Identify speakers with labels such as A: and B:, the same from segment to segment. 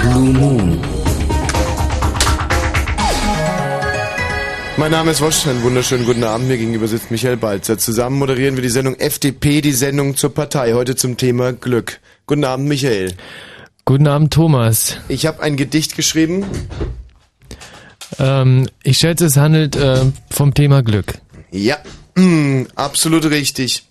A: Blue Moon.
B: Mein Name ist Wosch, einen wunderschönen guten Abend. Mir gegenüber sitzt Michael Balzer. Zusammen moderieren wir die Sendung FDP, die Sendung zur Partei. Heute zum Thema Glück. Guten Abend, Michael.
C: Guten Abend, Thomas.
B: Ich habe ein Gedicht geschrieben.
C: Ähm, ich schätze, es handelt äh, vom Thema Glück.
B: Ja, mm, absolut richtig.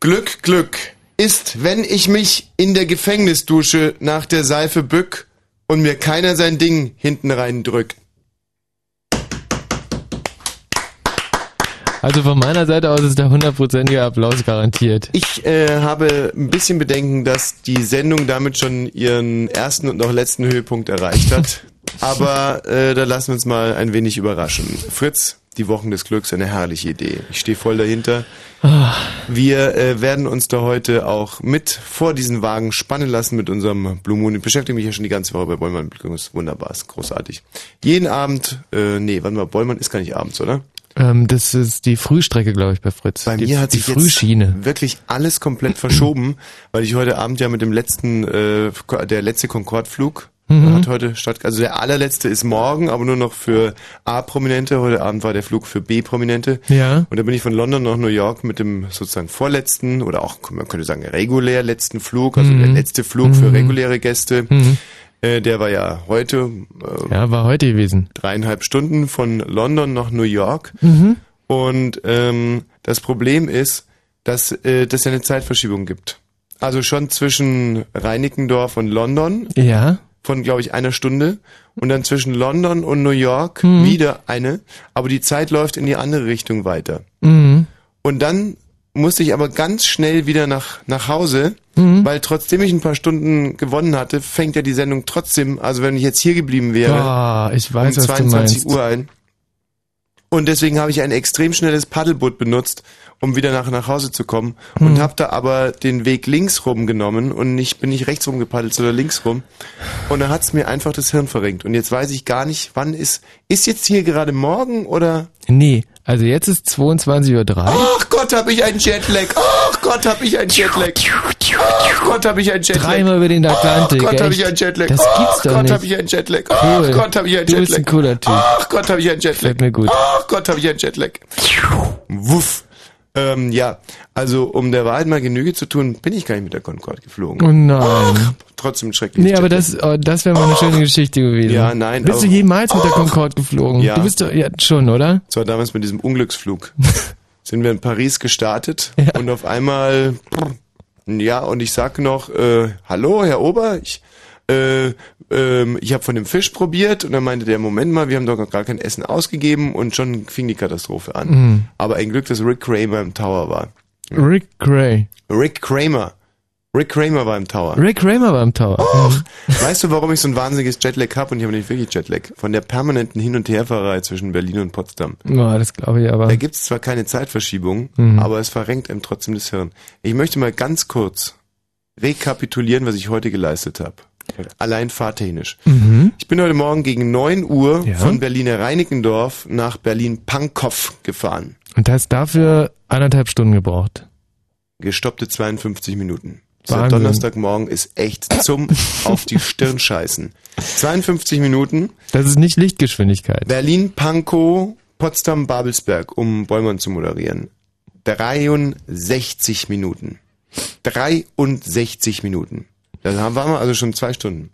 B: Glück, Glück ist, wenn ich mich in der Gefängnisdusche nach der Seife bück und mir keiner sein Ding hinten rein drückt.
C: Also von meiner Seite aus ist der hundertprozentige Applaus garantiert.
B: Ich äh, habe ein bisschen Bedenken, dass die Sendung damit schon ihren ersten und noch letzten Höhepunkt erreicht hat. Aber äh, da lassen wir uns mal ein wenig überraschen. Fritz, die Wochen des Glücks, eine herrliche Idee. Ich stehe voll dahinter. Wir äh, werden uns da heute auch mit vor diesen Wagen spannen lassen mit unserem Blue Moon. Ich beschäftige mich ja schon die ganze Woche bei Bollmann. Übrigens Wunderbar, ist großartig. Jeden Abend, äh, nee, warte mal, Bollmann ist gar nicht abends, oder?
C: Ähm, das ist die Frühstrecke, glaube ich, bei Fritz.
B: Bei
C: die,
B: mir hat
C: die
B: sich
C: Frühschiene.
B: jetzt wirklich alles komplett verschoben, weil ich heute Abend ja mit dem letzten, äh, der letzte Concorde-Flug
C: Mhm.
B: hat heute statt, also der allerletzte ist morgen, aber nur noch für A-Prominente. Heute Abend war der Flug für B-Prominente.
C: Ja.
B: Und da bin ich von London nach New York mit dem sozusagen vorletzten oder auch, man könnte sagen, regulär letzten Flug, also der letzte Flug für
C: Mhm.
B: reguläre Gäste. Äh, der war ja heute, äh,
C: Ja, war heute gewesen.
B: dreieinhalb Stunden von London nach New York.
C: Mhm.
B: Und ähm, das Problem ist, dass äh, das ja eine Zeitverschiebung gibt. Also schon zwischen Reinickendorf und London
C: Ja.
B: von, glaube ich, einer Stunde und dann zwischen London und New York wieder eine, aber die Zeit läuft in die andere Richtung weiter.
C: Mhm.
B: Und dann musste ich aber ganz schnell wieder nach, nach Hause, weil trotzdem ich ein paar Stunden gewonnen hatte, fängt ja die Sendung trotzdem, also wenn ich jetzt hier geblieben wäre,
C: Ah, ich
B: um
C: weiß, was du
B: 22
C: meinst.
B: Uhr ein. Und deswegen habe ich ein extrem schnelles Paddelboot benutzt, um wieder nach, nach Hause zu kommen
C: Hm.
B: und habe da aber den Weg links rum genommen und nicht, bin nicht rechts rum gepaddelt, sondern links rum. Und da hat's mir einfach das Hirn verrenkt. Und jetzt weiß ich gar nicht, wann ist, ist jetzt hier gerade morgen oder
C: Nee, also jetzt ist 22.03 Uhr.
B: Ach Gott, hab ich einen Jetlag. Ach Gott, hab ich einen Jetlag. Ach Gott, hab ich einen Jetlag.
C: Dreimal über den Atlantik.
B: Ach Oh Gott, hab ich
C: echt.
B: einen Jetlag.
C: Das
B: Ach
C: gibt's doch
B: Gott,
C: nicht.
B: hab ich einen Jetlag. Ach
C: Cool.
B: Gott, hab ich einen
C: Du
B: Jetlag.
C: bist ein cooler Typ.
B: Ach Gott, hab ich einen Jetlag.
C: Gefällt mir gut.
B: Ach Gott, hab ich einen Jetlag. Wuff. Ähm, ja, also um der Wahrheit mal Genüge zu tun, bin ich gar nicht mit der Concorde geflogen.
C: Oh nein.
B: Trotzdem schrecklich.
C: Nee, aber das, oh, das wäre mal eine schöne Geschichte gewesen.
B: Ja, nein,
C: Bist du
B: aber-
C: jemals mit der Concorde geflogen?
B: Ja.
C: Du bist doch, ja, schon, oder?
B: Das war damals mit diesem Unglücksflug. Sind wir in Paris gestartet und auf einmal, prr, ja, und ich sag noch, äh, hallo, Herr Ober, ich, äh, ähm, ich habe von dem Fisch probiert und dann meinte der, Moment mal, wir haben doch noch gar kein Essen ausgegeben und schon fing die Katastrophe an.
C: Mhm.
B: Aber ein Glück, dass Rick Kramer im Tower war.
C: Rick Gray.
B: Rick Kramer. Rick Kramer war im Tower.
C: Rick Kramer war im Tower.
B: Oh.
C: Mhm.
B: Weißt du, warum ich so ein wahnsinniges Jetlag habe? Und ich habe nicht wirklich Jetlag. Von der permanenten Hin- und Herfahrerei zwischen Berlin und Potsdam.
C: Ja, das glaube ich aber. Mhm.
B: Da gibt's zwar keine Zeitverschiebung, aber es verrenkt einem trotzdem das Hirn. Ich möchte mal ganz kurz rekapitulieren, was ich heute geleistet habe. Allein fahrtechnisch. Ich bin heute Morgen gegen 9 Uhr
C: Ja.
B: von Berliner Reinickendorf nach Berlin-Pankow gefahren.
C: Und hast dafür anderthalb Stunden gebraucht.
B: Gestoppte 52 Minuten. Dieser
C: Wahnsinn.
B: Donnerstagmorgen ist echt zum auf die Stirn scheißen. 52 Minuten,
C: Das ist nicht Lichtgeschwindigkeit.
B: Berlin-Pankow, Potsdam-Babelsberg, um Bollmann zu moderieren. 63 Minuten. 63 Minuten. Da haben- waren wir also schon zwei Stunden.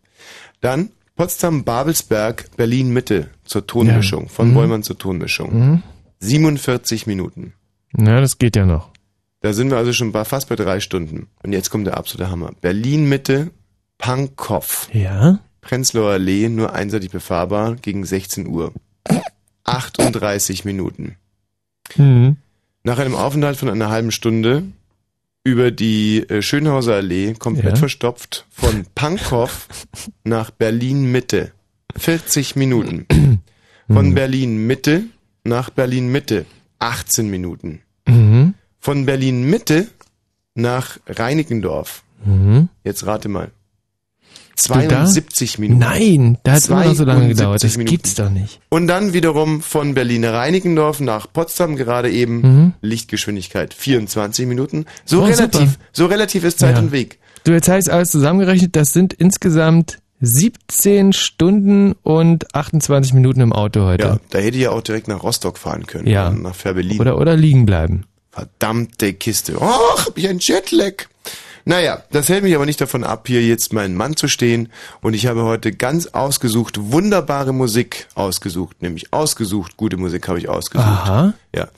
B: Dann Potsdam-Babelsberg, Berlin-Mitte zur Tonmischung,
C: Mhm.
B: von Bollmann zur Tonmischung. 47 Minuten.
C: Na, das geht ja noch.
B: Da sind wir also schon bei, fast bei drei Stunden. Und jetzt kommt der absolute Hammer. Berlin-Mitte, Pankow.
C: Ja?
B: Prenzlauer Allee nur einseitig befahrbar gegen 16 Uhr. 38 Minuten.
C: Mhm.
B: Nach einem Aufenthalt von einer halben Stunde über die äh, Schönhauser Allee, komplett
C: Ja.
B: verstopft, von Pankow nach Berlin Mitte. 40 Minuten. Von Berlin Mitte nach Berlin Mitte. 18 Minuten.
C: Mhm.
B: Von Berlin Mitte nach Reinickendorf.
C: Mhm.
B: Jetzt rate mal.
C: da?
B: 72 Minuten.
C: Nein, da hat immer noch so lange gedauert. Das
B: 72
C: gibt's doch nicht.
B: Und dann wiederum von Berlin Reinickendorf nach Potsdam gerade eben
C: Mhm.
B: Lichtgeschwindigkeit 24 Minuten. So
C: Oh,
B: relativ,
C: super.
B: so relativ ist Zeit
C: Ja.
B: und Weg.
C: Du, jetzt heißt alles zusammengerechnet, das sind insgesamt 17 Stunden und 28 Minuten im Auto
B: Ja,
C: heute.
B: da hätte ich ja auch direkt nach Rostock fahren können.
C: Ja.
B: oder Nach Fähr-Berlin.
C: Oder, oder liegen bleiben.
B: Verdammte Kiste. Ach, hab ich ein Jetlag. Naja, das hält mich aber nicht davon ab, hier jetzt mein Mann zu stehen. Und ich habe heute ganz ausgesucht, wunderbare Musik ausgesucht. Nämlich ausgesucht, gute Musik habe ich ausgesucht.
C: Aha.
B: Ja.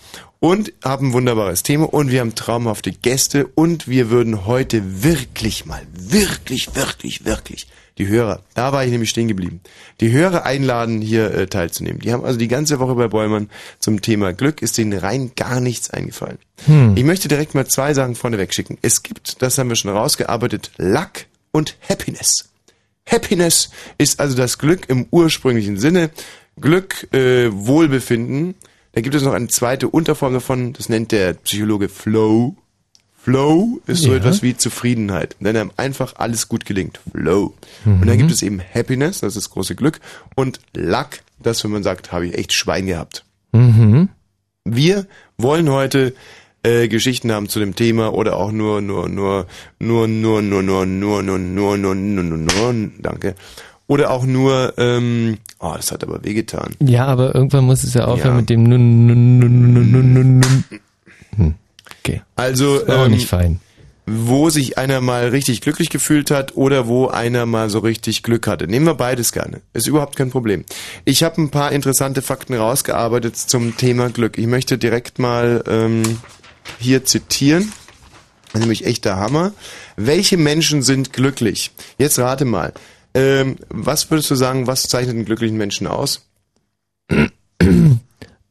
B: Und haben ein wunderbares Thema und wir haben traumhafte Gäste und wir würden heute wirklich mal, wirklich, wirklich, wirklich die Hörer, da war ich nämlich stehen geblieben, die Hörer einladen, hier äh, teilzunehmen. Die haben also die ganze Woche bei Bäumann zum Thema Glück ist denen rein gar nichts eingefallen.
D: Hm.
B: Ich möchte direkt mal zwei Sachen vorneweg schicken. Es gibt, das haben wir schon rausgearbeitet, Luck und Happiness. Happiness ist also das Glück im ursprünglichen Sinne. Glück, äh, Wohlbefinden. Da gibt es noch eine zweite Unterform davon, das nennt der Psychologe Flow. Flow ist so
C: Ja.
B: etwas wie Zufriedenheit, wenn einem einfach alles gut gelingt. Flow. Und dann gibt es eben Happiness, das ist das große Glück, und Luck, das, wenn man sagt, habe ich echt Schwein gehabt.
C: Mhm.
B: Wir wollen heute äh, Geschichten haben zu dem Thema oder auch nur, nur, nur, nur, nur, nur, nur, nur, nur, nur, nur, nur, nur, nur, danke. Oder auch nur, ähm, oh, das hat aber wehgetan.
C: Ja, aber irgendwann muss es ja aufhören
B: Ja.
C: mit dem nun, nun, nun, nun, nun, nun, nun, nun. Hm. Okay.
B: Also,
C: War aber
B: ähm,
C: nicht fein.
B: wo sich einer mal richtig glücklich gefühlt hat oder wo einer mal so richtig Glück hatte. Nehmen wir beides gerne. Ist überhaupt kein Problem. Ich habe ein paar interessante Fakten rausgearbeitet zum Thema Glück. Ich möchte direkt mal ähm, hier zitieren. Nämlich echter Hammer. Welche Menschen sind glücklich? Jetzt rate mal. Ähm, was würdest du sagen, was zeichnet einen glücklichen Menschen aus?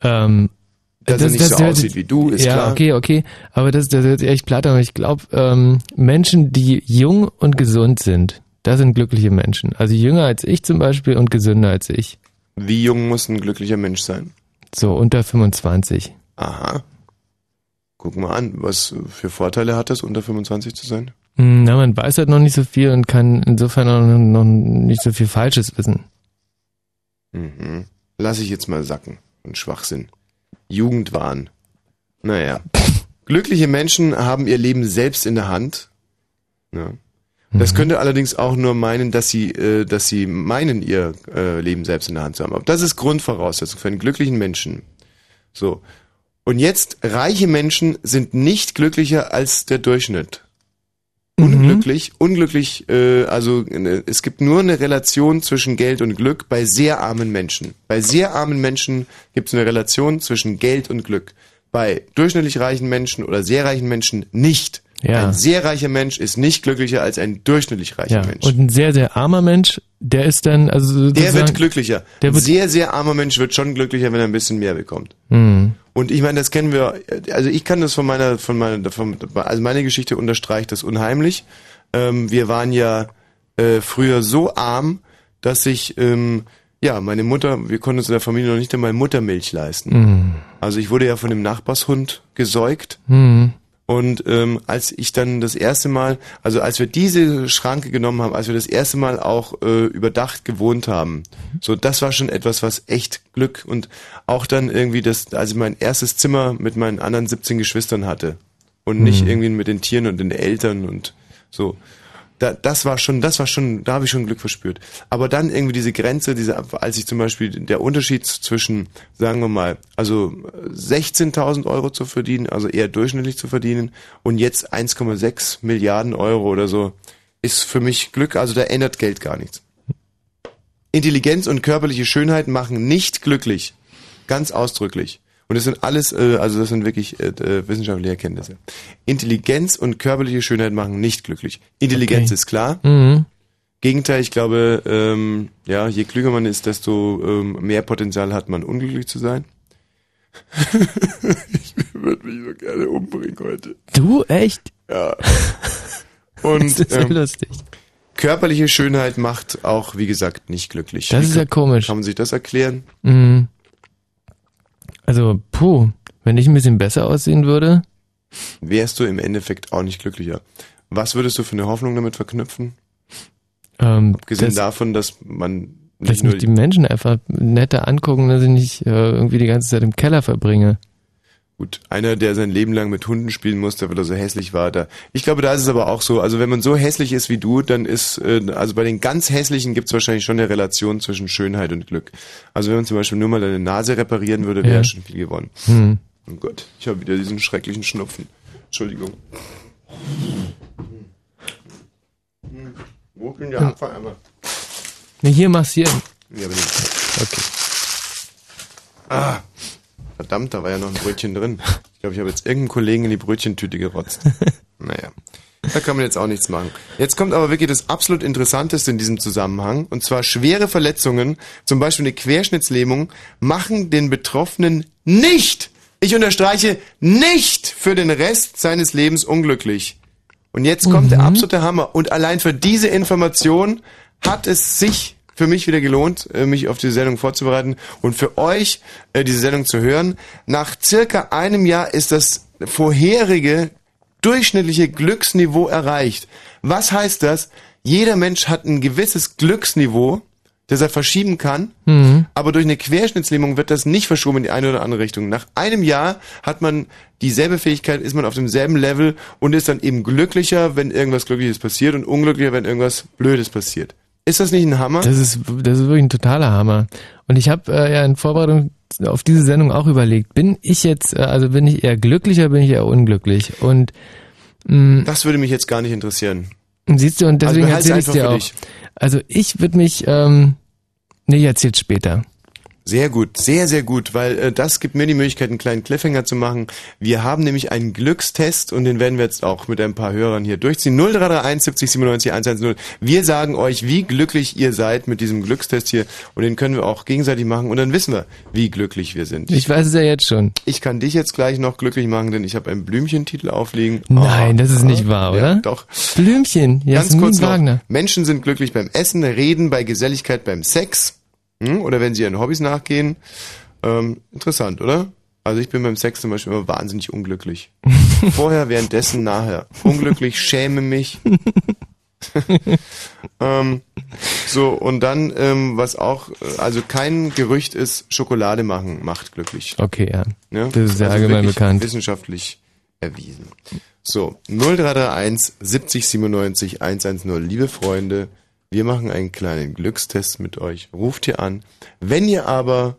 C: Ähm,
B: Dass er nicht so
C: hört
B: aussieht
C: sich-
B: wie du, ist
C: ja,
B: klar.
C: okay, okay. Aber das, das hört sich echt platt an. aber Ich glaube, ähm, Menschen, die jung und gesund sind, das sind glückliche Menschen. Also jünger als ich zum Beispiel und gesünder als ich.
B: Wie jung muss ein glücklicher Mensch sein?
C: So unter 25.
B: Aha. Guck mal an, was für Vorteile hat es, unter 25 zu sein?
C: Hm, Na, man weiß halt noch nicht so viel und kann insofern auch noch nicht so viel Falsches wissen.
B: Mhm. Lass ich jetzt mal sacken. Und Schwachsinn. Jugendwahn. Naja. Glückliche Menschen haben ihr Leben selbst in der Hand. Ja. Das könnte allerdings auch nur meinen, dass sie, äh, dass sie meinen, ihr äh, Leben selbst in der Hand zu haben. Aber das ist Grundvoraussetzung für einen glücklichen Menschen. So. Und jetzt, reiche Menschen sind nicht glücklicher als der Durchschnitt. Unglücklich, unglücklich, äh, also äh, es gibt nur eine Relation zwischen Geld und Glück bei sehr armen Menschen. Bei sehr armen Menschen gibt es eine Relation zwischen Geld und Glück. Bei durchschnittlich reichen Menschen oder sehr reichen Menschen nicht.
C: Ja.
B: Ein sehr reicher Mensch ist nicht glücklicher als ein durchschnittlich reicher
C: Ja.
B: Mensch.
C: Und ein sehr, sehr armer Mensch, der ist dann, also
B: der
C: sozusagen-
B: wird glücklicher.
C: der wird-
B: sehr, sehr armer Mensch wird schon glücklicher, wenn er ein bisschen mehr bekommt.
C: Hm.
B: Und ich meine, das kennen wir, also ich kann das von meiner, von meiner, von, also meine Geschichte unterstreicht das unheimlich. Ähm, wir waren ja äh, früher so arm, dass ich, ähm, ja, meine Mutter, wir konnten uns in der Familie noch nicht einmal Muttermilch leisten.
C: Mhm.
B: Also ich wurde ja von dem Nachbarshund gesäugt. Und ähm, als ich dann das erste Mal, also als wir diese Schranke genommen haben, als wir das erste Mal auch äh, überdacht gewohnt haben, so das war schon etwas, was echt Glück und auch dann irgendwie das, als ich mein erstes Zimmer mit meinen anderen 17 Geschwistern hatte und nicht irgendwie mit den Tieren und den Eltern und so. Da, das war schon, das war schon, da habe ich schon Glück verspürt. Aber dann irgendwie diese Grenze, diese, als ich zum Beispiel der Unterschied zwischen, sagen wir mal, also 16.000 Euro zu verdienen, also eher durchschnittlich zu verdienen, und jetzt 1,6 Milliarden Euro oder so, ist für mich Glück. Also da ändert Geld gar nichts. Intelligenz und körperliche Schönheit machen nicht glücklich. Ganz ausdrücklich. Und das sind alles, äh, also das sind wirklich äh, äh, wissenschaftliche Erkenntnisse. Intelligenz und körperliche Schönheit machen nicht glücklich. Intelligenz
C: Okay.
B: ist klar.
C: Mhm.
B: Gegenteil, ich glaube, ähm, ja, je klüger man ist, desto ähm, mehr Potenzial hat man, unglücklich zu sein. ich würde mich so gerne umbringen heute.
C: Du, echt?
B: Ja.
C: Das
B: Und
C: ist ja
B: ähm,
C: lustig.
B: körperliche Schönheit macht auch, wie gesagt, nicht glücklich.
C: Das ist ja komisch.
B: Kann man sich das erklären?
C: Mhm. Also, puh, wenn ich ein bisschen besser aussehen würde,
B: wärst du im Endeffekt auch nicht glücklicher. Was würdest du für eine Hoffnung damit verknüpfen?
C: ähm,
B: Gesehen
C: dass
B: davon, dass man nicht
C: vielleicht
B: nur
C: mich die Menschen einfach netter angucken, dass ich nicht äh, irgendwie die ganze Zeit im Keller verbringe.
B: Gut, einer, der sein Leben lang mit Hunden spielen musste, weil er so hässlich war, da. Ich glaube, da ist es aber auch so. Also wenn man so hässlich ist wie du, dann ist, äh, also bei den ganz hässlichen gibt es wahrscheinlich schon eine Relation zwischen Schönheit und Glück. Also wenn man zum Beispiel nur mal deine Nase reparieren würde, wäre
C: Ja.
B: schon viel gewonnen.
C: Hm.
B: Oh Gott, ich habe wieder diesen schrecklichen Schnupfen. Entschuldigung. Wo bin der Abfalleimer?
C: Nee, hier massieren.
B: Ja, bin ich.
C: Okay.
B: Ah, verdammt, da war ja noch ein Brötchen drin. Ich glaube, ich habe jetzt irgendeinen Kollegen in die Brötchentüte gerotzt. Naja, da kann man jetzt auch nichts machen. Jetzt kommt aber wirklich das absolut Interessanteste in diesem Zusammenhang. Und zwar schwere Verletzungen, zum Beispiel eine Querschnittslähmung, machen den Betroffenen nicht, ich unterstreiche, nicht für den Rest seines Lebens unglücklich. Und jetzt kommt der absolute Hammer. Und allein für diese Information hat es sich für mich wieder gelohnt, äh, mich auf diese Sendung vorzubereiten und für euch äh, diese Sendung zu hören. Nach circa einem Jahr ist das vorherige durchschnittliche Glücksniveau erreicht. Was heißt das? Jeder Mensch hat ein gewisses Glücksniveau, das er verschieben kann, aber durch eine Querschnittslähmung wird das nicht verschoben in die eine oder andere Richtung. Nach einem Jahr hat man dieselbe Fähigkeit, ist man auf demselben Level und ist dann eben glücklicher, wenn irgendwas Glückliches passiert und unglücklicher, wenn irgendwas Blödes passiert. Ist das nicht ein Hammer?
C: Das ist, das ist wirklich ein totaler Hammer. Und ich habe äh, ja in Vorbereitung auf diese Sendung auch überlegt, bin ich jetzt, äh, also bin ich eher glücklicher, bin ich eher unglücklich? Und mm,
B: Das würde mich jetzt gar nicht interessieren.
C: Mhm. siehst du, und
B: Also
C: deswegen
B: behalte
C: erzähle ich
B: einfach
C: dir
B: für
C: auch.
B: dich.
C: Also ich würde mich, ähm, nee, ich erzähl's später.
B: Sehr gut, sehr, sehr gut, weil äh, das gibt mir die Möglichkeit, einen kleinen Cliffhanger zu machen. Wir haben nämlich einen Glückstest und den werden wir jetzt auch mit ein paar Hörern hier durchziehen. 0331 70 97 110. Wir sagen euch, wie glücklich ihr seid mit diesem Glückstest hier und den können wir auch gegenseitig machen und dann wissen wir, wie glücklich wir sind.
C: Ich weiß es ja jetzt schon.
B: Ich kann dich jetzt gleich noch glücklich machen, denn ich habe einen Blümchentitel aufliegen. Oh,
C: Nein, das ist nicht wahr,
B: ja,
C: oder?
B: doch.
C: Blümchen,
B: Ganz
C: Jasmin
B: kurz noch,
C: Wagner.
B: Menschen sind glücklich beim Essen, Reden, bei Geselligkeit, beim Sex hm? oder wenn sie ihren Hobbys nachgehen. Ähm, interessant, oder? Also ich bin beim Sex zum Beispiel immer wahnsinnig unglücklich. Vorher, währenddessen, nachher. Unglücklich, schäme mich.
D: Mm-hmm.
B: ähm, so, und dann, ähm, was auch, äh, also kein Gerücht ist, Schokolade machen macht glücklich.
C: Okay, ja.
B: Ja?
C: Das ist sehr allgemein
B: Ne? Also wirklich
C: bekannt.
B: Wissenschaftlich erwiesen. So, 0331 70 97 110. Liebe Freunde, wir machen einen kleinen Glückstest mit euch. Ruft hier an. Wenn ihr aber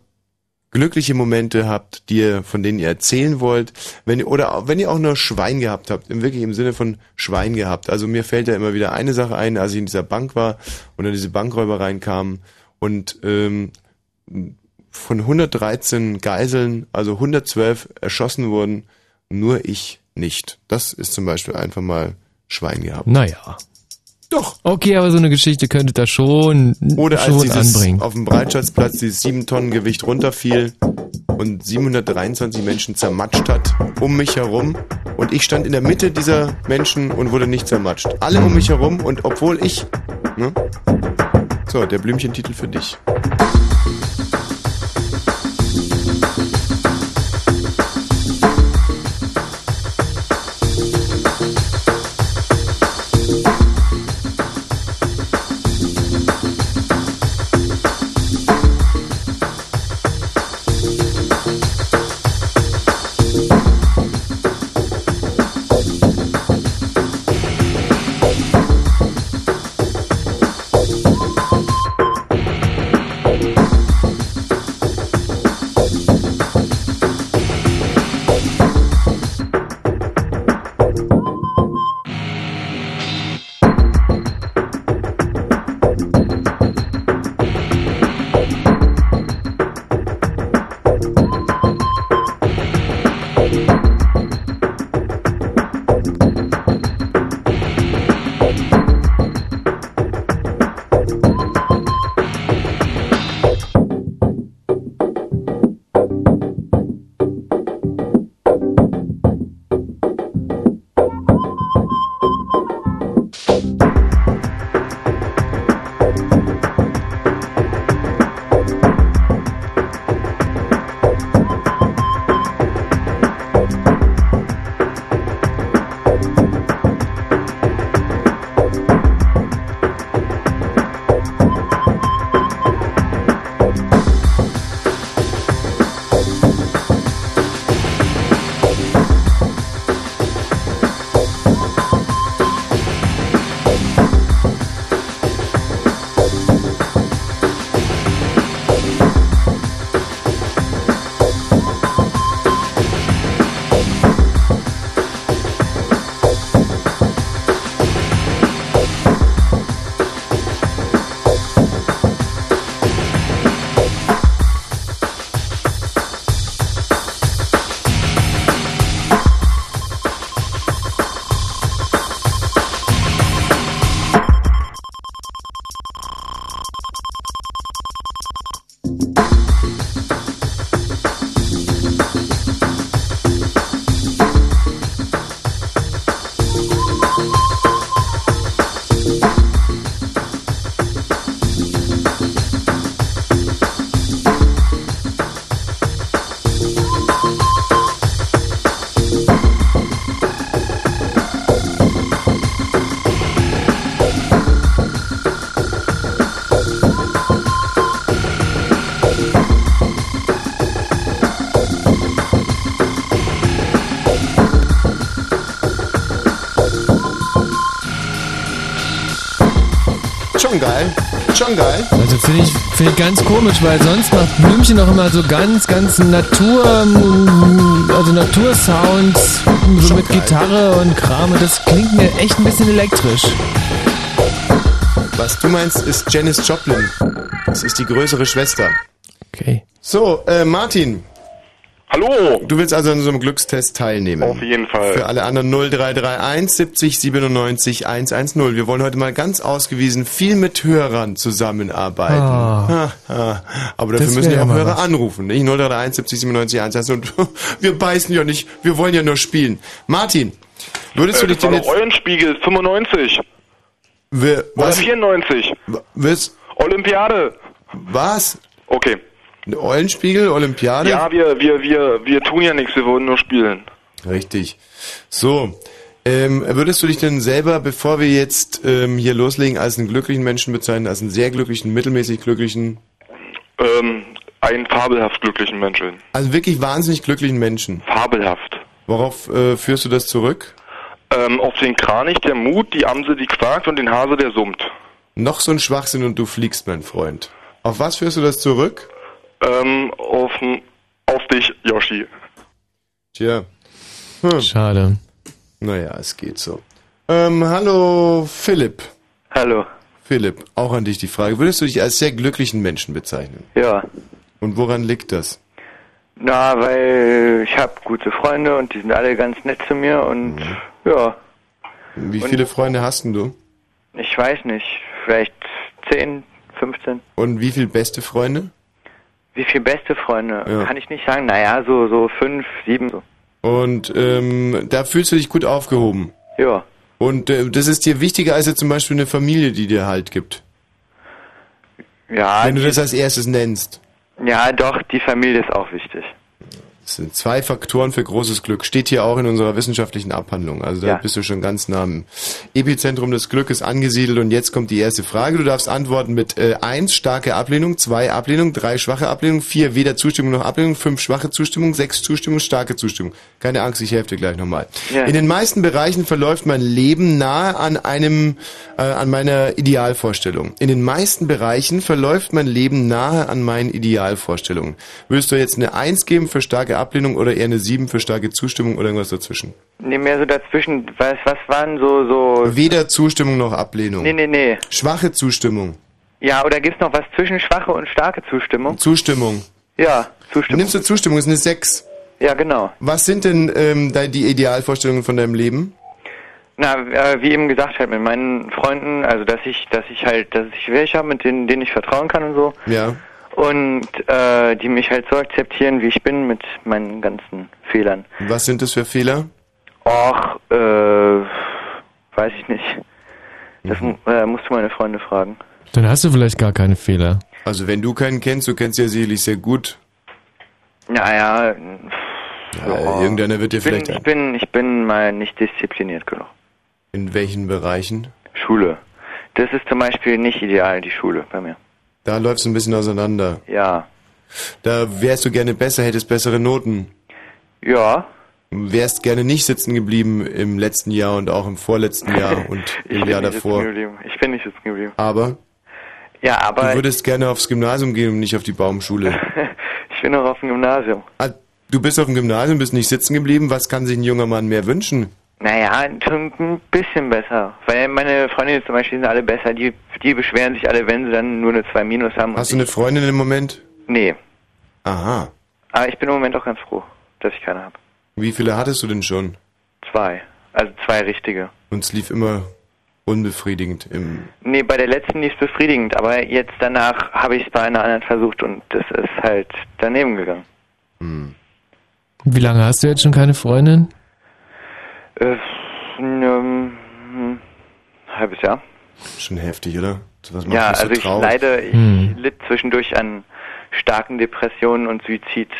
B: glückliche Momente habt, die ihr, von denen ihr erzählen wollt, wenn ihr, oder auch, wenn ihr auch nur Schwein gehabt habt, im wirklich im Sinne von Schwein gehabt. Also mir fällt da immer wieder eine Sache ein, als ich in dieser Bank war und dann diese Bankräuber reinkamen und ähm, von 113 Geiseln, also 112 erschossen wurden, nur ich nicht. Das ist zum Beispiel einfach mal Schwein gehabt.
C: Naja.
B: Doch.
C: Okay, aber so eine Geschichte könnte da schon,
B: Oder als
C: schon
B: dieses
C: anbringen.
B: auf dem Breitschatzplatz dieses 7 Tonnen Gewicht runterfiel und 723 Menschen zermatscht hat um mich herum und ich stand in der Mitte dieser Menschen und wurde nicht zermatscht. Alle um mich herum und obwohl ich, ne? So, der Blümchentitel für dich. Schon geil. Schon geil.
C: Also finde ich, find ich ganz komisch, weil sonst macht Blümchen auch immer so ganz, ganz Natur, mm, also Natursounds, mm, so
B: Schon
C: mit
B: geil.
C: Gitarre und Kram. Und das klingt mir echt ein bisschen elektrisch.
B: Was du meinst, ist Janis Joplin. Das ist die größere Schwester.
C: Okay.
B: So, äh, Martin,
A: Hallo!
B: du willst also an so einem Glückstest teilnehmen.
A: Auf jeden Fall.
B: Für alle anderen 0331 70 97 110. Wir wollen heute mal ganz ausgewiesen viel mit Hörern zusammenarbeiten.
C: Ah.
B: Ha, ha. Aber dafür
C: Das
B: müssen
C: wär
B: ja
C: ja
B: auch
C: mal
B: Hörer
C: was.
B: anrufen. Nicht 0331 70 97 110. Und wir beißen ja nicht, wir wollen ja nur spielen. Martin, würdest du
A: Äh,
B: dich
A: das war
B: denn
A: doch
B: jetzt...
A: Eulenspiegel, 95
B: Wir,
A: oder
B: was,
A: 94.
B: was,
A: Olympiade.
B: was?
A: Okay.
B: Eine Eulenspiegel, Olympiade?
A: Ja, wir, wir, wir, wir tun ja nichts, wir wollen nur spielen.
B: Richtig. So, ähm, würdest du dich denn selber, bevor wir jetzt ähm, hier loslegen, als einen glücklichen Menschen bezeichnen, als einen sehr glücklichen, mittelmäßig glücklichen,
A: Ähm, einen fabelhaft glücklichen Menschen.
B: also wirklich wahnsinnig glücklichen Menschen?
A: Fabelhaft.
B: Worauf äh, führst du das zurück?
A: Ähm, auf den Kranich der Mut, die Amse, die quakt und den Hase, der summt.
B: Noch so ein Schwachsinn und du fliegst, mein Freund. Auf was führst du das zurück?
A: Ähm, auf, auf dich, Yoshi.
B: Tja, Hm.
C: Schade.
B: naja, es geht so. Ähm, hallo, Philipp.
E: Hallo.
B: Philipp, auch an dich die Frage. Würdest du dich als sehr glücklichen Menschen bezeichnen?
E: Ja.
B: Und woran liegt das?
E: Na, weil ich habe gute Freunde und die sind alle ganz nett zu mir und ja,
B: Wie viele Freunde hast denn du?
E: ich weiß nicht, vielleicht 10, 15.
B: Und wie viele beste Freunde?
E: Wie viele beste Freunde?
B: Ja.
E: Kann ich nicht sagen. Naja, so, so fünf, sieben. So.
B: Und ähm, da fühlst du dich gut aufgehoben.
E: Ja.
B: Und äh, das ist dir wichtiger als jetzt zum Beispiel eine Familie, die dir Halt gibt.
E: Ja,
B: Wenn du das als erstes nennst.
E: ja, doch, die Familie ist auch wichtig.
B: Das sind zwei Faktoren für großes Glück. Steht hier auch in unserer wissenschaftlichen Abhandlung. Also da
E: Ja.
B: bist du schon ganz nah am Epizentrum des Glückes angesiedelt. Und jetzt kommt die erste Frage. Du darfst antworten mit äh, eins starke Ablehnung, zwei Ablehnung, drei schwache Ablehnung, vier weder Zustimmung noch Ablehnung, fünf schwache Zustimmung, sechs Zustimmung, starke Zustimmung. Keine Angst, ich helfe dir gleich nochmal.
E: Ja.
B: In den meisten Bereichen verläuft mein Leben nahe an einem, äh, an meiner Idealvorstellung. In den meisten Bereichen verläuft mein Leben nahe an meinen Idealvorstellungen. Würdest du jetzt eine 1 geben für starke Ablehnung oder eher eine 7 für starke Zustimmung oder irgendwas dazwischen?
E: Nee, mehr so dazwischen, was, was waren so, so.
B: Weder Zustimmung noch Ablehnung.
E: Nee, nee, nee.
B: Schwache Zustimmung.
E: Ja, oder gibt's noch was zwischen schwache und starke Zustimmung?
B: Zustimmung.
E: Ja, Zustimmung.
B: Nimmst du Zustimmung, ist eine 6.
E: Ja, genau.
B: Was sind denn ähm, de- die Idealvorstellungen von deinem Leben?
E: Na, äh, wie eben gesagt halt mit meinen Freunden, also dass ich, dass ich halt, dass ich welche habe, mit denen, denen ich vertrauen kann und so.
B: Ja.
E: Und äh, die mich halt so akzeptieren, wie ich bin, mit meinen ganzen Fehlern.
B: Was sind das für Fehler?
E: Och, äh, weiß ich nicht. Das
B: Mhm.
E: äh, musst du meine Freunde fragen.
C: Dann hast du vielleicht gar keine Fehler.
B: Also wenn du keinen kennst, du kennst ja sicherlich sehr gut.
E: Naja,
B: äh, Ja, irgendeiner wird dir
E: ich bin,
B: vielleicht
E: ich bin, ich bin mal nicht diszipliniert genug.
B: in welchen Bereichen?
E: Schule. Das ist zum Beispiel nicht ideal, die Schule bei mir.
B: Da läuft's ein bisschen auseinander.
E: Ja.
B: Da wärst du gerne besser, hättest bessere Noten.
E: Ja.
B: Wärst gerne nicht sitzen geblieben im letzten Jahr und auch im vorletzten Jahr und
E: Ich
B: im
E: bin
B: Jahr
E: nicht sitzen
B: davor.
E: geblieben. Ich bin nicht sitzen geblieben.
B: Aber
E: Ja, aber
B: du würdest gerne aufs Gymnasium gehen und nicht auf die Baumschule.
E: ich bin noch auf dem Gymnasium.
B: Ah, Du bist auf dem Gymnasium, bist nicht sitzen geblieben. Was kann sich ein junger Mann mehr wünschen?
E: Naja, schon ein bisschen besser. Weil meine Freundinnen zum Beispiel sind alle besser. Die, die beschweren sich alle, wenn sie dann nur eine 2 Minus haben.
B: Hast du eine Freundin im Moment?
E: nee.
B: Aha.
E: Aber ich bin im Moment auch ganz froh, dass ich keine habe.
B: Wie viele hattest du denn schon?
E: Zwei. Also zwei richtige.
B: Und es lief immer unbefriedigend im.
E: Nee, bei der letzten nicht befriedigend, aber jetzt danach habe ich es bei einer anderen versucht und das ist halt daneben gegangen.
B: Hm.
C: Wie lange hast du jetzt schon keine Freundin?
E: Äh, ähm, hm, halbes Jahr.
B: Schon heftig, oder? Was macht
E: Ja,
B: dich so
E: also ich
B: traurig?
E: leide, ich
C: Hm.
E: litt zwischendurch an starken Depressionen und Suizid.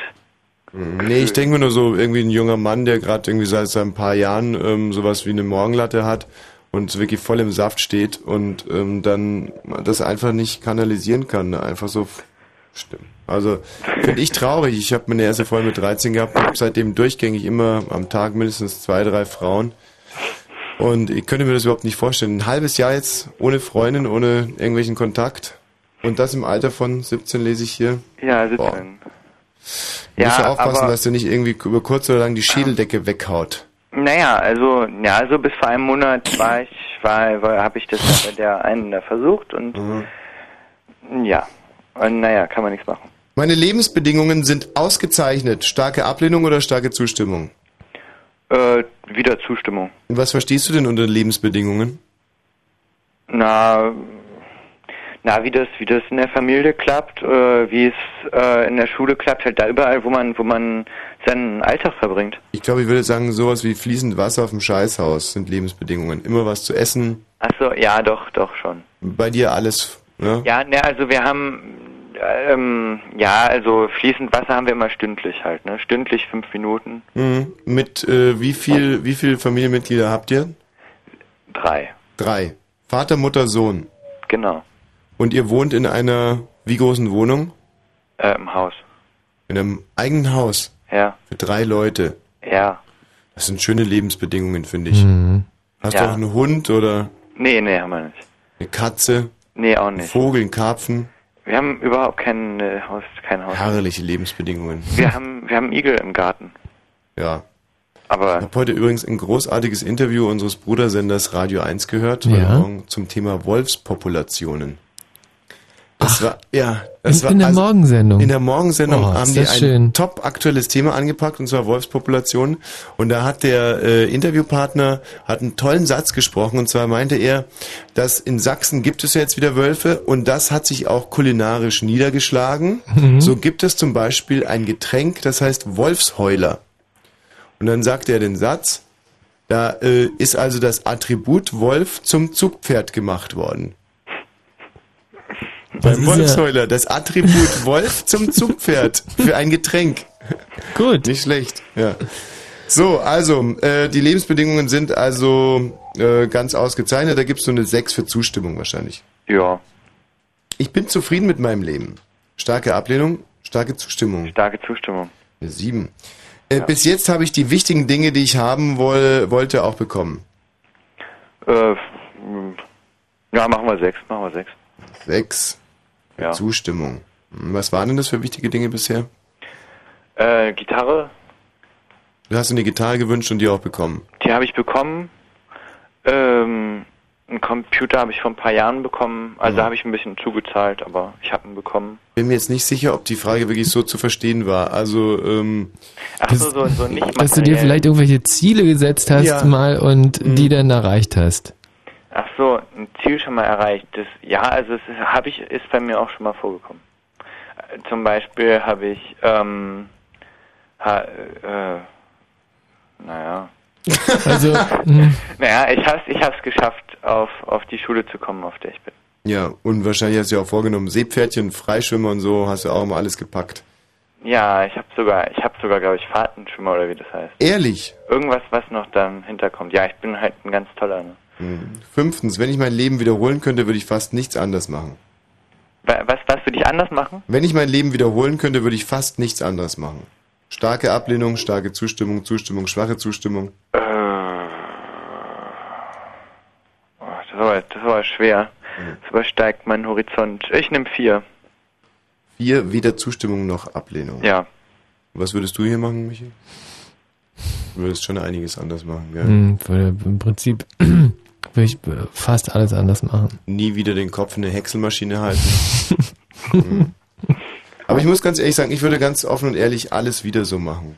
B: Mhm. Nee, ich denke mir nur so, irgendwie ein junger Mann, der gerade irgendwie seit, seit ein paar Jahren ähm, sowas wie eine Morgenlatte hat und wirklich voll im Saft steht und ähm, dann das einfach nicht kanalisieren kann. Ne? Einfach so. f- Stimmt. Also finde ich traurig. Ich habe meine erste Freundin mit 13 gehabt und hab seitdem durchgängig immer am Tag mindestens zwei, drei Frauen. Und ich könnte mir das überhaupt nicht vorstellen. Ein halbes Jahr jetzt ohne Freundin, ohne irgendwelchen Kontakt. Und das im Alter von 17 lese ich hier.
E: Ja, 17.
B: Du musst ja
E: Ja,
B: aufpassen,
E: aber-
B: dass du nicht irgendwie über kurz oder lang die Schädeldecke weghaut.
E: Naja, also, ja, also bis vor einem Monat war ich, war, war habe ich das ja bei der einen da versucht und
B: Mhm.
E: ja. Und naja, kann man nichts machen.
B: Meine Lebensbedingungen sind ausgezeichnet. Starke Ablehnung oder starke Zustimmung?
E: Äh, wieder Zustimmung.
B: Und was verstehst du denn unter Lebensbedingungen?
E: Na, na, wie das, wie das in der Familie klappt, äh, wie es äh, in der Schule klappt, halt da überall, wo man, wo man seinen Alltag verbringt.
B: Ich glaube, ich würde sagen, sowas wie fließend Wasser auf dem Scheißhaus sind Lebensbedingungen. Immer was zu essen,
E: Achso, ja, doch, doch schon.
B: bei dir alles. Ne?
E: Ja, ne, also wir haben, äh, ähm, ja, also fließend Wasser haben wir immer stündlich halt, ne, stündlich fünf Minuten,
B: Mhm. Mit äh, wie viel wie viel Familienmitglieder habt ihr?
E: drei,
B: Drei. Vater, Mutter, Sohn.
E: genau,
B: Und ihr wohnt in einer wie großen Wohnung?
E: äh, im Haus,
B: In einem eigenen Haus
E: ja,
B: für drei Leute.
E: ja,
B: Das sind schöne Lebensbedingungen, finde ich. Hast du
E: Ja.
B: auch einen Hund oder
E: nee, nee, haben wir nicht,
B: eine Katze,
E: nee, auch
B: einen
E: nicht.
B: Vogel, einen Karpfen?
E: Wir haben überhaupt kein äh, Haus, kein Haus.
B: Herrliche Lebensbedingungen.
E: Wir haben, wir haben Igel im Garten,
B: Ja.
E: aber
B: Ich habe heute übrigens ein großartiges Interview unseres Brudersenders Radio 1 gehört heute
C: Ja.
B: Morgen, zum Thema Wolfspopulationen. Das war ja, das
C: In,
B: war
C: in der
B: also-
C: Morgensendung.
B: In der Morgensendung
C: Oh,
B: haben
C: ist
B: die ein
C: das schön.
B: top aktuelles Thema angepackt, und zwar Wolfspopulation. Und da hat der äh, Interviewpartner hat einen tollen Satz gesprochen, und zwar meinte er, dass in Sachsen gibt es ja jetzt wieder Wölfe und das hat sich auch kulinarisch niedergeschlagen.
F: Mhm.
B: So gibt es zum Beispiel ein Getränk, das heißt Wolfsheuler. Und dann sagte er den Satz, da äh, ist also das Attribut Wolf zum Zugpferd gemacht worden. Beim
C: Das ist ja-
B: Wolfsheuler, das Attribut Wolf zum Zugpferd für ein Getränk.
C: Gut.
B: Nicht schlecht, ja. So, also, äh, die Lebensbedingungen sind also äh, ganz ausgezeichnet. Da gibt's so eine 6 für Zustimmung wahrscheinlich.
E: Ja.
B: Ich bin zufrieden mit meinem Leben. Starke Ablehnung, starke Zustimmung.
E: Starke Zustimmung.
B: Eine 7. Äh, Bis jetzt habe ich die wichtigen Dinge, die ich haben woll wollte, auch bekommen.
E: Äh, mh, ja, machen wir sechs, machen wir sechs.
B: 6.
E: Ja.
B: Zustimmung. Hm, Was waren denn das für wichtige Dinge bisher?
E: Äh, Gitarre,
B: Du hast dir eine Gitarre gewünscht und die auch bekommen.
E: die habe ich bekommen. Ähm, einen Computer habe ich vor ein paar Jahren bekommen. Also da habe ich ein bisschen zugezahlt, aber ich habe ihn bekommen.
B: Bin mir jetzt nicht sicher, ob die Frage wirklich so zu verstehen war. Also, ähm,
E: Achso, so, so nicht
C: Dass du dir
E: materiell.
C: vielleicht irgendwelche Ziele gesetzt hast
B: Ja. Mhm.
C: mal und die dann erreicht hast.
E: Ach so, ein Ziel schon mal erreicht. Das, ja, also es ist- habe ich, ist bei mir auch schon mal vorgekommen. Äh, Zum Beispiel habe ich, ähm, ha, äh, naja.
C: Also, mh,
E: Naja, ich hab's, ich hab's geschafft, auf, auf die Schule zu kommen, auf der ich bin.
B: ja, und wahrscheinlich hast du ja auch vorgenommen, Seepferdchen, Freischwimmer und so, hast du auch immer alles gepackt.
E: Ja, ich hab sogar, ich hab sogar, glaube ich, Fahrtenschwimmer oder wie das heißt.
B: Ehrlich?
E: Irgendwas, was noch dann hinterkommt. Ja, ich bin halt ein ganz toller. Ne?
B: Hm. Fünftens, wenn ich mein Leben wiederholen könnte, würde ich fast nichts anders machen.
E: Wa- Was, was würde ich anders machen?
B: Wenn ich mein Leben wiederholen könnte, würde ich fast nichts anderes machen. Starke Ablehnung, starke Zustimmung, Zustimmung, schwache Zustimmung.
E: Äh, oh, das, war, das war schwer.
F: Mhm.
E: Das übersteigt meinen Horizont. Ich nehme vier.
B: Vier, weder Zustimmung noch Ablehnung.
E: Ja.
B: Was würdest du hier machen, Michi? Du würdest schon einiges anders machen, gell?
C: mh, würde Hm, im Prinzip würde ich äh, fast alles anders machen.
B: nie wieder den Kopf in eine Häckselmaschine halten. Mhm. Aber ich muss ganz ehrlich sagen, ich würde ganz offen und ehrlich alles wieder so machen.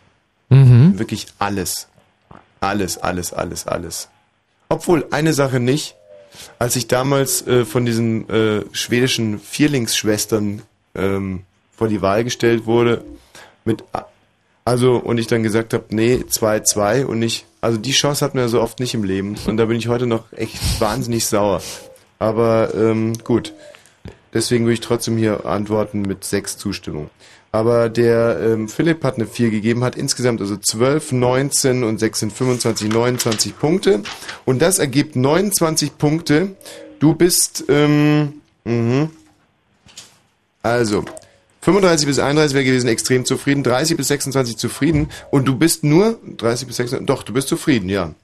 C: Mhm.
B: Wirklich alles. Alles, alles, alles, alles. Obwohl, eine Sache nicht. Als ich damals äh, von diesen äh, schwedischen Vierlingsschwestern ähm, vor die Wahl gestellt wurde, mit a- also und ich dann gesagt habe, nee, 2-2 und nicht, also die Chance hat man ja so oft nicht im Leben und da bin ich heute noch echt wahnsinnig sauer. Aber ähm, gut, deswegen würde ich trotzdem hier antworten mit 6 Zustimmung. Aber der ähm, Philipp hat eine 4 gegeben, hat insgesamt also 12, 19 und 6 sind 25, 29 Punkte. Und das ergibt 29 Punkte. Du bist, ähm, mhm. also 35 bis 31 wäre gewesen extrem zufrieden, 30 bis 26 zufrieden und du bist nur, 30 bis 26, doch, du bist zufrieden, ja.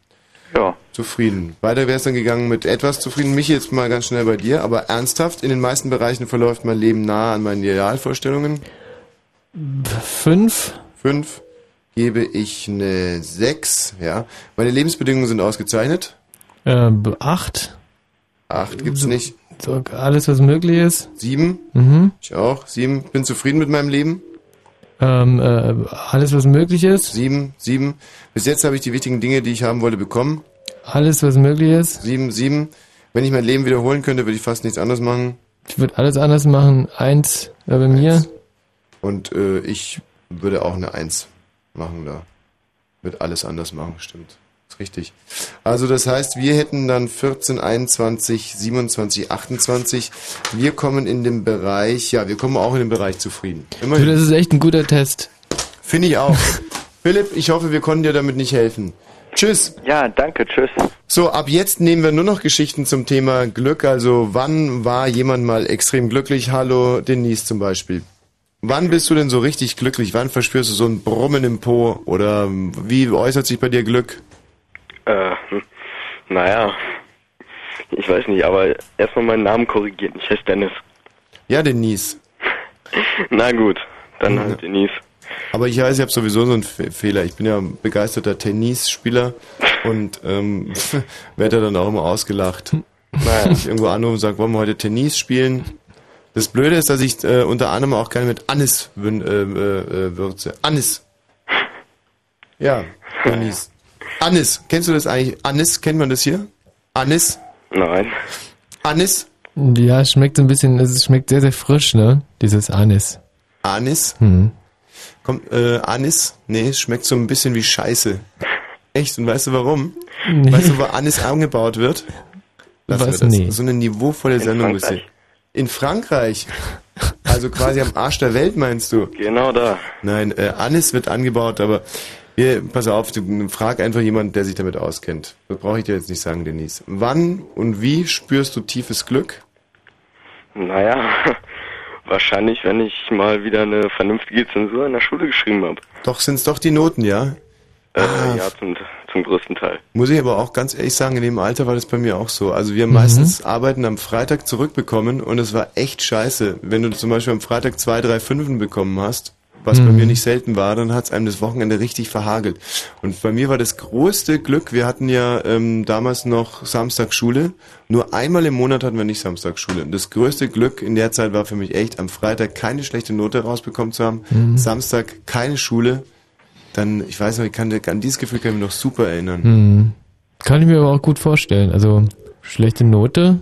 E: Ja.
B: Zufrieden. Weiter wäre es dann gegangen mit etwas zufrieden. Mich jetzt mal ganz schnell bei dir, aber ernsthaft, in den meisten Bereichen verläuft mein Leben nahe an meinen Idealvorstellungen.
C: Fünf.
B: Fünf gebe ich eine sechs, ja. Meine Lebensbedingungen sind ausgezeichnet.
C: Äh, acht.
B: Acht gibt's
C: So-
B: nicht.
C: So, alles, was möglich ist.
B: Sieben,
C: Mhm.
B: ich auch. Sieben, bin zufrieden mit meinem Leben.
C: Ähm, äh, alles, was möglich ist.
B: Sieben, sieben. Bis jetzt habe ich die wichtigen Dinge, die ich haben wollte, bekommen.
C: Alles, was möglich ist.
B: Sieben, sieben. Wenn ich mein Leben wiederholen könnte, würde ich fast nichts anderes machen.
C: Ich würde alles anders machen. Eins äh, bei mir.
B: Und äh, ich würde auch eine Eins machen da. Wird alles anders machen, stimmt. Ist richtig. Also das heißt, wir hätten dann 14, 21, 27, 28. Wir kommen in den Bereich, ja, wir kommen auch in den Bereich zufrieden.
C: Du, das ist echt ein guter Test.
B: Finde ich auch. Philipp, ich hoffe, wir konnten dir damit nicht helfen. Tschüss.
E: Ja, danke, tschüss.
B: So, ab jetzt nehmen wir nur noch Geschichten zum Thema Glück. Also wann war jemand mal extrem glücklich? Hallo, Denise zum Beispiel. Wann bist du denn so richtig glücklich? Wann verspürst du so ein Brummen im Po? Oder ähm, wie äußert sich bei dir Glück?
F: Äh, hm. naja, ich weiß nicht, aber erstmal meinen Namen korrigieren. Ich heiße Dennis.
B: Ja, Denise.
F: Na gut, dann halt Denise.
B: Aber ich weiß, ich habe sowieso so einen Fe Fehler. Ich bin ja ein begeisterter Tennisspieler und ähm, werde dann auch immer ausgelacht. Naja, ich irgendwo anrufe und sage, wollen wir heute Tennis spielen? Das Blöde ist, dass ich äh, unter anderem auch gerne mit Anis wün- äh, äh, äh, würze. Anis. Ja, Tennis. Anis. Kennst du das eigentlich? Anis, kennt man das hier? Anis?
F: Nein.
B: Anis?
C: Ja, schmeckt so ein bisschen, es schmeckt sehr, sehr frisch, ne? Dieses Anis.
B: Anis?
C: Hm.
B: Kommt, äh, Anis? Nee, es schmeckt so ein bisschen wie Scheiße. Echt? Und weißt du warum?
C: Nee.
B: Weißt du, wo Anis angebaut wird? Lassen
C: Was?
B: wir das.
C: Nee.
B: So eine niveauvolle Sendung ist hier.
F: Frankreich.
B: In Frankreich. Also quasi am Arsch der Welt, meinst du?
F: Genau da.
B: Nein, äh, Anis wird angebaut, aber hier, pass auf, du, frag einfach jemanden, der sich damit auskennt. Das brauche ich dir jetzt nicht sagen, Denise. Wann und wie spürst du tiefes Glück?
F: Naja, wahrscheinlich, wenn ich mal wieder eine vernünftige Zensur in der Schule geschrieben habe.
B: Doch, sind's doch die Noten, ja?
F: Äh,
B: Ah.
F: Ja, zum, zum größten Teil.
B: Muss ich aber auch ganz ehrlich sagen, in dem Alter war das bei mir auch so. Also wir haben
C: Mhm.
B: meistens Arbeiten am Freitag zurückbekommen und es war echt scheiße. Wenn du zum Beispiel am Freitag zwei, drei Fünfen bekommen hast, was bei
C: Mhm.
B: mir nicht selten war, dann hat's einem das Wochenende richtig verhagelt. Und bei mir war das größte Glück, wir hatten ja ähm, damals noch Samstagschule. Nur einmal im Monat hatten wir nicht Samstagschule. Und das größte Glück in der Zeit war für mich echt, am Freitag keine schlechte Note rausbekommen zu haben,
C: Mhm.
B: Samstag keine Schule. Dann, ich weiß noch, ich kann, an dieses Gefühl kann ich mich noch super erinnern.
C: Hm. Kann ich mir aber auch gut vorstellen. Also, schlechte Note,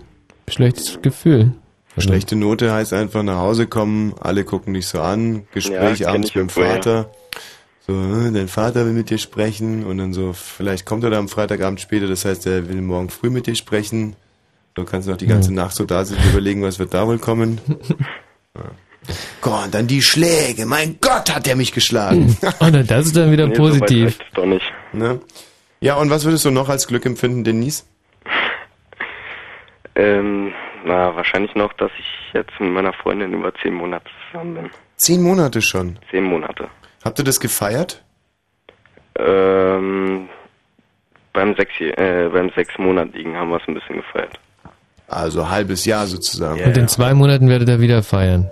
C: schlechtes Gefühl. Also,
B: Schlechte Note heißt einfach nach Hause kommen, alle gucken dich so an, Gespräch
F: Ja, kenn
B: abends
F: ich
B: mit
F: irgendwo,
B: dem
F: ja.
B: Vater. So, äh, dein Vater will mit dir sprechen und dann so, vielleicht kommt er da am Freitagabend später, das heißt, er will morgen früh mit dir sprechen. So kannst du noch die ganze Nacht so da sitzen, überlegen, was wird da wohl kommen. Ja. Gott, und dann die Schläge. Mein Gott, hat er mich geschlagen.
C: Oh, na, das ist dann wieder
F: Nee, so weit
C: positiv.
F: reicht's doch nicht.
B: ne? Ja, und was würdest du noch als Glück empfinden, Denise?
F: Ähm, na, wahrscheinlich noch, dass ich jetzt mit meiner Freundin über zehn Monate zusammen bin.
B: Zehn Monate schon.
F: Zehn Monate.
B: Habt ihr das gefeiert?
F: Ähm, beim sechs, äh, beim sechsmonatigen haben wir es ein bisschen gefeiert.
B: Also halbes Jahr sozusagen.
C: Und in zwei Monaten werdet ihr wieder feiern.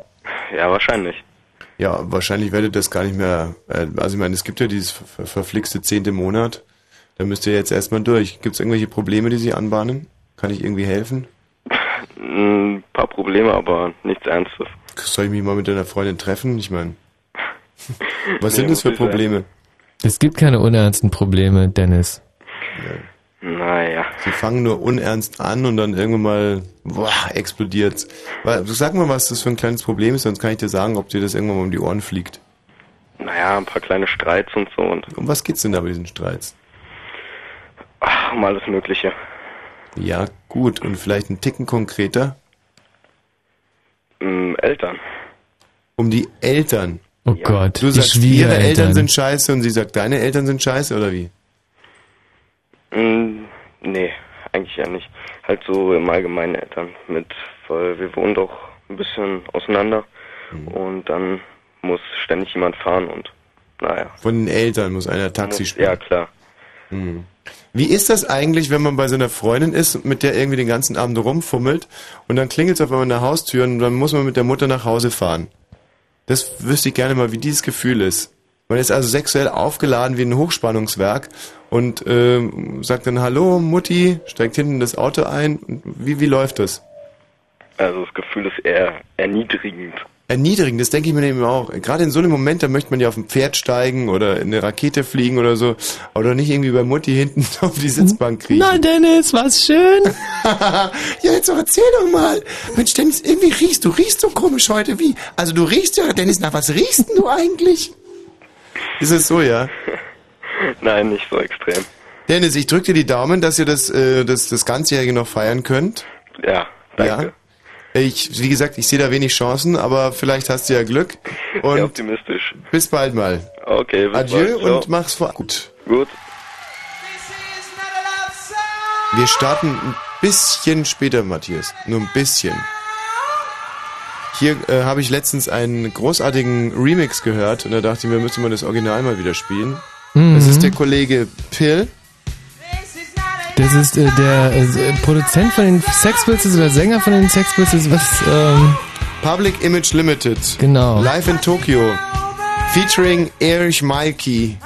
F: Ja, wahrscheinlich.
B: Ja, wahrscheinlich werdet ihr das gar nicht mehr. äh, Also ich meine, es gibt ja dieses ver- ver- verflixte zehnte Monat. Da müsst ihr jetzt erstmal durch. Gibt es irgendwelche Probleme, die sich anbahnen? Kann ich irgendwie helfen?
F: Ein paar Probleme, aber nichts Ernstes.
B: Soll ich mich mal mit deiner Freundin treffen? Ich meine. Was sind
F: Nee,
B: das für
F: muss ich
B: Probleme?
C: Es gibt keine unernsten Probleme, Dennis.
F: Naja.
B: Die fangen nur unernst an und dann irgendwann mal boah, explodiert's. Weil, Sag mal, was das für ein kleines Problem ist, sonst kann ich dir sagen, ob dir das irgendwann mal um die Ohren fliegt.
F: Naja, ein paar kleine Streits und so und
B: Um was geht's denn da bei diesen Streits?
F: ach, um alles Mögliche.
B: Ja, gut, und vielleicht ein Ticken konkreter.
F: Ähm, Eltern.
B: Um die Eltern.
C: Oh Gott,
B: Du
C: die
B: sagst, ihre
C: Schwiegereltern.
B: Eltern sind scheiße und sie sagt, deine Eltern sind scheiße oder wie?
F: Ähm, nee, eigentlich ja nicht. Halt so im Allgemeinen Eltern mit, weil wir wohnen doch ein bisschen auseinander
B: Mhm.
F: und dann muss ständig jemand fahren und naja.
B: Von den Eltern muss einer Taxi
F: muss,
B: spielen.
F: ja, klar.
B: Mhm. Wie ist das eigentlich, wenn man bei so einer Freundin ist, und mit der irgendwie den ganzen Abend rumfummelt und dann klingelt es auf einmal an der Haustür und dann muss man mit der Mutter nach Hause fahren? Das wüsste ich gerne mal, wie dieses Gefühl ist. Man ist also sexuell aufgeladen wie ein Hochspannungswerk und ähm, sagt dann Hallo Mutti, steigt hinten in das Auto ein. Und Wie, wie läuft das?
F: Also das Gefühl ist eher erniedrigend.
B: Erniedrigend, das denke ich mir eben auch. Gerade in so einem Moment, da möchte man ja auf ein Pferd steigen oder in eine Rakete fliegen oder so. Oder nicht irgendwie bei Mutti hinten auf die Sitzbank kriechen.
C: Na Dennis, was schön.
B: ja, jetzt doch erzähl doch mal. Mensch, Dennis, irgendwie riechst du, riechst so komisch heute. Wie? Also du riechst ja, Dennis, nach was riechst denn du eigentlich? Ist es so, ja?
F: Nein, nicht so extrem.
B: Dennis, ich drücke dir die Daumen, dass ihr das, äh, das, das Ganzjährige noch feiern könnt.
F: Ja, danke.
B: Ja. Ich, wie gesagt, ich sehe da wenig Chancen, aber vielleicht hast du ja Glück. Und
F: Sehr optimistisch.
B: bis bald mal.
F: Okay, bis
B: Adieu
F: bald. Ciao.
B: und mach's vor. Gut.
F: Gut.
B: Wir starten ein bisschen später, Matthias. Nur ein bisschen. Hier äh, habe ich letztens einen großartigen Remix gehört und da dachte ich mir, müsste man das Original mal wieder spielen.
C: Mhm.
B: Das ist der Kollege Pill.
C: Das ist äh, der äh, Produzent von den Sex Pistols oder Sänger von den Sex Pistols, was ähm,
B: Public Image Limited.
C: Genau.
B: Live in Tokio. Featuring Erich Malki.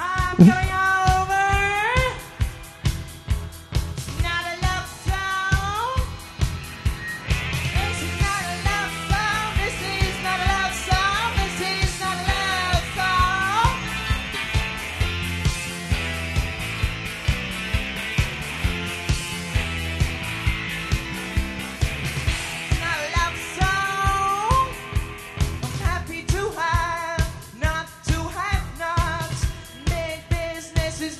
G: Happy to have, not to have not, big business.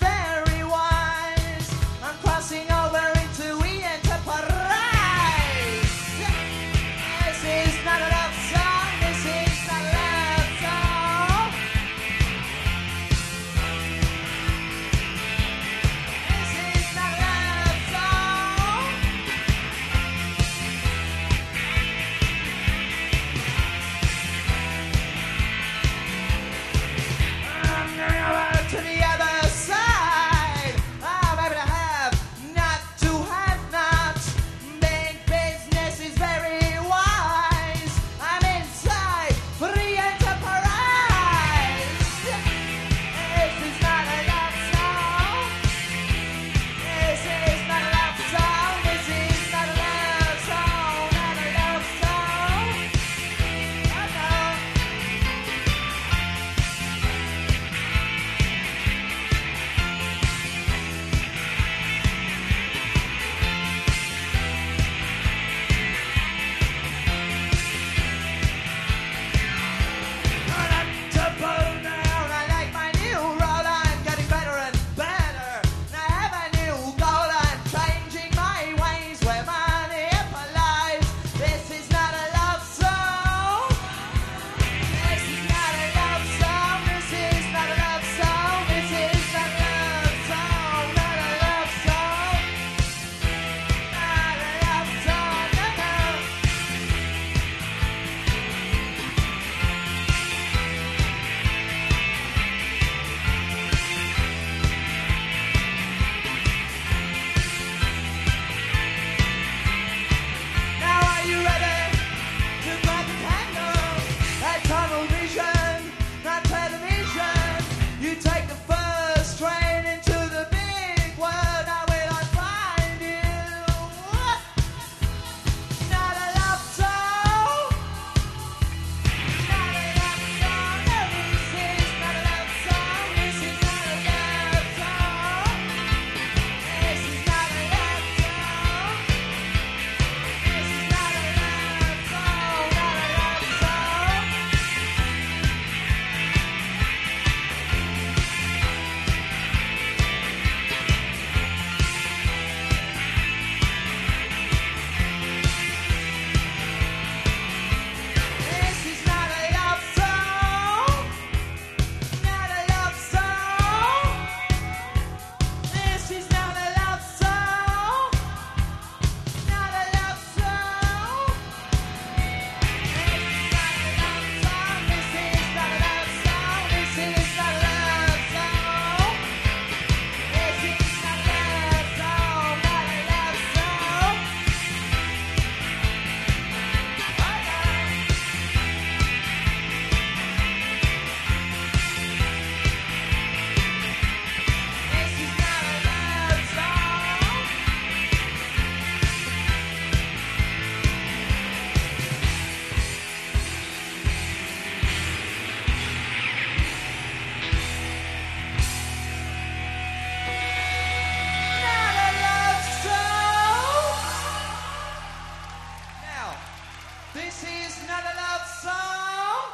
G: Not a love song.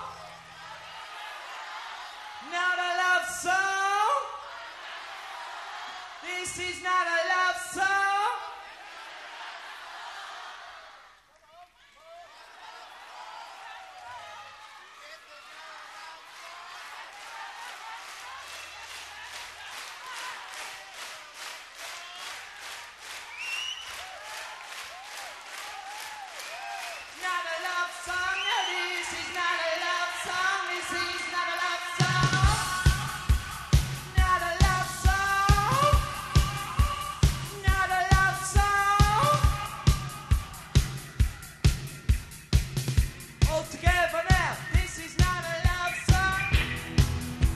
G: Not a love song. This is not a love song. Not a love song. No, this is not a love song. This is not a love song. Not a love song. Not a love song. All together now. This is not a love song.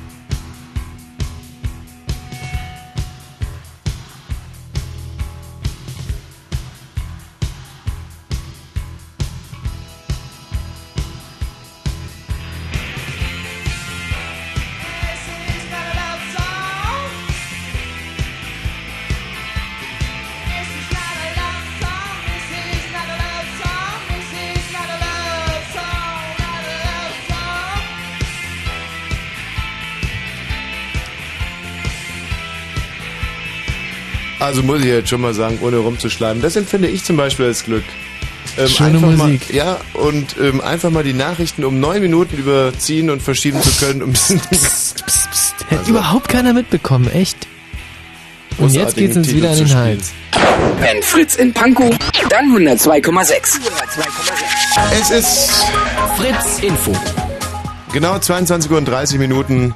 G: This is not a love song. This is not a love song. This is not a love song. This is not a love song. Not a love song.
B: Also muss ich jetzt schon mal sagen, ohne rumzuschleimen. Das empfinde ich zum Beispiel als Glück. Ähm,
C: Schöne
B: einfach
C: Musik.
B: Mal, ja, und ähm, einfach mal die Nachrichten um neun Minuten überziehen und verschieben zu können, um
C: Psst, psst, psst. Hätte überhaupt keiner mitbekommen, echt. Und jetzt
B: Großartigen
C: geht's uns
B: Titel
C: wieder an
B: zu
C: den
B: spielen.
C: Hals.
H: Wenn Fritz in Pankow, dann 102,6.
B: Es ist
H: Fritz Info.
B: genau 22 Uhr und 30 Minuten.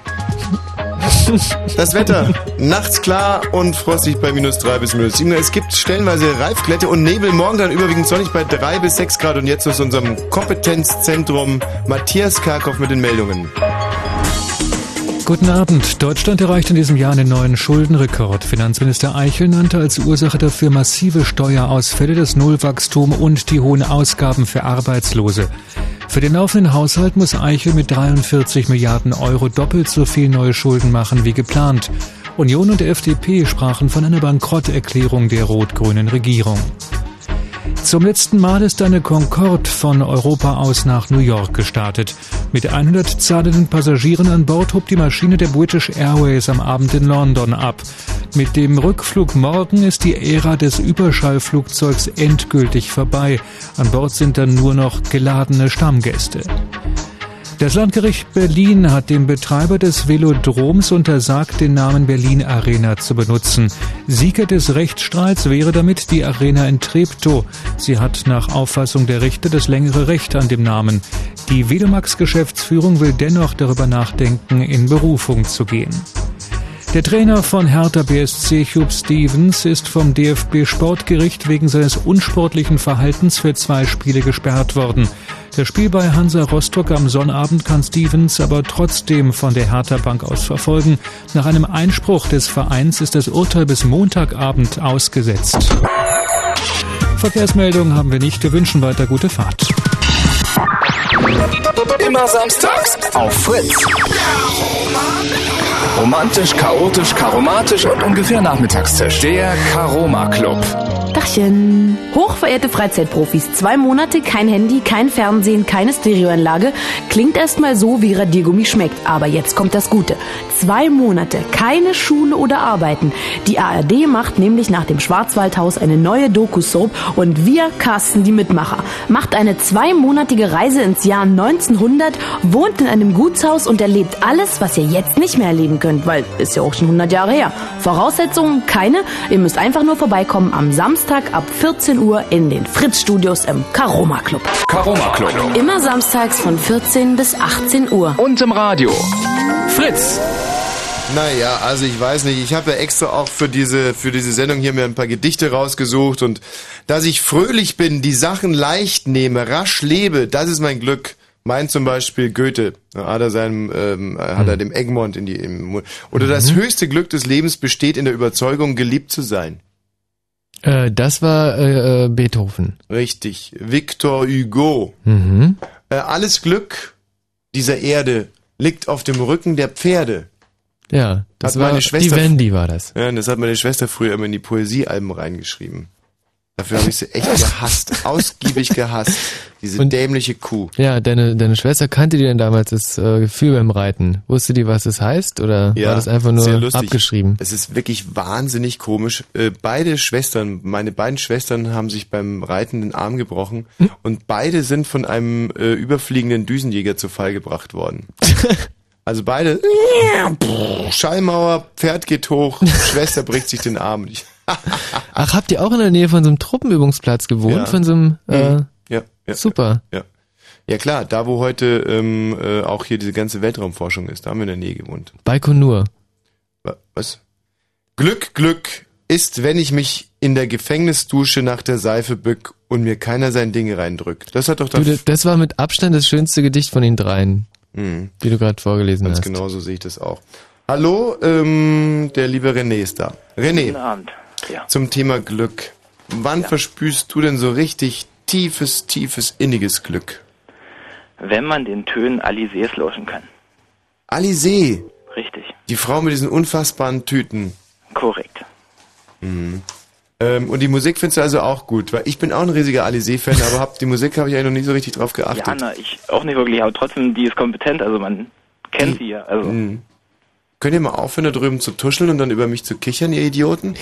B: Das Wetter nachts klar und frostig bei minus drei bis minus sieben. Es gibt stellenweise Reifglätte und Nebel. Morgen dann überwiegend sonnig bei drei bis sechs Grad. Und jetzt aus unserem Kompetenzzentrum Matthias Karkow mit den Meldungen.
I: Guten Abend. Deutschland erreicht in diesem Jahr einen neuen Schuldenrekord. Finanzminister Eichel nannte als Ursache dafür massive Steuerausfälle, das Nullwachstum und die hohen Ausgaben für Arbeitslose. Für den laufenden Haushalt muss Eichel mit 43 Milliarden Euro doppelt so viel neue Schulden machen wie geplant. Union und FDP sprachen von einer Bankrotterklärung der rot-grünen Regierung. Zum letzten Mal ist eine Concorde von Europa aus nach New York gestartet. Mit 100 zahlenden Passagieren an Bord hob die Maschine der British Airways am Abend in London ab. Mit dem Rückflug morgen ist die Ära des Überschallflugzeugs endgültig vorbei. An Bord sind dann nur noch geladene Stammgäste. Das Landgericht Berlin hat dem Betreiber des Velodroms untersagt, den Namen Berlin Arena zu benutzen. Sieger des Rechtsstreits wäre damit die Arena in Treptow. Sie hat nach Auffassung der Richter das längere Recht an dem Namen. Die Velomax-Geschäftsführung will dennoch darüber nachdenken, in Berufung zu gehen. Der Trainer von Hertha BSC Hugh Stevens ist vom DFB Sportgericht wegen seines unsportlichen Verhaltens für zwei Spiele gesperrt worden. Das Spiel bei Hansa Rostock am Sonnabend kann Stevens aber trotzdem von der Hertha Bank aus verfolgen. Nach einem Einspruch des Vereins ist das Urteil bis Montagabend ausgesetzt. Verkehrsmeldungen haben wir nicht. Wir wünschen weiter gute Fahrt.
H: Immer samstags auf Fritz. Romantisch, chaotisch, karomatisch und ungefähr Nachmittagstisch. Der Karoma Club.
J: Dachchen. Hochverehrte Freizeitprofis, zwei Monate, kein Handy, kein Fernsehen, keine Stereoanlage. Klingt erstmal so, wie Radiergummi schmeckt. Aber jetzt kommt das Gute. Zwei Monate, keine Schule oder Arbeiten. Die ARD macht nämlich nach dem Schwarzwaldhaus eine neue Doku-Soap und wir casten die Mitmacher. Macht eine zweimonatige Reise ins Jahr 1900, wohnt in einem Gutshaus und erlebt alles, was ihr jetzt nicht mehr erleben könnt, weil ist ja auch schon 100 Jahre her. Voraussetzungen keine. Ihr müsst einfach nur vorbeikommen am Samstag ab 14 Uhr in den Fritz Studios im Karoma Club.
H: Karoma Club.
J: Immer samstags von 14 bis 18 Uhr.
H: Und im Radio. Fritz.
B: Naja, also ich weiß nicht. Ich habe ja extra auch für diese, für diese Sendung hier mir ein paar Gedichte rausgesucht und dass ich fröhlich bin, die Sachen leicht nehme, rasch lebe, das ist mein Glück. Mein zum Beispiel Goethe. Da Hat er seinem, ähm, hat er dem Egmont in die, im, Mund. oder das höchste Glück des Lebens besteht in der Überzeugung, geliebt zu sein.
C: Äh, das war äh, äh, Beethoven.
B: Richtig. Victor Hugo.
C: Mhm.
B: Äh, alles Glück dieser Erde liegt auf dem Rücken der Pferde.
C: Ja, das
B: Hat
C: war
B: meine Schwester-
C: die Wendy war das.
B: Ja, und das hat meine Schwester früher immer in die Poesiealben reingeschrieben. Dafür habe ich sie echt gehasst, ausgiebig gehasst. Diese dämliche Kuh.
C: Ja, deine, deine Schwester kannte dir denn damals das äh, Gefühl beim Reiten? Wusste die, was das heißt? Oder war das einfach nur
B: sehr lustig.
C: abgeschrieben?
B: Es ist wirklich wahnsinnig komisch. Äh, beide Schwestern, meine beiden Schwestern haben sich beim Reiten den Arm gebrochen
C: Hm?
B: und beide sind von einem äh, überfliegenden Düsenjäger zu Fall gebracht worden. Also beide Schallmauer, Pferd geht hoch, Schwester bricht sich den Arm. Ich,
C: Ach, habt ihr auch in der Nähe von so einem Truppenübungsplatz gewohnt?
B: Ja.
C: Von so einem, äh,
B: Mhm. ja, ja,
C: super.
B: Ja. Ja klar, da wo heute ähm, äh, auch hier diese ganze Weltraumforschung ist, da haben wir in der Nähe gewohnt.
C: Baikonur.
B: Wa- Was? Glück, Glück ist, wenn ich mich in der Gefängnisdusche nach der Seife bück und mir keiner sein Ding reindrückt. Das hat doch
C: Du,
B: dann
C: das- das war mit Abstand das schönste Gedicht von den dreien,
B: Mhm.
C: die du gerade vorgelesen
B: ganz
C: hast.
B: genau so sehe ich das auch. Hallo, ähm, der liebe René ist da. René,
E: Guten Abend. Ja.
B: zum Thema Glück. Wann verspürst du denn so richtig tiefes, tiefes, inniges Glück?
E: Wenn man den Tönen Alisees lauschen kann.
B: Alizé,
E: Richtig.
B: die Frau mit diesen unfassbaren Tüten.
E: Korrekt.
B: Mhm. Ähm, und die Musik findest du also auch gut, weil ich bin auch ein riesiger Alizé-Fan, aber hab, die Musik habe ich eigentlich noch nie so richtig drauf geachtet.
E: Ja, na, ich auch nicht wirklich, aber trotzdem, die ist kompetent, also man kennt sie ja. Also,
B: Mhm. Könnt ihr mal aufhören, da drüben zu tuscheln und dann über mich zu kichern, ihr Idioten?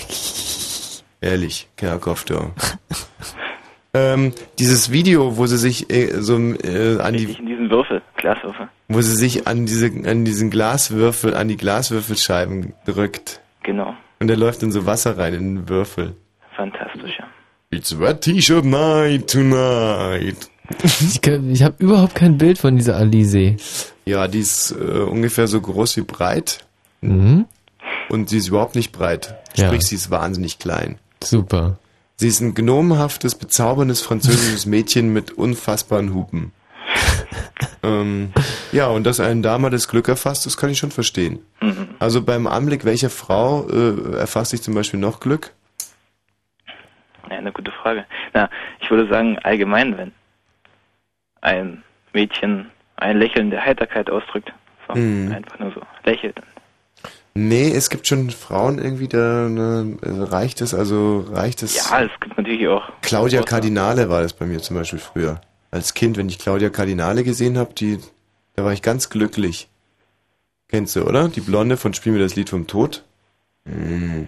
B: Ehrlich, Kerkhoff, du. ähm, dieses Video, wo sie sich äh, so äh, an die,
E: in diesen Würfel, Glaswürfel.
B: wo sie sich an diese, an diesen Glaswürfel, an die Glaswürfelscheiben drückt.
E: Genau.
B: Und da läuft dann so Wasser rein in den Würfel.
E: Fantastisch, ja.
B: It's wet T-Shirt night tonight.
C: Ich, kann- ich habe überhaupt kein Bild von dieser Alise.
B: Ja, die ist äh, ungefähr so groß wie breit.
C: Mhm.
B: Und sie ist überhaupt nicht breit.
C: Ja.
B: Sprich, sie ist wahnsinnig klein.
C: Super.
B: Sie ist ein gnomenhaftes, bezauberndes französisches Mädchen mit unfassbaren Hupen. ähm, ja, und dass einen Dame das Glück erfasst, das kann ich schon verstehen.
E: Mhm.
B: Also beim Anblick welcher Frau äh, erfasst dich zum Beispiel noch Glück?
E: Ja, eine gute Frage. Na, ich würde sagen, allgemein, wenn ein Mädchen ein Lächeln der Heiterkeit ausdrückt. So,
B: Mhm.
E: einfach nur so. Lächelt.
B: Nee, es gibt schon Frauen irgendwie, da ne, äh, reicht es, also reicht es.
E: Ja, es gibt natürlich auch.
B: Claudia Cardinale war das bei mir zum Beispiel früher. Als Kind, wenn ich Claudia Cardinale gesehen habe, die, da war ich ganz glücklich. Kennst du, oder? Die Blonde von Spiel mir das Lied vom Tod. Mm.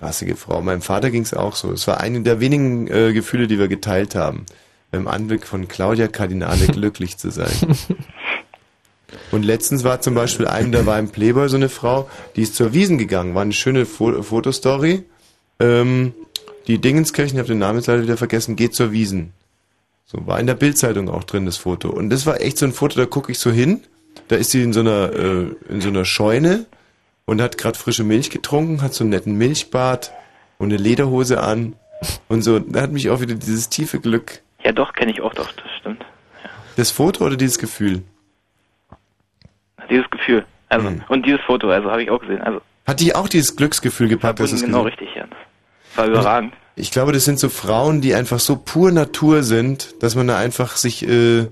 B: Rassige Frau. Meinem Vater ging's auch so. Es war eine der wenigen äh, Gefühle, die wir geteilt haben. Beim Anblick von Claudia Cardinale glücklich zu sein. Und letztens war zum Beispiel einem, da war im Playboy so eine Frau, die ist zur Wiesen gegangen, war eine schöne Fo Fotostory. Ähm, die Dingenskirchen, ich habe den Namen jetzt leider wieder vergessen, geht zur Wiesen. So, war in der Bildzeitung auch drin, das Foto. Und das war echt so ein Foto, da gucke ich so hin, da ist sie in so einer, äh, in so einer Scheune und hat gerade frische Milch getrunken, hat so einen netten Milchbart und eine Lederhose an und so. Da hat mich auch wieder dieses tiefe Glück.
E: Ja, doch, kenne ich auch, doch, das stimmt.
B: Das Foto oder dieses Gefühl?
E: Dieses Gefühl. Also, und dieses Foto, also habe ich auch gesehen. Also,
B: Hat dich auch dieses Glücksgefühl gepackt? dass
E: unten
B: du's
E: genau
B: gesehen-
E: richtig, ja. Das war überragend.
B: Ich glaube, das sind so Frauen, die einfach so pur Natur sind, dass man da einfach sich, äh,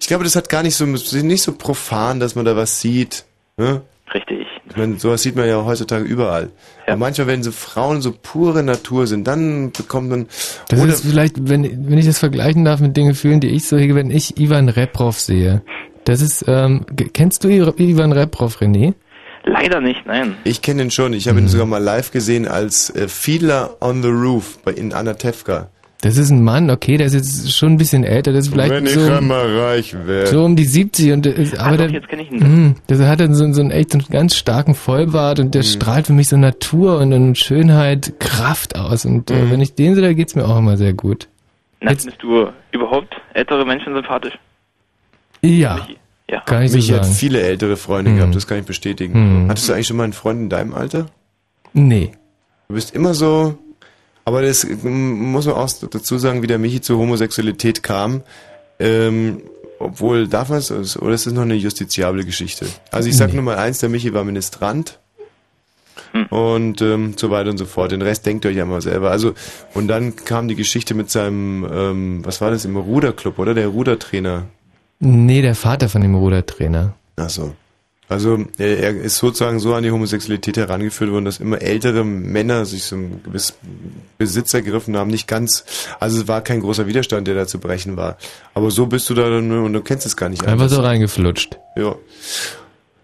B: ich glaube, das hat gar nicht so, sind nicht so profan, dass man da was sieht. Ne?
E: Richtig.
B: Ich meine, sowas sieht man ja heutzutage überall. Aber manchmal, wenn so Frauen so pure Natur sind, dann bekommt man,
C: Das ist vielleicht, wenn, wenn ich das vergleichen darf mit den Gefühlen, die ich so hege, wenn ich Ivan Reprov sehe. Das ist, ähm, ge- kennst du I- Ivan Reprov, René?
E: Leider nicht, nein.
B: ich kenne ihn schon, ich habe ihn
C: Mhm.
B: sogar mal live gesehen als äh, Fiedler on the Roof bei, in Anatevka.
C: Das ist ein Mann, okay, der ist jetzt schon ein bisschen älter, das ist vielleicht
B: wenn ich
C: so,
B: einmal reich wäre.
C: so um die 70 und, äh, aber der,
E: jetzt kenn ich ihn.
C: mh, das hat dann so, so einen echt so einen ganz starken Vollbart und der strahlt für mich so Natur und, und Schönheit, Kraft aus und äh,
E: Mhm.
C: wenn ich den sehe, da geht's mir auch immer sehr gut.
E: Na, findest du überhaupt ältere Menschen sympathisch?
C: Ja.
E: Ja.
C: Kann ich so
B: Mich hat
C: sagen.
B: viele ältere Freunde
C: Hm.
B: gehabt, das kann ich bestätigen.
C: Hm.
B: Hattest du eigentlich schon mal einen Freund in deinem Alter?
C: Nee.
B: Du bist immer so. Aber das ähm, muss man auch dazu sagen, wie der Michi zur Homosexualität kam. Ähm, obwohl, darf man es, oder ist es noch eine justiziable Geschichte? Also ich sag
K: Nee.
B: nur mal eins, der Michi war Ministrant. Und ähm, so weiter und so fort. Den Rest denkt ihr euch ja mal selber. Also, und dann kam die Geschichte mit seinem, ähm, was war das, im Ruderclub, oder? Der Rudertrainer.
C: Nee, der Vater von dem Rudertrainer.
B: Ach so. Also er, er ist sozusagen so an die Homosexualität herangeführt worden, dass immer ältere Männer sich so einen gewissen Besitz ergriffen haben. Nicht ganz, also es war kein großer Widerstand, der da zu brechen war. Aber so bist du da dann, und du kennst es gar nicht.
C: Einfach so reingeflutscht.
B: Ja.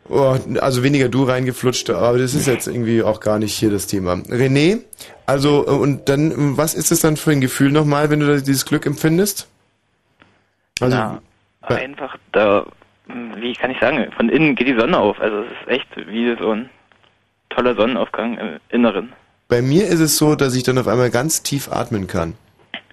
B: Oh, also weniger du reingeflutscht, aber das ist jetzt irgendwie auch gar nicht hier das Thema. René, also äh, und dann, äh, was ist es dann für ein Gefühl nochmal, wenn du da dieses Glück empfindest? Also,
K: Na, einfach da, wie kann ich sagen, von innen geht die Sonne auf. Also es ist echt wie so ein toller Sonnenaufgang im Inneren.
B: Bei mir ist es so, dass ich dann auf einmal ganz tief atmen kann.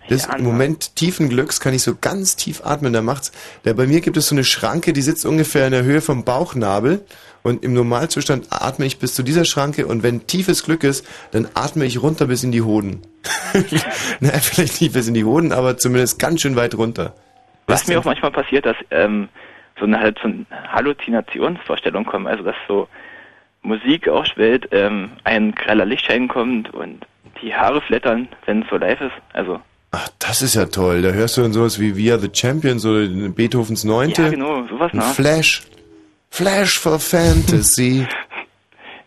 B: Das Im Moment tiefen Glücks kann ich so ganz tief atmen. Da macht's. Da bei mir gibt es so eine Schranke, die sitzt ungefähr in der Höhe vom Bauchnabel. Und im Normalzustand atme ich bis zu dieser Schranke. Und wenn tiefes Glück ist, dann atme ich runter bis in die Hoden. naja, vielleicht nicht bis in die Hoden, aber zumindest ganz schön weit runter.
K: Was mir auch manchmal passiert, dass ähm, so eine halt so eine Halluzinationsvorstellung kommt, also dass so Musik ausschwellt, ähm, ein greller Lichtschein kommt und die Haare flattern, wenn es so live ist. Also
B: Ach, das ist ja toll. Da hörst du dann sowas wie We Are the Champions oder Beethovens Neunte.
K: Ja, genau, sowas,
B: Ein
K: ne?
B: Flash. Flash for Fantasy.
K: ja,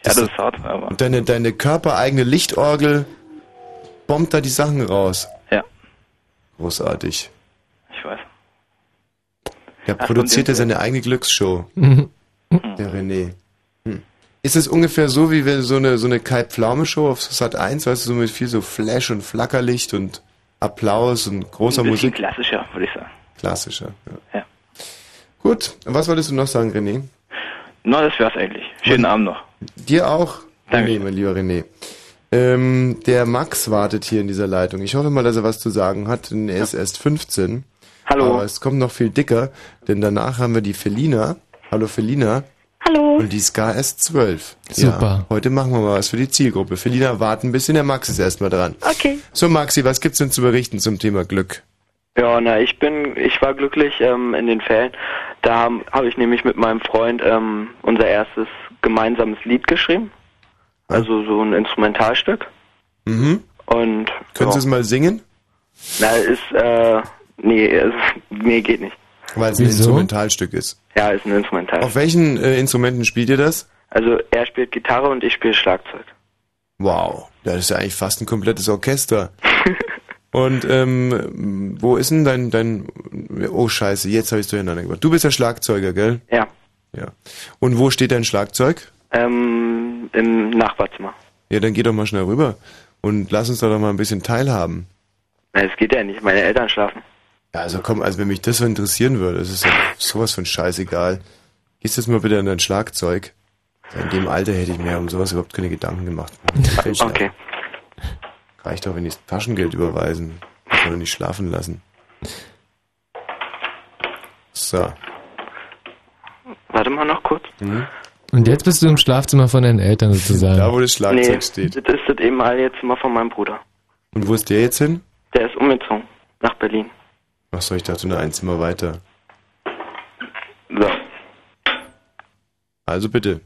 K: das ist hart, aber
B: Und deine, deine körpereigene Lichtorgel bombt da die Sachen raus.
K: Ja.
B: Großartig.
K: ich weiß.
B: Der
K: Ach,
B: produziert ja
K: und äh, den-
B: seine eigene Glücksshow.
D: Mm-hmm.
K: Mhm.
B: Der René. Hm. Ist es ungefähr so, wie wenn so eine, so eine Kai-Pflaume-Show auf Sat 1, weißt du, so mit viel so Flash und Flackerlicht und Applaus und großer
K: Ein bisschen
B: Musik?
K: klassischer, würde ich sagen.
B: Klassischer, ja.
K: Ja.
B: Gut, was wolltest du noch sagen, René?
K: Na, das wär's eigentlich. Schönen Abend noch.
B: Dir auch, René, mein lieber René. Ähm, der Max wartet hier in dieser Leitung. Ich hoffe mal, dass er was zu sagen hat, denn er ist erst 15.
L: Hallo.
B: Aber es kommt noch viel dicker, denn danach haben wir die Felina. Hallo Felina.
L: Hallo.
B: Und die ist gar erst 12.
C: Super.
B: Ja, heute machen wir mal was für die Zielgruppe. Felina, warten ein bisschen, der Max ist erstmal dran.
L: Okay.
B: So, Maxi, was gibt's denn zu berichten zum Thema Glück?
L: Ja, na, ich bin, ich war glücklich ähm, in den Ferien. Da habe hab ich nämlich mit meinem Freund ähm, unser erstes gemeinsames Lied geschrieben. Also so ein Instrumentalstück.
B: Mhm.
L: Und
B: Können Sie es mal singen?
L: na, ist, äh, nee, ist, nee, geht nicht.
B: Weil es ein
L: Wieso?
B: Instrumentalstück ist.
L: Ja, ist ein Instrumental.
B: Auf welchen äh, Instrumenten spielt ihr das?
L: Also er spielt Gitarre und ich spiele Schlagzeug.
B: Wow, das ist ja eigentlich fast ein komplettes Orchester. Und ähm, wo ist denn dein dein Oh Scheiße, jetzt habe ich durcheinander gebracht. Du bist ja Schlagzeuger, gell?
L: Ja.
B: Ja. Und wo steht dein Schlagzeug?
L: Ähm, im Nachbarzimmer.
B: Ja, dann geh doch mal schnell rüber und lass uns da doch mal ein bisschen teilhaben.
L: Na, das geht ja nicht, meine Eltern schlafen.
B: Ja, also komm, also wenn mich das so interessieren würde, das ist ja sowas von scheißegal. Gehst jetzt mal bitte an dein Schlagzeug. In dem Alter hätte ich mir um sowas überhaupt keine Gedanken gemacht. Okay. Reicht doch, wenn die das Taschengeld überweisen. Kann doch nicht schlafen lassen. So.
L: Warte mal noch kurz.
B: Mhm.
C: Und jetzt bist du im Schlafzimmer von deinen Eltern sozusagen.
B: Da, wo das Schlagzeug
L: nee,
B: steht.
L: Das ist das ehemalige Zimmer von meinem Bruder.
B: Und wo ist der jetzt hin?
L: Der ist umgezogen nach Berlin.
B: Ach so, ich dachte nur ein Zimmer weiter.
L: So,
B: Also bitte.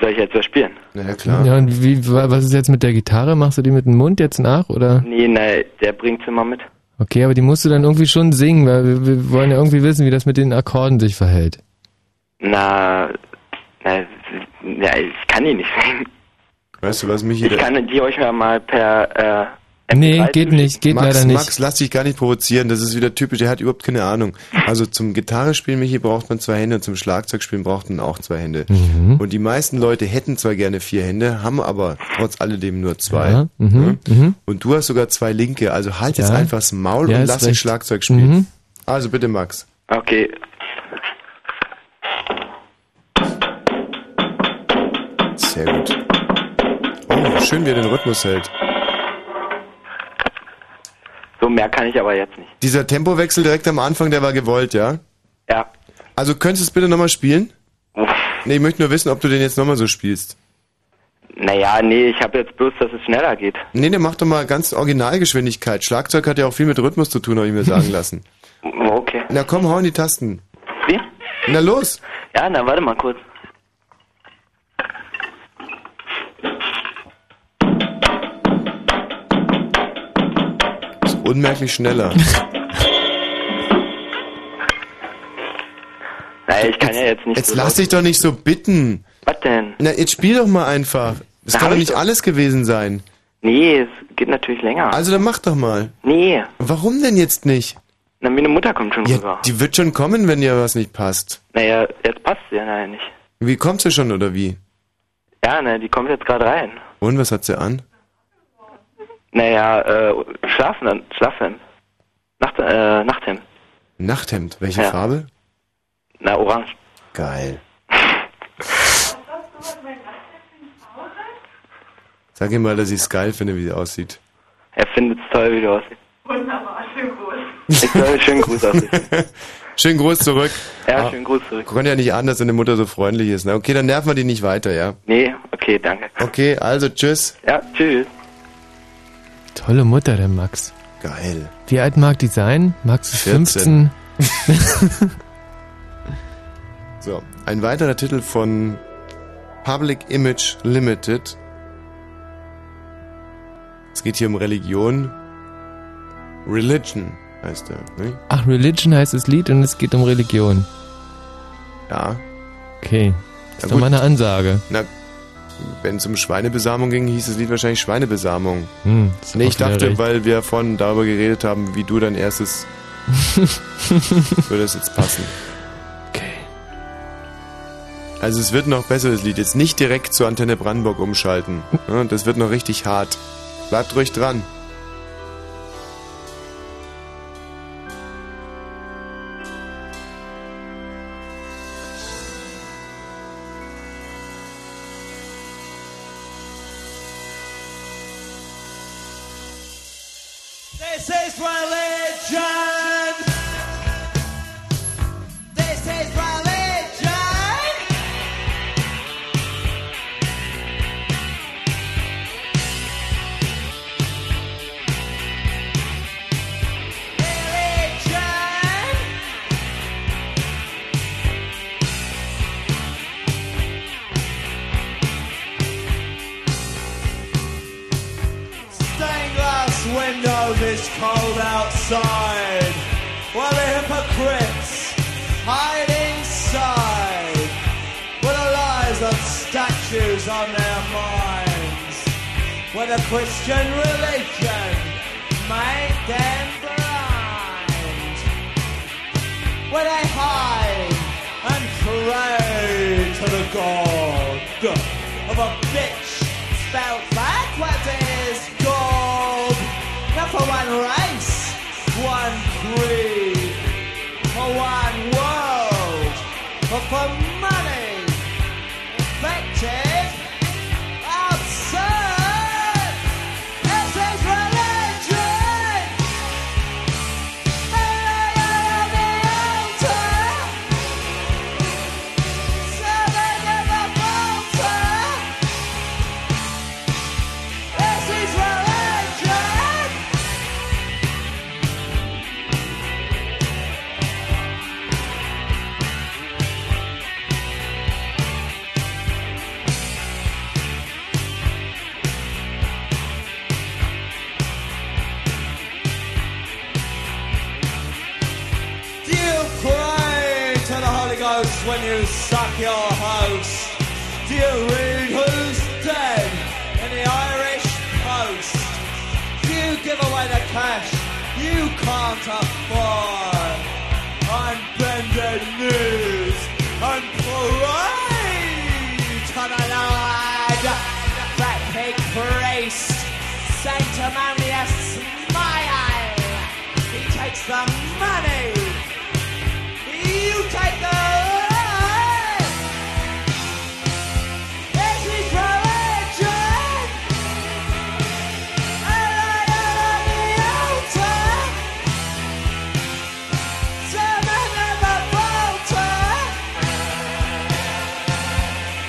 L: soll ich jetzt was spielen?
B: Na ja, klar.
C: Ja, und wie, wa- was ist jetzt mit der Gitarre? Machst du die mit dem Mund jetzt nach, oder?
L: Nee, nein, der bringt's immer mit.
C: Okay, aber die musst du dann irgendwie schon singen, weil wir, wir wollen ja irgendwie wissen, wie das mit den Akkorden sich verhält.
L: Na, na, ja, ich kann die nicht singen.
B: Weißt du, was mich
L: Ich
B: hier...
L: kann die euch ja mal per, äh,
C: Nee, geht nicht, geht
B: Max,
C: leider nicht.
B: Max, lass dich gar nicht provozieren, das ist wieder typisch, der hat überhaupt keine Ahnung. Also zum Gitarrespielen, Michi, braucht man zwei Hände und zum Schlagzeugspielen braucht man auch zwei Hände.
C: Mhm.
B: Und die meisten Leute hätten zwar gerne vier Hände, haben aber trotz alledem nur zwei.
C: Ja, mhm, mhm.
B: Und du hast sogar zwei linke, also halt jetzt
C: Ja.
B: einfach das Maul
C: Ja,
B: und
C: ist
B: lass dich
C: recht.
B: Schlagzeug spielen.
C: Mhm.
B: Also bitte, Max.
L: okay.
B: Sehr gut. Oh, schön, wie er den Rhythmus hält.
L: So mehr kann ich aber jetzt nicht.
B: Dieser Tempowechsel direkt am Anfang, der war gewollt, ja?
L: Ja.
B: Also könntest du es bitte nochmal spielen? Nee, ich möchte nur wissen, ob du den jetzt nochmal so spielst.
L: Naja, nee, ich habe jetzt bloß, dass es schneller geht.
B: Nee, der macht doch mal ganz Originalgeschwindigkeit. Schlagzeug hat ja auch viel mit Rhythmus zu tun, habe ich mir sagen lassen.
L: Oh, Okay.
B: Na komm, hau in die Tasten.
L: Wie?
B: Na los!
L: Ja, na, warte mal kurz.
B: Ist unmerklich schneller.
L: Naja, ich kann ja jetzt nicht.
B: Jetzt
L: so
B: lass dich doch nicht so bitten.
L: Was denn?
B: Na, jetzt spiel doch mal einfach. Das
L: Na,
B: kann
L: hab
B: doch
L: ich
B: nicht alles gewesen sein.
L: Nee, es geht natürlich länger.
B: Also dann mach doch mal.
L: Nee.
B: Warum denn jetzt nicht?
L: Na, meine Mutter kommt schon rüber.
B: Die wird schon kommen, wenn dir was nicht passt.
L: Naja, jetzt passt sie ja leider nicht.
B: Wie kommt sie schon oder wie?
L: Ja, ne, die kommt jetzt gerade rein.
B: Und was hat sie an?
L: Naja, äh, schlafen dann, schlafen. Nacht, äh, Nachthemd.
B: Nachthemd. Welche Farbe?
L: Na, orange.
B: Geil. Sag ihm mal, dass ich es geil finde, wie sie aussieht.
L: Er findet's toll, wie du aussiehst.
G: Wunderbar, schön gut.
L: Ich soll schönen Gruß aus.
B: Schönen Gruß zurück.
L: Ja, schönen Gruß zurück.
B: Konnte ja nicht an, dass deine Mutter so freundlich ist. Na, okay, dann nerven wir die nicht weiter, ja?
L: Nee, okay, danke.
B: Okay, also tschüss.
L: Ja, tschüss.
C: Tolle Mutter, der Max.
B: Geil.
C: Wie alt mag die sein? Max ist
B: 14.
C: 15.
B: So, ein weiterer Titel von Public Image Limited. Es geht hier um Religion. Religion heißt er, ne?
C: Ach, Religion heißt das Lied und es geht um Religion.
B: Ja.
C: Okay. Ist
B: Na
C: doch
B: gut.
C: mal eine Ansage.
B: Na, wenn es um Schweinebesamung ging, hieß das Lied wahrscheinlich Schweinebesamung.
C: Hm, ist
B: nee,
C: auch
B: ich
C: wieder
B: dachte,
C: recht.
B: weil wir vorhin darüber geredet haben, wie du dein erstes würde es jetzt passen. Okay. Also es wird noch besser, das Lied. Jetzt nicht direkt zur Antenne Brandenburg umschalten. Ja, Das wird noch richtig hart. Bleibt ruhig dran.
G: This is religion. This is religion. Religion. Stained glass windows, it's cold outside. While the hypocrites hide inside with the lies of statues on their minds. With the Christian religion make them blind. Where they hide and pray to the god of a bitch spelled backwards is gold. Not for one race, one creed, for one world, but for money, effective, absurd. This is religion. Do you pray to the Holy Ghost when you suck your host? Do you read who's dead in the Irish Post? Do you give away the cash you can't afford? On bended knees and pray to the Lord, that pig priest, sanctimonious smile. He takes the money. You take the life. This is religion. A light on the altar. Sermon of a falter.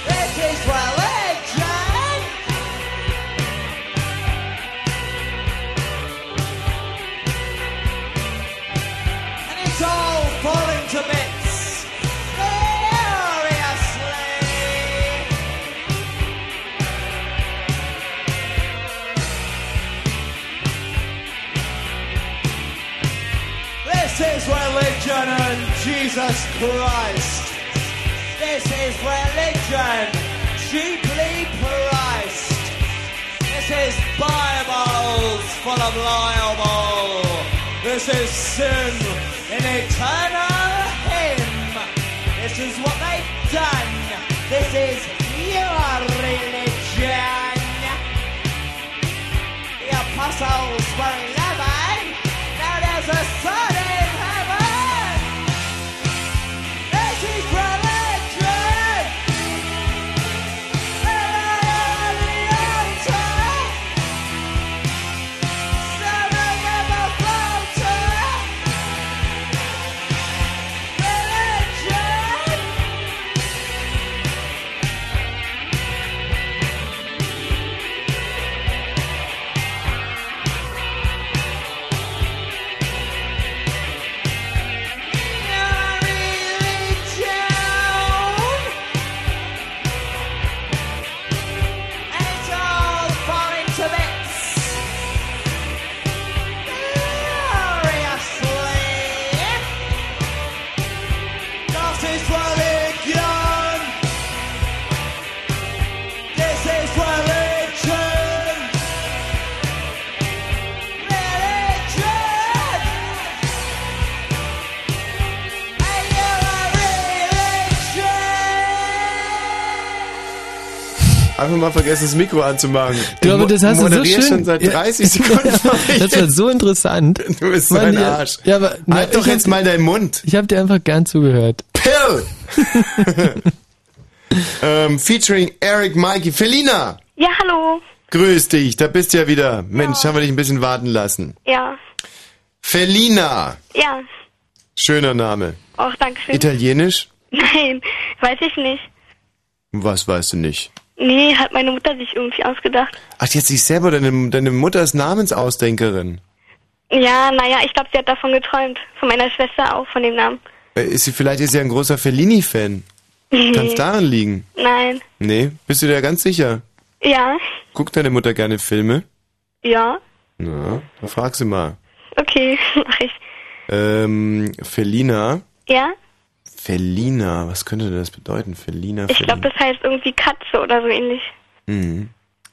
G: This is religion. Jesus Christ. This is religion, cheaply priced. This is Bibles full of libel. This is sin in eternal hymn. This is what they've done. This is your religion. The apostles were eleven. Now there's a son in heaven. This is religion. This is religion. Religion.
B: Einfach mal vergessen, das Mikro anzumachen. Ich
C: Du, aber
B: mo-
C: das hast du so
B: moderiere
C: schön.
B: schon seit
C: Ja.
B: 30 Sekunden.
C: das war so interessant.
B: Du bist so
C: Mann,
B: ein
C: ja-
B: Arsch.
C: Ja, aber, na,
B: halt doch
C: ich hab-
B: jetzt mal deinen Mund.
C: Ich habe dir einfach gern zugehört.
B: Pill! ähm, featuring Eric Mikey. Felina!
M: Ja, hallo.
B: Grüß dich, da bist du ja wieder. Mensch, haben wir dich ein bisschen warten lassen.
M: Ja,
B: Felina!
M: ja.
B: Schöner Name.
M: Auch danke schön.
B: Italienisch?
M: Nein, weiß ich nicht.
B: Was weißt du nicht?
M: Nee, hat meine Mutter sich irgendwie ausgedacht.
B: Ach, jetzt sich selber, deine, deine Mutter ist Namensausdenkerin.
M: Ja, naja, ich glaube, sie hat davon geträumt. Von meiner Schwester auch, von dem Namen.
B: Äh, Ist sie, vielleicht ist sie ja ein großer Fellini-Fan.
M: Mhm.
B: Kann es daran liegen?
M: Nein.
B: Nee, bist du dir ganz sicher?
M: Ja,
B: Guckt deine Mutter gerne Filme?
M: ja,
B: Na, dann frag sie mal.
M: okay, mach ich.
B: Ähm, Felina,
M: Ja,
B: Felina, was könnte das bedeuten? Felina,
M: ich
B: Felina.
M: glaube, das heißt irgendwie Katze oder so ähnlich.
B: Mhm.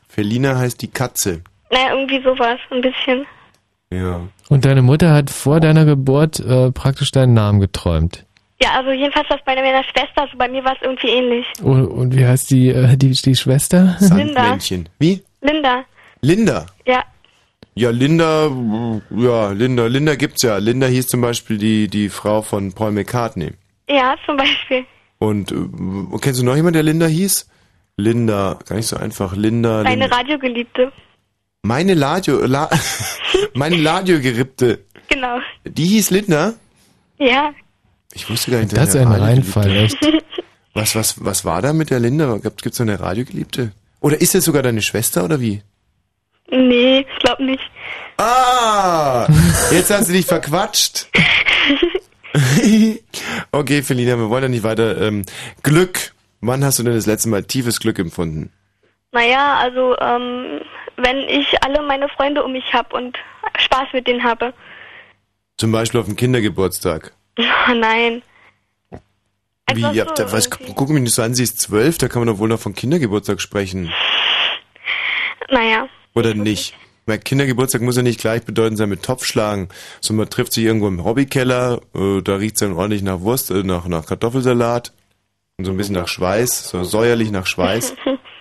B: Felina heißt die Katze.
M: Naja, irgendwie sowas, ein bisschen.
B: Ja.
C: Und deine Mutter hat vor deiner Geburt äh, praktisch deinen Namen geträumt.
M: Ja, also jedenfalls das bei meiner Schwester, so bei mir war es irgendwie ähnlich.
C: Und, und wie heißt die, äh, die, die Schwester?
M: Sandmännchen.
B: Wie?
M: Linda,
B: Linda.
M: ja,
B: Ja, Linda, ja, Linda, Linda gibt's ja. Linda hieß zum Beispiel die, die Frau von Paul McCartney.
M: ja, zum Beispiel.
B: Und äh, kennst du noch jemanden, der Linda hieß? Linda, gar nicht so einfach. Linda.
M: Meine
B: Linda.
M: Radiogeliebte,
B: Meine Ladio, La, meine Ladio-Gerippte.
M: genau.
B: Die hieß Linda?
M: Ja,
B: Ich wusste gar nicht,
C: Das ist
B: eine
C: ein
B: Radiogeliebte-
C: Reinfall, echt.
B: Was, was, was war da mit der Linda? Gibt es so eine Radiogeliebte? Oder ist das sogar deine Schwester oder wie?
M: nee, ich glaube nicht.
B: Ah! Jetzt hast du dich verquatscht. okay, Felina, wir wollen ja nicht weiter. Ähm, Glück. Wann hast du denn das letzte Mal tiefes Glück empfunden?
M: Naja, also ähm, wenn ich alle meine Freunde um mich habe und Spaß mit denen habe.
B: Zum Beispiel auf dem Kindergeburtstag.
M: Oh, nein.
B: Wie, ihr habt da, was, guck mich nicht so an, sie ist zwölf, da kann man doch wohl noch von Kindergeburtstag sprechen.
M: Naja,
B: Oder nicht? Weil Kindergeburtstag muss ja nicht gleich bedeuten sein mit Topfschlagen, sondern man trifft sich irgendwo im Hobbykeller, äh, da riecht's dann ordentlich nach Wurst, äh, nach, nach Kartoffelsalat und so ein bisschen nach Schweiß, so säuerlich nach Schweiß.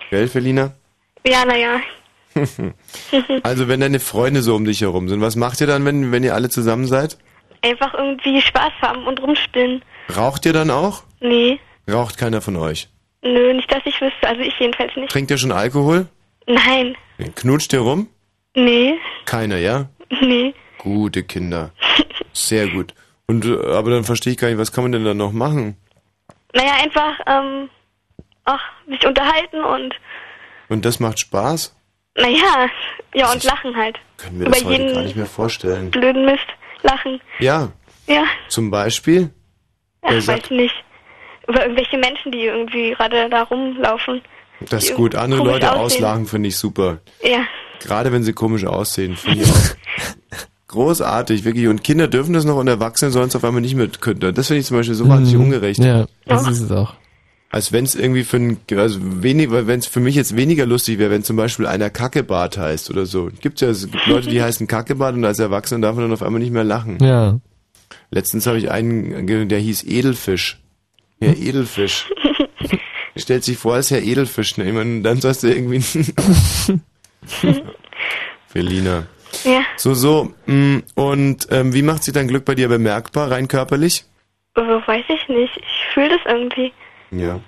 B: Gell, Felina?
M: ja, naja.
B: also wenn deine Freunde so um dich herum sind, was macht ihr dann, wenn, wenn ihr alle zusammen seid?
M: Einfach irgendwie Spaß haben und rumspinnen.
B: Raucht ihr dann auch?
M: Nee,
B: Raucht keiner von euch.
M: nö, nicht, dass ich wüsste. Also ich jedenfalls nicht.
B: Trinkt ihr schon Alkohol?
M: Nein,
B: Knutscht ihr rum?
M: nee,
B: Keiner, ja?
M: nee.
B: Gute Kinder. Sehr gut. Und äh, aber dann verstehe ich gar nicht, was kann man denn dann noch machen?
M: Naja, einfach, ähm, ach, sich unterhalten und,
B: Und das macht Spaß?
M: naja, ja, und lachen halt.
B: Können wir
M: Über
B: das heute
M: jeden
B: gar nicht mehr vorstellen.
M: blöden Mist lachen.
B: Ja,
M: Ja,
B: zum Beispiel.
M: ach,
B: Wer
M: weiß
B: sagt,
M: nicht. Über irgendwelche Menschen, die irgendwie gerade da rumlaufen.
B: das ist gut. Andere
M: komisch
B: Leute
M: aussehen.
B: auslachen finde ich super.
M: Ja.
B: Gerade wenn sie komisch aussehen, finde ich auch. Großartig, wirklich. Und Kinder dürfen das noch und Erwachsene sollen es auf einmal nicht mit können. Das finde ich zum Beispiel so wahnsinnig
C: Mhm.
B: ungerecht.
C: Ja, das ist es auch.
B: Als wenn es irgendwie für ein, also weniger, wenn es für mich jetzt weniger lustig wäre, wenn zum Beispiel einer Kackebart heißt oder so. Gibt's ja, es gibt Leute, die heißen Kackebart und als Erwachsener darf man dann auf einmal nicht mehr lachen.
C: Ja.
B: Letztens habe ich einen, ge- der hieß Edelfisch. Herr Edelfisch. Stellt sich vor, als Herr Edelfisch nehmen und dann sollst du irgendwie. Berliner.
M: Ja.
B: So, so. mm, Und ähm, wie macht sich dein Glück bei dir bemerkbar, rein körperlich?
M: Äh, weiß ich nicht. Ich fühle das irgendwie.
B: Ja.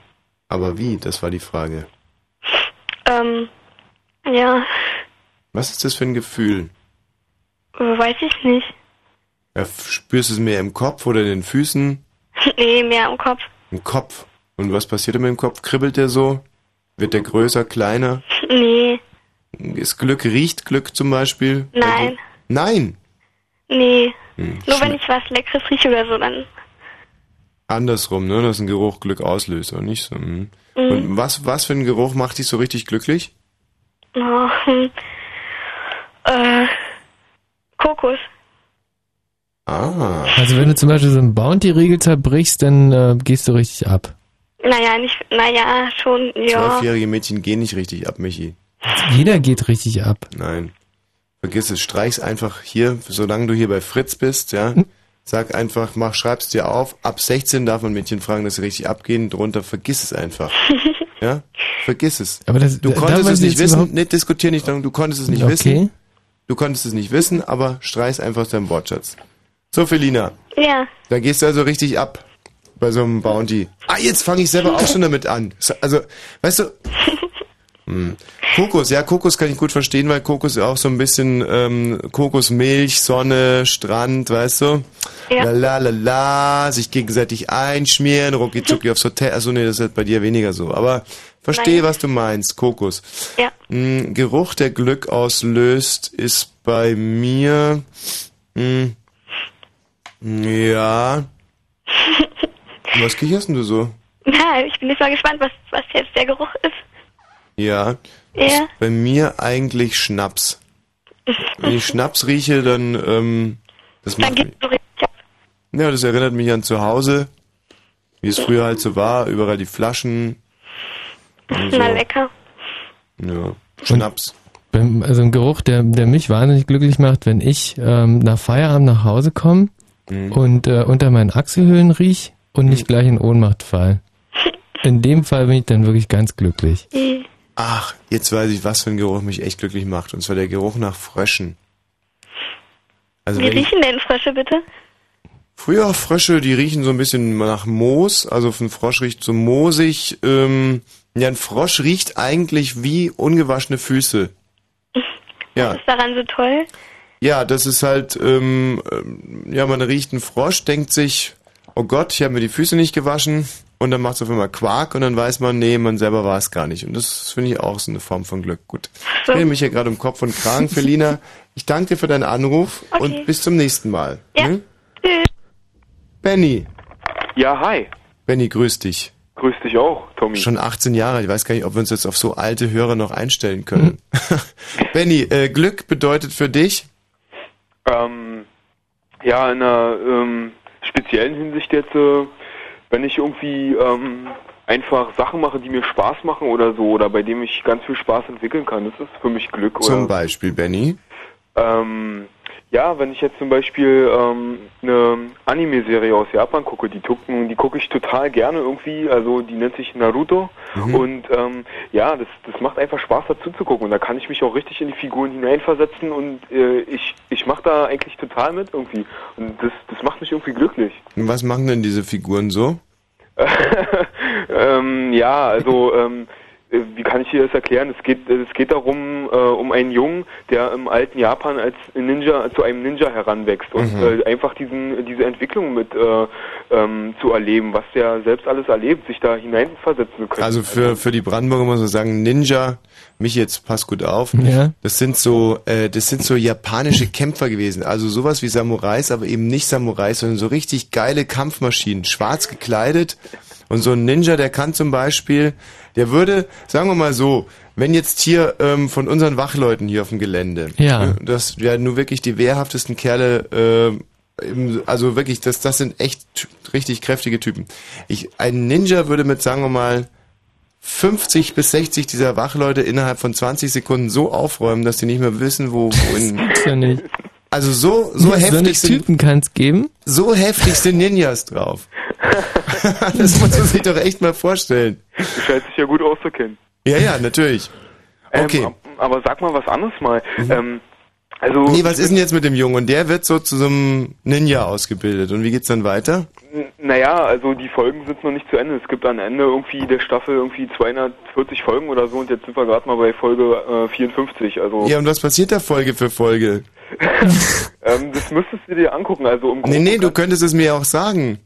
B: Aber wie? Das war die Frage.
M: Ähm, ja,
B: Was ist das für ein Gefühl?
M: äh, weiß ich nicht.
B: Ja, f- spürst du es mehr im Kopf oder in den Füßen?
M: nee, mehr im Kopf.
B: Im Kopf. Und was passiert denn mit dem Kopf? Kribbelt der so? Wird der größer, kleiner?
M: Nee,
B: Ist Glück, riecht Glück zum Beispiel?
M: nein,
B: Nein!
M: nee.
B: Hm,
M: Nur wenn ich was Leckeres rieche oder so, dann
B: Andersrum, ne? Dass ein Geruch Glück auslöst und nicht so. hm. Und was, was für ein Geruch macht dich so richtig glücklich?
M: Oh, hm. äh, Kokos.
B: Ah.
C: Also wenn du zum Beispiel so einen Bounty-Riegel zerbrichst, dann äh, gehst du richtig ab.
M: Naja, nicht, naja, schon, ja.
B: Zwölfjährige Mädchen gehen nicht richtig ab, Michi.
C: Jeder geht richtig ab.
B: Nein. Vergiss es, streich's einfach hier, solange du hier bei Fritz bist, ja.
C: Hm?
B: Sag einfach, mach, schreib's dir auf. Ab 16 darf man Mädchen fragen, dass sie richtig abgehen. Drunter vergiss es einfach. Ja? Vergiss es.
C: Aber das-
B: du
C: da- darf
B: konntest
C: man
B: es nicht
C: jetzt
B: wissen.
C: überhaupt-
B: Nee, diskutier nicht lang. Du konntest es nicht
C: Okay.
B: wissen. Du konntest es nicht wissen, aber streich's einfach aus deinem Wortschatz. So, Felina.
M: Ja.
B: Da gehst du also richtig ab bei so einem Bounty. Ah, jetzt fange ich selber auch schon damit an. So, Also, weißt du. Hm. Kokos, ja, Kokos kann ich gut verstehen, weil Kokos ja auch so ein bisschen ähm, Kokosmilch, Sonne, Strand, weißt du?
M: Ja.
B: La la la la, sich gegenseitig einschmieren, rucki zucki aufs Hotel. Achso, nee, das ist halt bei dir weniger so. Aber verstehe,
M: Nein.
B: was du meinst, Kokos.
M: Ja.
B: Hm, Geruch, der Glück auslöst, ist bei mir. Hm, ja. Was kicherst denn du so?
M: Na, ich bin jetzt mal gespannt, was, was jetzt der Geruch ist.
B: Ja.
M: Ja.
B: Bei mir eigentlich Schnaps. Wenn ich Schnaps rieche, dann, ähm, das macht mich. Ja, das erinnert mich an zu Hause, wie es früher halt so war, überall die Flaschen. Und so.
M: Na, lecker.
B: also Ja, Schnaps.
C: Beim- Also ein Geruch, der, der mich wahnsinnig glücklich macht, wenn ich ähm, nach Feierabend nach Hause komme
B: Mhm.
C: und äh, unter meinen Achselhöhlen riech und nicht gleich in Ohnmacht fall. In dem Fall bin ich dann wirklich ganz glücklich.
B: Ach, jetzt weiß ich, was für ein Geruch mich echt glücklich macht. Und zwar der Geruch nach Fröschen. Also
M: Wie
B: wenn ich,
M: riechen denn Frösche bitte?
B: Früher Frösche, die riechen so ein bisschen nach Moos, also ein Frosch riecht so moosig. Ähm, ja, ein Frosch riecht eigentlich wie ungewaschene Füße. Ja,
M: Ist daran so toll?
B: ja, das ist halt, ähm, ähm, ja, man riecht einen Frosch, denkt sich, oh Gott, ich habe mir die Füße nicht gewaschen und dann macht es auf einmal Quark und dann weiß man, nee, man selber war es gar nicht. Und das finde ich auch so eine Form von Glück. Gut, ich rede mich ja gerade um Kopf und Kragen, Felina. Ich danke dir für deinen Anruf und bis zum nächsten Mal. Ja. Ne? Benny.
N: Ja, hi.
B: Benny, grüß dich.
N: Grüß dich auch, Tommy.
B: Schon 18 Jahre, alt. ich weiß gar nicht, ob wir uns jetzt auf so alte Hörer noch einstellen können. Benny, äh, Glück bedeutet für dich?
N: Ähm, ja, in einer ähm, speziellen Hinsicht jetzt, äh, wenn ich irgendwie ähm, einfach Sachen mache, die mir Spaß machen oder so, oder bei dem ich ganz viel Spaß entwickeln kann, das ist für mich Glück.
B: Zum
N: oder?
B: Beispiel, Benny.
N: Ähm, ja, wenn ich jetzt zum Beispiel ähm, eine Anime-Serie aus Japan gucke, die, tuck- die gucke ich total gerne irgendwie, also die nennt sich Naruto
O: Mhm.
N: und ähm, ja, das, das macht einfach Spaß dazu zu gucken und da kann ich mich auch richtig in die Figuren hineinversetzen und äh, ich, ich mache da eigentlich total mit irgendwie und das, das macht mich irgendwie glücklich.
B: Und was machen denn diese Figuren so?
N: Ähm, ja, also ähm, äh, wie kann ich dir das erklären? Es geht, es geht darum, äh, um einen Jungen, der im alten Japan als Ninja zu einem Ninja heranwächst und
O: Mhm.
N: äh, einfach diesen, diese Entwicklung mit äh, ähm, zu erleben, was der selbst alles erlebt, sich da hineinversetzen zu können.
B: Also für, für die Brandenburger muss man sagen, Ninja, mich jetzt pass gut auf.
C: Ja.
B: Das sind so, äh, das sind so japanische Kämpfer gewesen. Also sowas wie Samurais, aber eben nicht Samurais, sondern so richtig geile Kampfmaschinen, schwarz gekleidet. Und so ein Ninja, der kann zum Beispiel, Der würde, sagen wir mal so, wenn jetzt hier ähm, von unseren Wachleuten hier auf dem Gelände,
C: Ja.
B: ne, das werden nur wirklich die wehrhaftesten Kerle, ähm, im- also wirklich, das, das sind echt ty- richtig kräftige Typen. Ich, ein Ninja würde mit, sagen wir mal, 50 bis 60 dieser Wachleute innerhalb von 20 Sekunden so aufräumen, dass die nicht mehr wissen, wo, wohin.
C: gibt's ja nicht.
B: Also so, so
C: So eine
B: heftig sind,
C: Typen kann's geben.
B: so heftig sind Ninjas drauf. das muss man sich doch echt mal vorstellen.
N: Du scheinst dich ja gut auszukennen.
B: Ja, ja, natürlich. Okay.
N: Ähm, ab- aber sag mal was anderes mal. Ähm, also
B: Mhm. nee, was ist denn jetzt mit dem Jungen? Und der wird so zu so einem Ninja ausgebildet. Und wie geht's dann weiter?
N: N- Naja, also die Folgen sind noch nicht zu Ende. Es gibt am Ende irgendwie der Staffel irgendwie 240 Folgen oder so und jetzt sind wir gerade mal bei Folge äh, 54. Also
B: Ja, und was passiert da Folge für Folge?
N: ähm, das müsstest du dir angucken. Also im
B: Nee, nee, du könntest es mir auch sagen.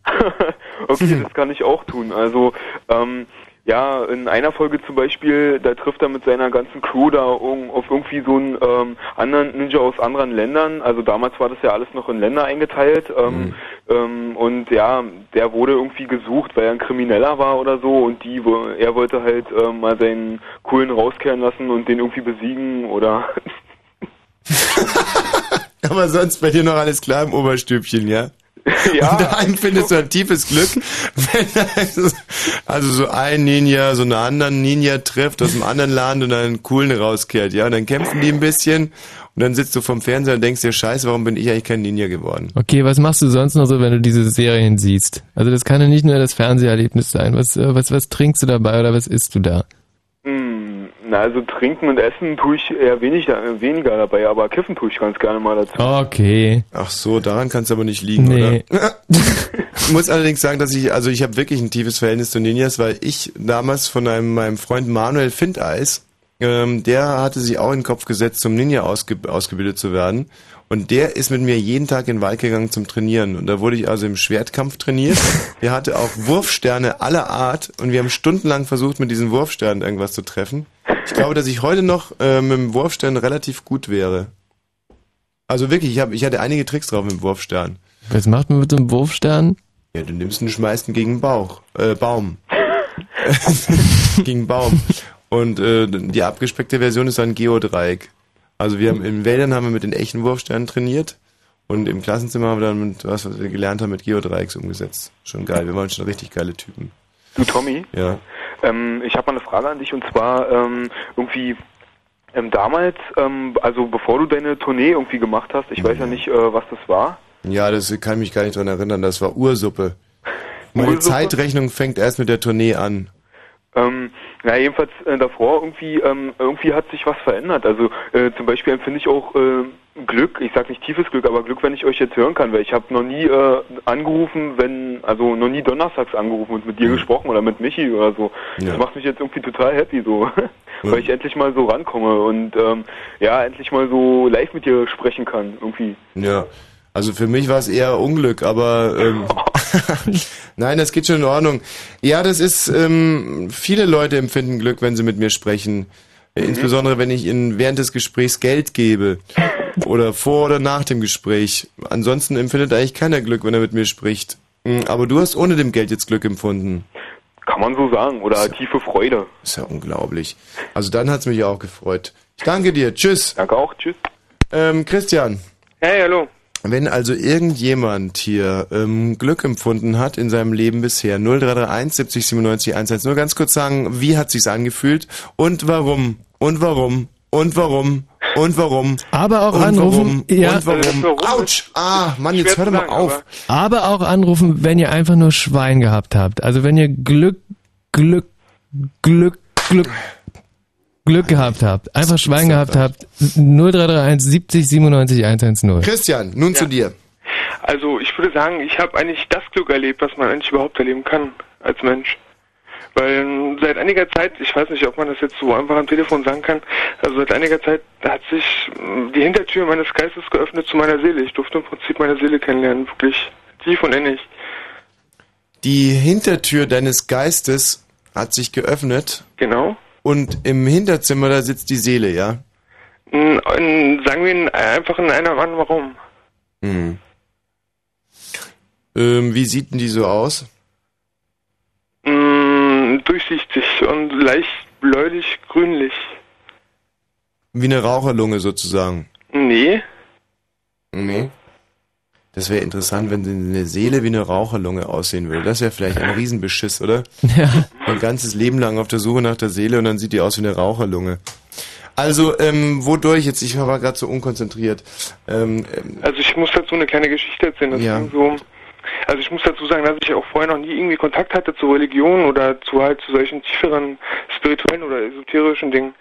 N: Okay, das kann ich auch tun. Also, ähm, ja, in einer Folge zum Beispiel, da trifft er mit seiner ganzen Crew da um, auf irgendwie so einen ähm, anderen Ninja aus anderen Ländern. Also damals war das ja alles noch in Länder eingeteilt. Ähm, ähm, und ja, der wurde irgendwie gesucht, weil er ein Krimineller war oder so. Und die, wo- er wollte halt ähm, mal seinen coolen rauskehren lassen und den irgendwie besiegen oder
B: Aber sonst bei dir noch alles klar im Oberstübchen, ja?
N: Ja.
B: Und daheim findest du ein tiefes Glück, wenn da- also so ein Ninja so einen anderen Ninja trifft aus einem anderen Land und einen coolen rauskehrt, ja? Und dann kämpfen die ein bisschen und dann sitzt du vom Fernseher und denkst dir, scheiße, warum bin ich eigentlich kein Ninja geworden?
C: Okay, was machst du sonst noch so, wenn du diese Serien siehst? Also das kann ja nicht nur das Fernseherlebnis sein. Was, äh, was, was trinkst du dabei oder was isst du da?
N: Hm, Na, also trinken und essen tue ich eher wenig, äh, weniger dabei, aber kiffen tue ich ganz gerne mal dazu.
C: Okay.
B: Ach so, daran kannst du aber nicht liegen,
C: Nee.
B: oder? ich muss allerdings sagen, dass ich, also ich habe wirklich ein tiefes Verhältnis zu Ninjas, weil ich damals von einem, meinem Freund Manuel Findeis, ähm, der hatte sich auch in den Kopf gesetzt, zum Ninja ausge, ausgebildet zu werden. Und der ist mit mir jeden Tag in den Wald gegangen zum Trainieren. Und da wurde ich also im Schwertkampf trainiert. Der hatte auch Wurfsterne aller Art und wir haben stundenlang versucht, mit diesen Wurfsternen irgendwas zu treffen. Ich glaube, dass ich heute noch äh, mit dem Wurfstern relativ gut wäre. Also wirklich, ich, hab, ich hatte einige Tricks drauf mit dem Wurfstern.
C: Was macht man mit so einem Wurfstern?
B: Ja, du nimmst ihn, schmeißt ihn gegen den Bauch, äh, Baum. gegen den Baum. Und äh, die abgespeckte Version ist ein Geodreieck. Also wir haben in Wäldern haben wir mit den echten Wurfsternen trainiert und im Klassenzimmer haben wir dann mit, was, was wir gelernt haben, mit Geodreiecks umgesetzt. Schon geil, wir waren schon richtig geile Typen.
N: Du Tommy,
B: Ja.
N: ähm, ich habe mal eine Frage an dich und zwar ähm, irgendwie ähm, damals, ähm, also bevor du deine Tournee irgendwie gemacht hast, ich weiß ja nicht, äh, was das war.
B: Ja, das kann ich mich gar nicht dran erinnern, das war Ursuppe. Meine
N: Ursuppe?
B: Zeitrechnung fängt erst mit der Tournee an.
N: Ähm, na jedenfalls äh, davor irgendwie ähm, irgendwie hat sich was verändert. Also äh, zum Beispiel empfinde ich auch äh, Glück, ich sag nicht tiefes Glück, aber Glück, wenn ich euch jetzt hören kann, weil ich habe noch nie äh, angerufen, wenn also noch nie donnerstags angerufen und mit dir gesprochen oder mit Michi oder so.
B: Ja.
N: Das macht mich jetzt irgendwie total happy so, weil ich endlich mal so rankomme und ähm, ja endlich mal so live mit dir sprechen kann irgendwie.
B: Ja, also für mich war es eher Unglück, aber ähm, nein, das geht schon in Ordnung. Ja, das ist, ähm, viele Leute empfinden Glück, wenn sie mit mir sprechen. Äh, Insbesondere wenn ich ihnen während des Gesprächs Geld gebe. Oder vor oder nach dem Gespräch. Ansonsten empfindet eigentlich keiner Glück, wenn er mit mir spricht. Mm, Aber du hast ohne dem Geld jetzt Glück empfunden.
N: Kann man so sagen oder tiefe Freude.
B: Ist ja unglaublich. Also dann hat's mich auch gefreut. Ich danke dir. Tschüss.
N: Danke auch. Tschüss.
B: Ähm, Christian.
O: Hey, hallo.
B: Wenn also irgendjemand hier ähm, Glück empfunden hat in seinem Leben bisher, 0331 70 97 110, nur ganz kurz sagen, wie hat sich's angefühlt und warum und warum und warum und warum.
C: Aber auch
B: und
C: anrufen,
B: Warum,
C: ja.
B: Und warum. Autsch! Ah, Mann, jetzt hör doch mal auf.
C: Aber auch anrufen, wenn ihr einfach nur Schwein gehabt habt. Also wenn ihr Glück, Glück, Glück, Glück, Glück gehabt habt. Einfach Schwein gehabt habt. 0331 70 97 110.
B: Christian, nun
O: zu
B: dir.
O: Also ich würde sagen, ich habe eigentlich das Glück erlebt, was man eigentlich überhaupt erleben kann als Mensch. Weil ähm, seit einiger Zeit, ich weiß nicht, ob man das jetzt so einfach am Telefon sagen kann, also seit einiger Zeit hat sich ähm, die Hintertür meines Geistes geöffnet zu meiner Seele. Ich durfte im Prinzip meine Seele kennenlernen, wirklich tief und innig.
B: Die Hintertür deines Geistes hat sich geöffnet.
O: Genau.
B: Und im Hinterzimmer, da sitzt die Seele, ja?
O: In, Hm, in, sagen wir in, einfach in einem anderen Raum.
B: Hm. Ähm, wie sieht denn die so aus?
O: Mm, durchsichtig und leicht bläulich grünlich.
B: Wie eine Raucherlunge sozusagen.
O: Nee.
B: Nee. Das wäre interessant, wenn eine Seele wie eine Raucherlunge aussehen würde. Das wäre vielleicht ein Riesenbeschiss, oder?
C: Ja.
B: Ein ganzes Leben lang auf der Suche nach der Seele und dann sieht die aus wie eine Raucherlunge. Also, ähm, wodurch jetzt? Ich war gerade so unkonzentriert. Ähm, ähm,
O: Also ich muss dazu eine kleine Geschichte erzählen. Das
B: Ja.
O: ging so, also ich muss dazu sagen, dass ich auch vorher noch nie irgendwie Kontakt hatte zu Religion oder zu halt zu solchen tieferen spirituellen oder esoterischen Dingen.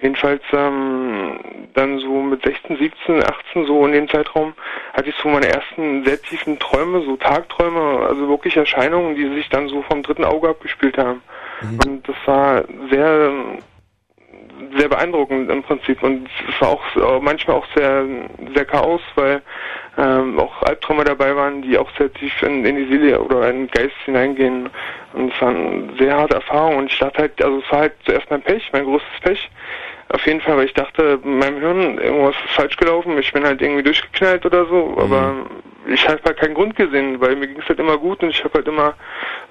O: Jedenfalls ähm, dann so mit 16, 17, 18 so in dem Zeitraum hatte ich so meine ersten sehr tiefen Träume, so Tagträume, also wirklich Erscheinungen, die sich dann so vom dritten Auge abgespielt haben. Und das war sehr ähm, sehr beeindruckend im Prinzip und es war auch äh, manchmal auch sehr sehr Chaos, weil ähm, auch Albträume dabei waren, die auch sehr tief in, in die Seele oder in den Geist hineingehen und es waren sehr harte Erfahrungen und ich dachte halt, also es war halt zuerst mein Pech, mein großes Pech auf jeden Fall, weil ich dachte, in meinem Hirn irgendwas ist falsch gelaufen, ich bin halt irgendwie durchgeknallt oder so, aber ich habe halt keinen Grund gesehen, weil mir ging es halt immer gut und ich habe halt immer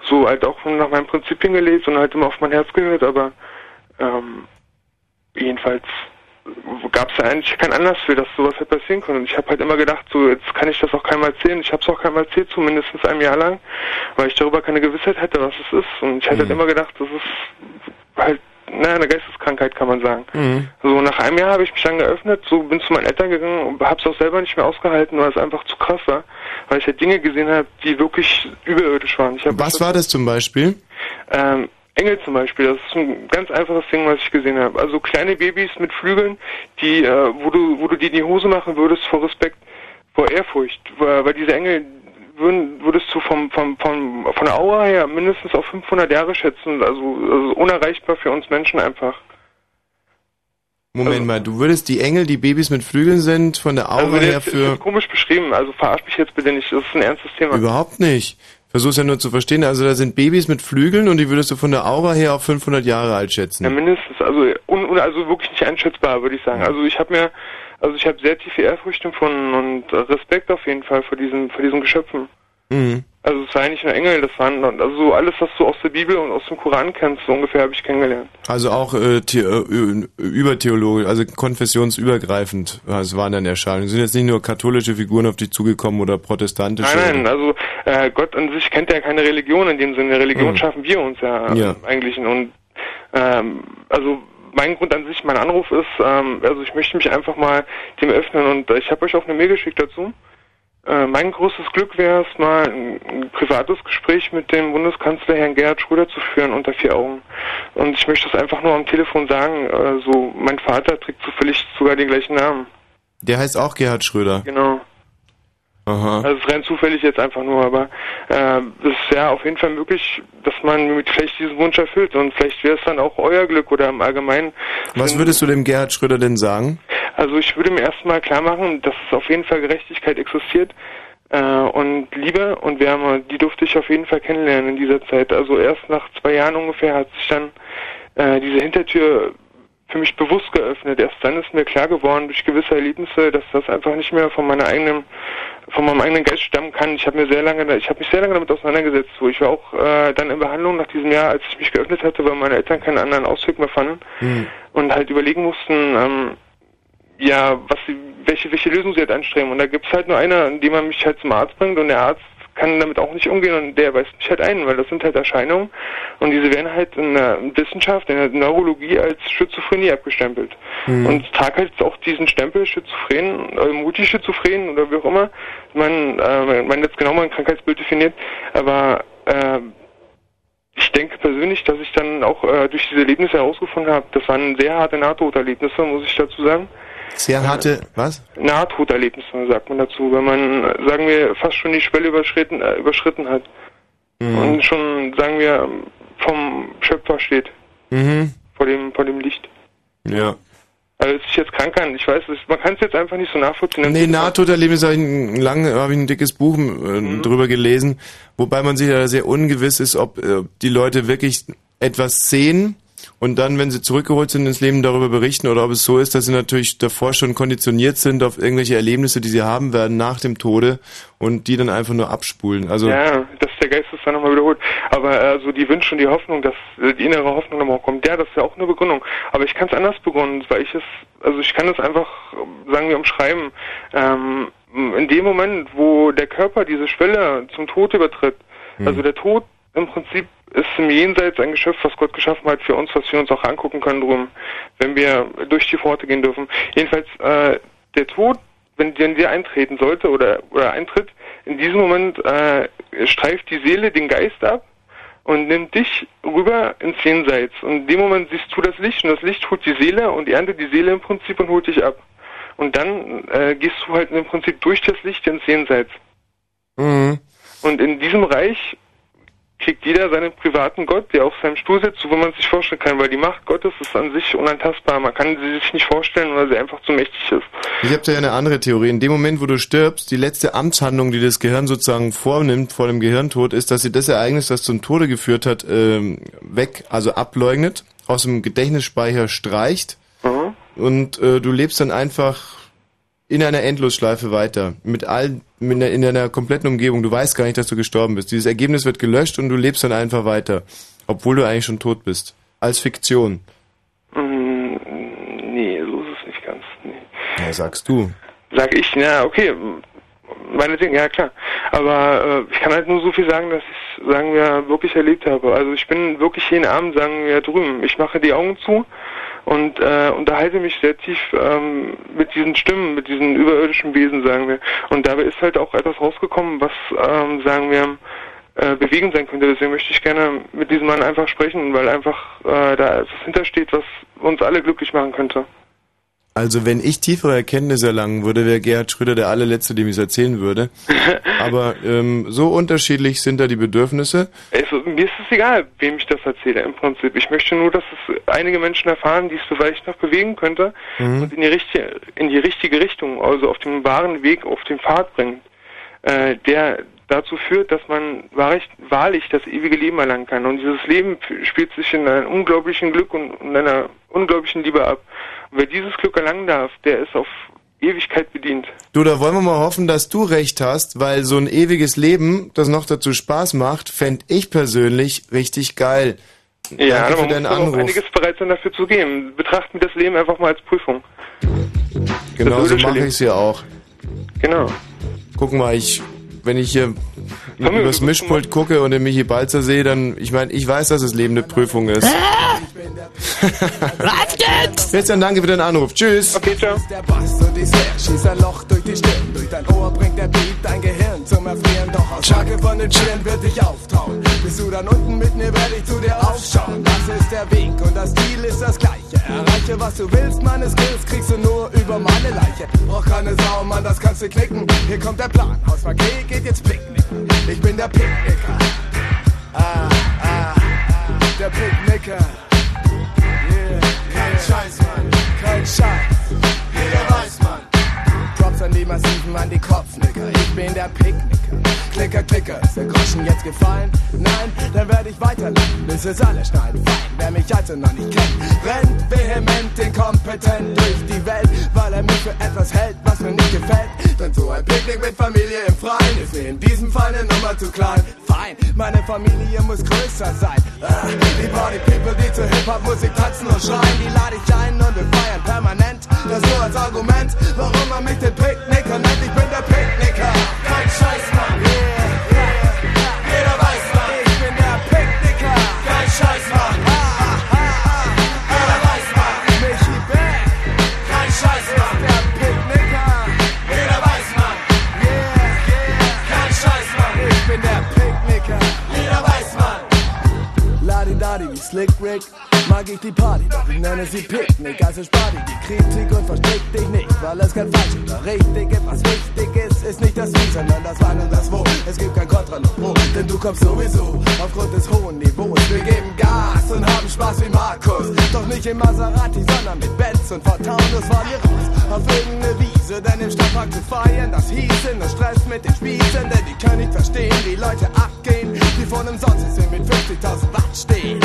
O: so halt auch nach meinen Prinzipien gelebt und halt immer auf mein Herz gehört, aber ähm, jedenfalls gab es da eigentlich keinen Anlass für, dass sowas halt passieren konnte. Und ich habe halt immer gedacht, so jetzt kann ich das auch keinem erzählen. Ich habe es auch keinem erzählt, zumindest ein Jahr lang, weil ich darüber keine Gewissheit hatte, was es ist. Und ich hatte halt immer gedacht, das ist halt, naja, eine Geisteskrankheit kann man sagen.
G: Mhm.
O: So nach einem Jahr habe ich mich dann geöffnet, so bin zu meinen Eltern gegangen und habe es auch selber nicht mehr ausgehalten, weil es einfach zu krass war, weil ich halt Dinge gesehen habe, die wirklich überirdisch waren. Ich habe
B: was war das zum Beispiel?
O: ähm, Engel zum Beispiel, das ist ein ganz einfaches Ding, was ich gesehen habe. Also kleine Babys mit Flügeln, die, äh, wo du, wo du die in die Hose machen würdest vor Respekt, vor Ehrfurcht, weil, weil diese Engel würden, würdest du vom, vom, vom, von der Aura her mindestens auf 500 Jahre schätzen, also, also unerreichbar für uns Menschen einfach.
B: Moment mal, du würdest die Engel, die Babys mit Flügeln sind, von der Aura
O: Also das
B: her
O: ist- das
B: für...
O: ist komisch beschrieben, also verarsch mich jetzt bitte nicht, das ist ein ernstes Thema.
B: Überhaupt nicht. Versuch's ja nur zu verstehen. Also da sind Babys mit Flügeln und die würdest du von der Aura her auf 500 Jahre alt schätzen.
O: Ja, mindestens. Also, un, un, also wirklich nicht einschätzbar, würde ich sagen. Also ich habe mir, also ich habe sehr tiefe Ehrfurcht empfunden und äh, Respekt auf jeden Fall vor diesen, vor diesen Geschöpfen.
B: Mhm.
O: Also es waren nicht nur Engel, das waren also so alles, was du aus der Bibel und aus dem Koran kennst, so ungefähr habe ich kennengelernt.
B: Also auch äh, The äh, übertheologisch, also konfessionsübergreifend äh, es waren dann Erscheinungen. Es sind jetzt nicht nur katholische Figuren auf dich zugekommen oder protestantische.
O: Nein, nein, also äh, Gott an sich kennt ja keine Religion in dem Sinne. Religion
B: Mhm.
O: schaffen wir uns ja, äh,
B: Ja.
O: eigentlich. Und ähm, also mein Grund an sich, mein Anruf ist, ähm, also ich möchte mich einfach mal dem öffnen und äh, ich habe euch auch eine Mail geschickt dazu. Äh, mein großes Glück wäre es mal, ein, ein privates Gespräch mit dem Bundeskanzler Herrn Gerhard Schröder zu führen unter vier Augen. Und ich möchte es einfach nur am Telefon sagen, äh, so mein Vater trägt zufällig sogar den gleichen Namen.
B: Der heißt auch Gerhard Schröder.
O: Genau.
B: Aha.
O: Also es ist rein zufällig jetzt einfach nur, aber äh, es ist ja auf jeden Fall möglich, dass man mit vielleicht diesen Wunsch erfüllt und vielleicht wäre es dann auch euer Glück oder im Allgemeinen.
B: Was würdest du dem Gerhard Schröder denn sagen?
O: Also ich würde mir erstmal klar machen, dass es auf jeden Fall Gerechtigkeit existiert äh, und Liebe und Wärme, die durfte ich auf jeden Fall kennenlernen in dieser Zeit. Also erst nach zwei Jahren ungefähr hat sich dann äh, diese Hintertür für mich bewusst geöffnet. Erst dann ist mir klar geworden durch gewisse Erlebnisse, dass das einfach nicht mehr von meiner eigenen, von meinem eigenen Geist stammen kann. Ich habe mir sehr lange, ich habe mich sehr lange damit auseinandergesetzt. So, ich war auch äh, dann in Behandlung nach diesem Jahr, als ich mich geöffnet hatte, weil meine Eltern keinen anderen Ausweg mehr fanden und halt überlegen mussten, ähm, ja, was sie, welche, welche Lösung sie halt anstreben. Und da gibt's halt nur eine, indem man mich halt zum Arzt bringt und der Arzt kann damit auch nicht umgehen und der weist mich halt ein, weil das sind halt Erscheinungen und diese werden halt in der Wissenschaft, in der Neurologie als Schizophrenie abgestempelt.
G: Mhm.
O: Und es trag halt auch diesen Stempel Schizophren, äh, Multischizophren oder wie auch immer, man, äh, man jetzt genau mal ein Krankheitsbild definiert, aber äh, ich denke persönlich, dass ich dann auch äh, durch diese Erlebnisse herausgefunden habe, das waren sehr harte Nahtoderlebnisse, muss ich dazu sagen.
B: Sehr harte, was?
O: Nahtoderlebnisse, sagt man dazu, wenn man, äh, sagen wir, fast schon die Schwelle überschritten, äh, überschritten hat
B: Mhm.
O: und schon, sagen wir, vom Schöpfer steht,
B: Mhm.
O: vor dem, vor dem Licht.
B: Ja.
O: Also, dass ich jetzt krank kann, ich weiß, es, man kann es jetzt einfach nicht so nachvollziehen.
B: Nee, Nahtoderlebnis habe ich ein, lang, habe ich ein dickes Buch äh, drüber gelesen, wobei man sich da sehr ungewiss ist, ob äh, die Leute wirklich etwas sehen und dann, wenn sie zurückgeholt sind ins Leben, darüber berichten oder ob es so ist, dass sie natürlich davor schon konditioniert sind auf irgendwelche Erlebnisse, die sie haben werden nach dem Tode und die dann einfach nur abspulen. Also
O: ja, das der Geist es dann nochmal wiederholt. Aber äh, so die Wünsche und die Hoffnung, dass äh, die innere Hoffnung nochmal kommt, ja, das ist ja auch eine Begründung. Aber ich kann es anders begründen, weil ich es, also ich kann es einfach, äh, sagen wir, umschreiben. Ähm, in dem Moment, wo der Körper diese Schwelle zum Tod übertritt, also der Tod im Prinzip ist im Jenseits ein Geschöpf, was Gott geschaffen hat für uns, was wir uns auch angucken können drum, wenn wir durch die Pforte gehen dürfen. Jedenfalls, äh, der Tod, wenn, wenn der eintreten sollte oder, oder eintritt, in diesem Moment äh, streift die Seele den Geist ab und nimmt dich rüber ins Jenseits. Und in dem Moment siehst du das Licht und das Licht holt die Seele und erntet die Seele im Prinzip und holt dich ab. Und dann äh, gehst du halt im Prinzip durch das Licht ins Jenseits.
B: Mhm.
O: Und in diesem Reich kriegt jeder seinen privaten Gott, der auf seinem Stuhl sitzt, so wie man es sich vorstellen kann, weil die Macht Gottes ist an sich unantastbar. Man kann sie sich nicht vorstellen, weil sie einfach zu mächtig ist.
B: Ich habe da ja eine andere Theorie. In dem Moment, wo du stirbst, die letzte Amtshandlung, die das Gehirn sozusagen vornimmt vor dem Gehirntod, ist, dass sie das Ereignis, das zum Tode geführt hat, ähm, weg, also ableugnet, aus dem Gedächtnisspeicher streicht
P: Mhm.
B: und äh, du lebst dann einfach in einer Endlosschleife weiter, mit all, mit einer, in einer kompletten Umgebung. Du weißt gar nicht, dass du gestorben bist. Dieses Ergebnis wird gelöscht und du lebst dann einfach weiter, obwohl du eigentlich schon tot bist. Als Fiktion.
O: Mm, nee, so ist es nicht ganz. Nee.
B: Ja, sagst du.
O: Sag ich, na okay, meinetwegen, ja klar. Aber äh, ich kann halt nur so viel sagen, dass ich sagen wir, wirklich erlebt habe. Also ich bin wirklich jeden Abend, sagen wir, drüben. Ich mache die Augen zu und äh, unterhalte mich sehr tief ähm, mit diesen Stimmen, mit diesen überirdischen Wesen, sagen wir. Und dabei ist halt auch etwas rausgekommen, was, ähm, sagen wir, äh, bewegend sein könnte. Deswegen möchte ich gerne mit diesem Mann einfach sprechen, weil einfach äh, da etwas hintersteht, was uns alle glücklich machen könnte.
B: Also wenn ich tiefere Erkenntnisse erlangen würde, wäre Gerhard Schröder der allerletzte, dem ich es erzählen würde. Aber ähm, so unterschiedlich sind da die Bedürfnisse.
O: Also, mir ist es egal, wem ich das erzähle im Prinzip. Ich möchte nur, dass es einige Menschen erfahren, die es vielleicht noch bewegen könnte
B: Mhm.
O: und in die, richtige, in die richtige Richtung, also auf den wahren Weg, auf den Pfad bringt, äh, der dazu führt, dass man wahrlich, wahrlich das ewige Leben erlangen kann. Und dieses Leben f- spielt sich in einem unglaublichen Glück und in einer unglaublichen Liebe ab. Und wer dieses Glück erlangen darf, der ist auf Ewigkeit bedient.
B: Du, da wollen wir mal hoffen, dass du recht hast, weil so ein ewiges Leben, das noch dazu Spaß macht, fänd ich persönlich richtig geil.
O: Ja,
B: Danke
O: aber
B: für
O: man muss
B: deinen
O: aber auch
B: Anruf.
O: einiges bereit sein, dafür zu geben. Betrachten wir das Leben einfach mal als Prüfung.
B: Genau
O: das
B: so
O: irdische
B: mache
O: Leben.
B: ich's ja auch.
O: Genau.
B: Guck mal, ich, wenn ich hier
O: Komm,
B: übers Mischpult gucke und den Michi Balzer sehe, dann, ich meine, ich weiß, dass das Leben eine Prüfung ist.
G: Was geht's?
B: Christian, danke für deinen Anruf. Tschüss.
O: Okay, ciao.
D: Der Bass und die Snare schießt ein Loch durch die Stirn. Durch dein Ohr bringt der Beat dein Gehirn zum Erfrieren. Doch aus Schacke von den Schienen wird dich auftauen. Bist du dann unten mit mir, werde ich zu dir aufschauen. Das ist der Weg und das Ziel ist das gleiche. Erreiche, was du willst, meine Skills kriegst du nur über meine Leiche. Brauch keine Sau, Mann, das kannst du knicken. Hier kommt der Plan. Aus Verkehr geht jetzt Picknick. Ich bin der Picknicker. Ah, ah, der Picknicker. Yeah, Kein Scheiß, Mann. Kein Scheiß. Jeder weiß, Mann. Props an die Massiven, an die Kopfnicker. Ich bin der Picknicker. Klicker, klicker. Ist der Groschen jetzt gefallen? Nein, dann werde ich weiterlaufen, bis es alle schneiden. Fein, wer mich also noch nicht kennt, rennt vehement, inkompetent durch die Welt, weil er mich für etwas hält, was mir nicht gefällt. Denn so ein Picknick mit Familie im Freien ist mir in diesem Fall eine Nummer zu klein. Fein, meine Familie muss größer sein. Ah, die Party People, die zur Hip-Hop-Musik tanzen und schreien, die lade ich ein und wir feiern permanent. Das nur als Argument, warum man mich den Picknicker nennt. Ich bin der Picknicker. Kein Scheißmann. Yeah, yeah. Jeder weiß man. Ich bin der Picknicker. Kein Scheißmann. Ah, ah, ah. Jeder weiß man. Michi Beck. Kein Scheißmann. Der Picknicker. Jeder weiß man. Yeah, yeah. Kein Scheißmann. Ich bin der Picknicker. Jeder weiß man. Ladidadi wie Slick Rick. Mag ich die Party, doch ich nenne sie Picknick. Also spar dir die Kritik und verstrick dich nicht, weil es kein falsch oder richtig gibt. Was wichtig ist, ist nicht das Wie, sondern das Wann und das Wo. Es gibt kein Kontra noch Pro, denn du kommst sowieso aufgrund des hohen Niveaus. Wir geben Gas und haben Spaß wie Markus. Doch nicht im Maserati, sondern mit Benz und Fortaunus war dir raus. Auf irgendeine Wiese, denn im Stadtpark zu feiern, das hieß in der Stress mit den Spießen, denn die können nicht verstehen, wie Leute abgehen, die vor einem Sonnensystem mit 50.000 Watt stehen.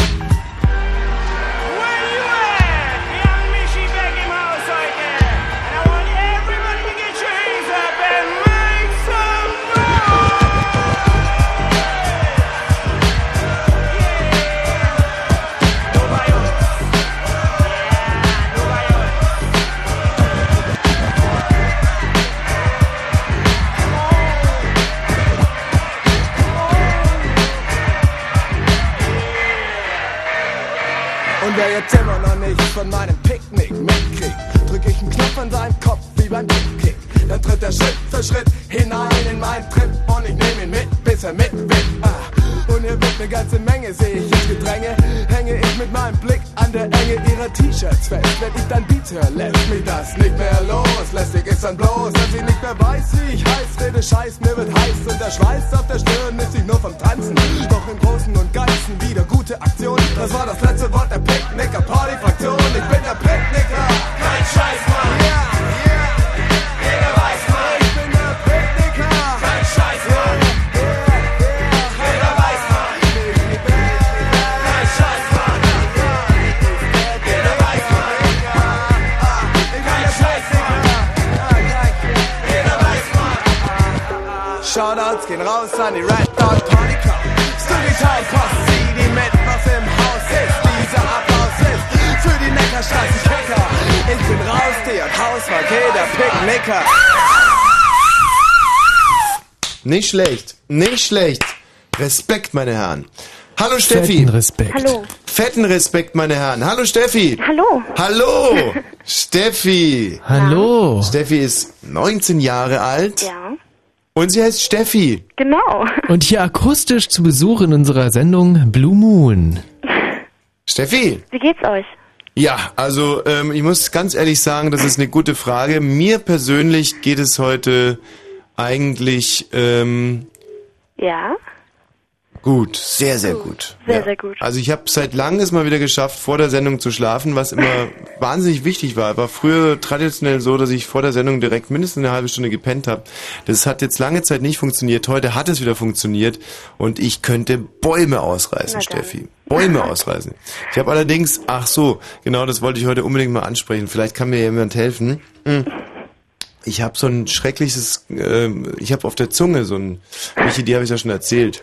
G: Everybody get your hands up and make some noise!
D: Und wer jetzt immer noch nichts von meinem Picknick mitkriegt, drück ich einen Knopf an seinem Kopf wie beim Kick. Dann tritt er Schritt für Schritt hinein in meinen Trip und ich nehme ihn mit, bis er mit wird. Ah. Und hier wird eine ganze Menge, sehe ich ins Gedränge, hänge ich mit meinem Blick an der Enge ihrer T-Shirts fest. Wenn ich dann Beats höre, lässt mich das nicht mehr los. Lästig ist dann bloß, dass ich nicht mehr weiß, wie ich heiß. Rede Scheiß, mir wird heiß und der Schweiß auf der Stirn ist nicht nur vom Tanzen. Doch im Großen und Ganzen wieder gute Aktion. Das war das letzte Wort der Picknicker-Party-Fraktion. Ich bin der Picknicker, kein Scheißmann. Yeah, yeah. Jeder weiß man, ich bin der Picknicker, kein Scheißmann. Jeder weiß man, ich bin der Picknicker, kein Scheißmann. Jeder weiß man, kein Scheißmann. Jeder weiß man. Shoutouts gehen raus an die Red Dog Party Cup. Studio Posse, sieh die mit, was im Haus ist. Dieser Applaus ist für die Neckarstraßen-Kicker. Ich bin raus, der Hausverkehr, der Picknicker.
B: Nicht schlecht, nicht schlecht. Respekt, meine Herren. Hallo Steffi.
C: Fetten Respekt.
M: Hallo.
B: Fetten Respekt, meine Herren. Hallo Steffi.
M: Hallo.
B: Hallo. Steffi.
C: Hallo.
B: Steffi ist 19 Jahre alt
M: Ja,
B: und sie heißt Steffi.
M: genau.
C: Und hier akustisch zu Besuch in unserer Sendung Blue Moon.
B: Steffi.
M: Wie geht's euch?
B: Ja, also ähm, ich muss ganz ehrlich sagen, das ist eine gute Frage. Mir persönlich geht es heute eigentlich ähm,
M: Ja,
B: gut, sehr, sehr gut.
M: sehr, sehr gut.
B: Also ich habe seit langem es mal wieder geschafft, vor der Sendung zu schlafen, was immer wahnsinnig wichtig war. War früher traditionell so, dass ich vor der Sendung direkt mindestens eine halbe Stunde gepennt habe. Das hat jetzt lange Zeit nicht funktioniert. Heute hat es wieder funktioniert und ich könnte Bäume ausreißen, Steffi. Bäume ausreißen. Ich habe allerdings, ach so, genau, das wollte ich heute unbedingt mal ansprechen. Vielleicht kann mir jemand helfen. Hm. Ich habe so ein schreckliches, ähm, ich habe auf der Zunge so ein, welche, die habe ich ja schon erzählt.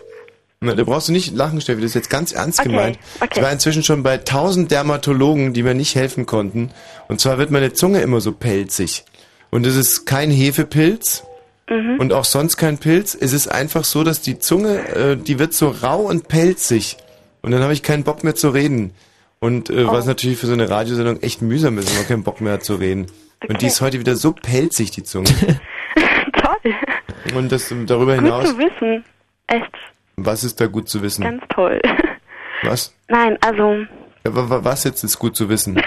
B: Na, da brauchst du nicht lachen, Steffi, das ist jetzt ganz ernst
M: Okay,
B: gemeint. Ich war inzwischen schon bei 1000 Dermatologen, die mir nicht helfen konnten. Und zwar wird meine Zunge immer so pelzig. Und es ist kein Hefepilz
M: Mhm.
B: und auch sonst kein Pilz. Es ist einfach so, dass die Zunge, äh, die wird so rau und pelzig. Und dann habe ich keinen Bock mehr zu reden. Und äh,
M: Oh.
B: was natürlich für so eine Radiosendung echt mühsam ist, wenn man keinen Bock mehr hat zu reden. Und die ist heute wieder so pelzig, die Zunge.
M: Toll.
B: und das ähm, darüber
M: Gut
B: hinaus,
M: zu wissen. Echt
B: was ist da gut zu wissen?
M: ganz toll.
B: Was?
M: Nein, also,
B: Ja, wa- wa- was jetzt ist gut zu wissen?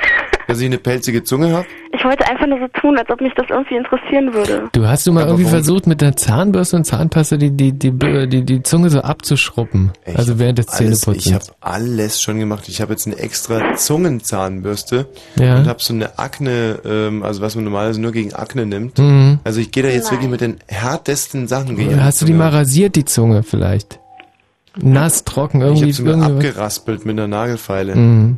B: Dass ich eine pelzige Zunge habe?
M: ich wollte einfach nur so tun, als ob mich das irgendwie interessieren würde.
C: Du hast du mal irgendwie versucht, mit einer Zahnbürste und Zahnpasta die, die, die, die, die Zunge so abzuschrubben. also während des
B: Alles, ich habe
C: Zähneputzens.
B: alles schon gemacht. Ich habe jetzt eine extra Zungenzahnbürste
C: Ja.
B: und habe so eine Akne, ähm, also was man normalerweise nur gegen Akne nimmt.
C: Mhm.
B: Also ich gehe da jetzt wirklich mit den härtesten Sachen gegen.
C: Hast du die mal rasiert, die Zunge vielleicht? Nass, trocken,
B: ich
C: irgendwie.
B: habe sie mir
C: irgendwie was-
B: abgeraspelt mit einer Nagelfeile.
C: Mhm.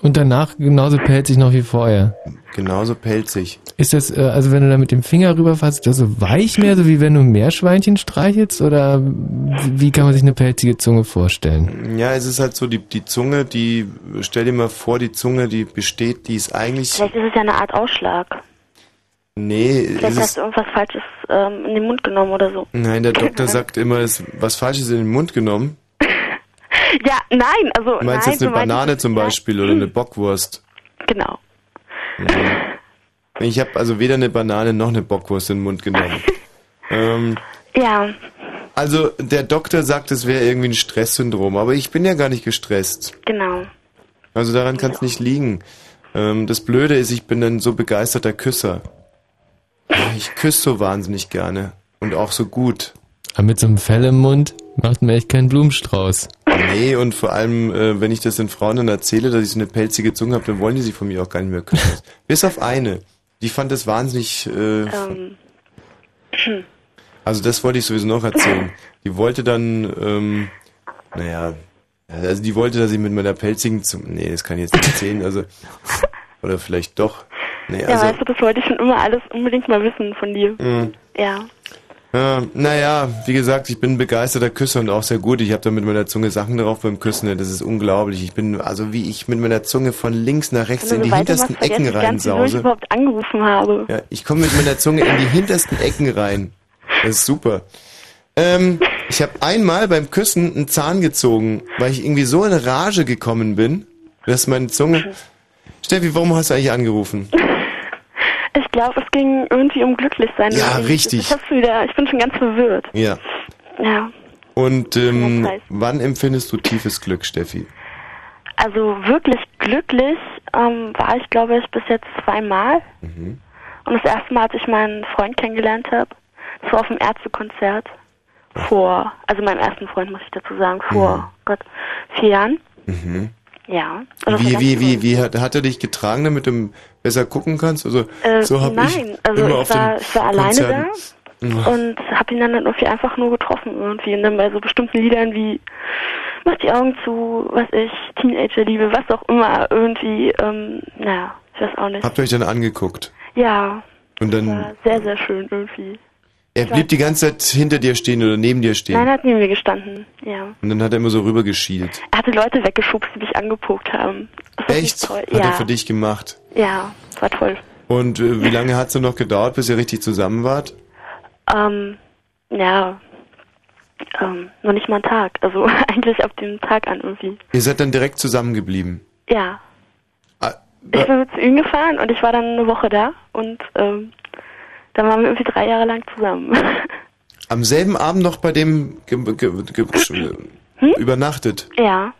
C: Und danach genauso pelzig noch wie vorher.
B: Genauso pelzig.
C: Ist das, äh, also wenn du da mit dem Finger rüberfasst, ist das so weich mehr, so wie wenn du Meerschweinchen streichelst? Oder wie wie kann man sich eine pelzige Zunge vorstellen?
B: Ja, es ist halt so, die, die Zunge, die, stell dir mal vor, die Zunge, die besteht, die ist eigentlich,
M: Vielleicht ist es ja eine Art Ausschlag.
B: nee, es
M: Vielleicht
B: ist,
M: hast du irgendwas Falsches ähm, in den Mund genommen oder so.
B: nein, der Doktor sagt immer, es ist was Falsches in den Mund genommen.
M: Ja, nein, also.
B: Du meinst
M: nein,
B: jetzt eine
M: so meinte
B: Banane zum Beispiel oder eine Bockwurst?
M: ich- Genau.
B: Ich habe also weder eine Banane noch eine Bockwurst in den Mund genommen. ähm,
M: Ja,
B: also der Doktor sagt, es wäre irgendwie ein Stresssyndrom, aber ich bin ja gar nicht gestresst.
M: genau.
B: Also daran kann es nicht liegen. Ähm, das Blöde ist, ich bin ein so begeisterter Küsser. Ich küsse so wahnsinnig gerne und auch so gut.
C: Aber mit so einem Fell im Mund macht man echt keinen Blumenstrauß.
B: Nee, und vor allem, äh, wenn ich das den Frauen dann erzähle, dass ich so eine pelzige Zunge habe, dann wollen die sie von mir auch gar nicht mehr küssen. Bis auf eine. Die fand das wahnsinnig... Äh,
M: Ähm.
B: Also das wollte ich sowieso noch erzählen. Die wollte dann, ähm, naja, also die wollte, dass ich mit meiner pelzigen Zunge... Nee, das kann ich jetzt nicht erzählen, also... Oder vielleicht doch. Nee,
M: Ja,
B: also... Mhm. mm.
M: weißt du, das wollte ich schon immer alles unbedingt mal wissen von dir.
B: mh.
M: Ja.
B: Ähm, Ja, naja, wie gesagt, ich bin ein begeisterter Küsser und auch sehr gut. Ich habe da mit meiner Zunge Sachen drauf beim Küssen. ne, Das ist unglaublich. Ich bin, also wie ich mit meiner Zunge von links nach rechts in die
M: sobald du was
B: hintersten Ecken
M: vergessen kannst, wieso ich
B: reinsause.
M: überhaupt angerufen habe.
B: Ja, ich komme mit meiner Zunge in die hintersten Ecken rein. Das ist super. Ähm, ich habe einmal beim Küssen einen Zahn gezogen, weil ich irgendwie so in Rage gekommen bin. Das ist meine Zunge. Steffi, warum hast du eigentlich angerufen?
Q: Ich glaube, es ging irgendwie um glücklich sein.
B: Ja,
Q: oder wie?
B: richtig.
Q: Ich, hab's wieder, ich bin schon ganz verwirrt.
B: Ja.
Q: Ja,
B: Und ähm,
Q: Das heißt-
B: wann empfindest du tiefes Glück, Steffi?
Q: also wirklich glücklich ähm, war ich, glaube ich, bis jetzt zweimal.
B: Mhm.
Q: Und das erste Mal, als ich meinen Freund kennengelernt habe, das war auf dem Ärztekonzert vor, also meinem ersten Freund, muss ich dazu sagen, vor, Gott, vier Jahren.
B: Mhm.
Q: Ja. Oder
B: Wie,
Q: vielleicht-
B: wie, wie, wie hat, hat er dich getragen, damit du besser gucken kannst? Also
Q: Äh,
B: so habe ich
Q: nein, also
B: immer
Q: ich
B: auf
Q: war,
B: den
Q: ich war alleine
B: Konzerten.
Q: da und habe ihn dann halt irgendwie einfach nur getroffen irgendwie. Und dann bei so bestimmten Liedern wie Mach die Augen zu, was ich, Teenagerliebe, was auch immer, irgendwie, ähm, naja, ich weiß auch nicht.
B: Habt ihr euch dann angeguckt?
Q: Ja,
B: Und dann
Q: war sehr, sehr schön irgendwie.
B: er blieb die ganze Zeit hinter dir stehen oder neben dir stehen.
Q: Nein, er hat neben mir gestanden, ja.
B: Und dann hat er immer so rübergeschielt.
Q: Er hatte Leute weggeschubst, die mich angeguckt haben. Das war
B: Echt?
Q: Toll.
B: Hat
Q: Ja,
B: er für dich gemacht.
Q: ja, war toll.
B: Und äh, wie lange hat's denn noch gedauert, bis ihr richtig zusammen wart?
Q: Ähm, ja, ähm, noch nicht mal ein Tag. Also eigentlich ab dem Tag an irgendwie.
B: Ihr seid dann direkt zusammengeblieben.
Q: Ja.
B: Ah,
Q: Ich bin zu ihm gefahren und ich war dann eine Woche da und ähm, dann waren wir irgendwie drei Jahre lang zusammen.
B: Am selben Abend noch bei dem ge ge ge
Q: Hm?
B: übernachtet.
Q: ja,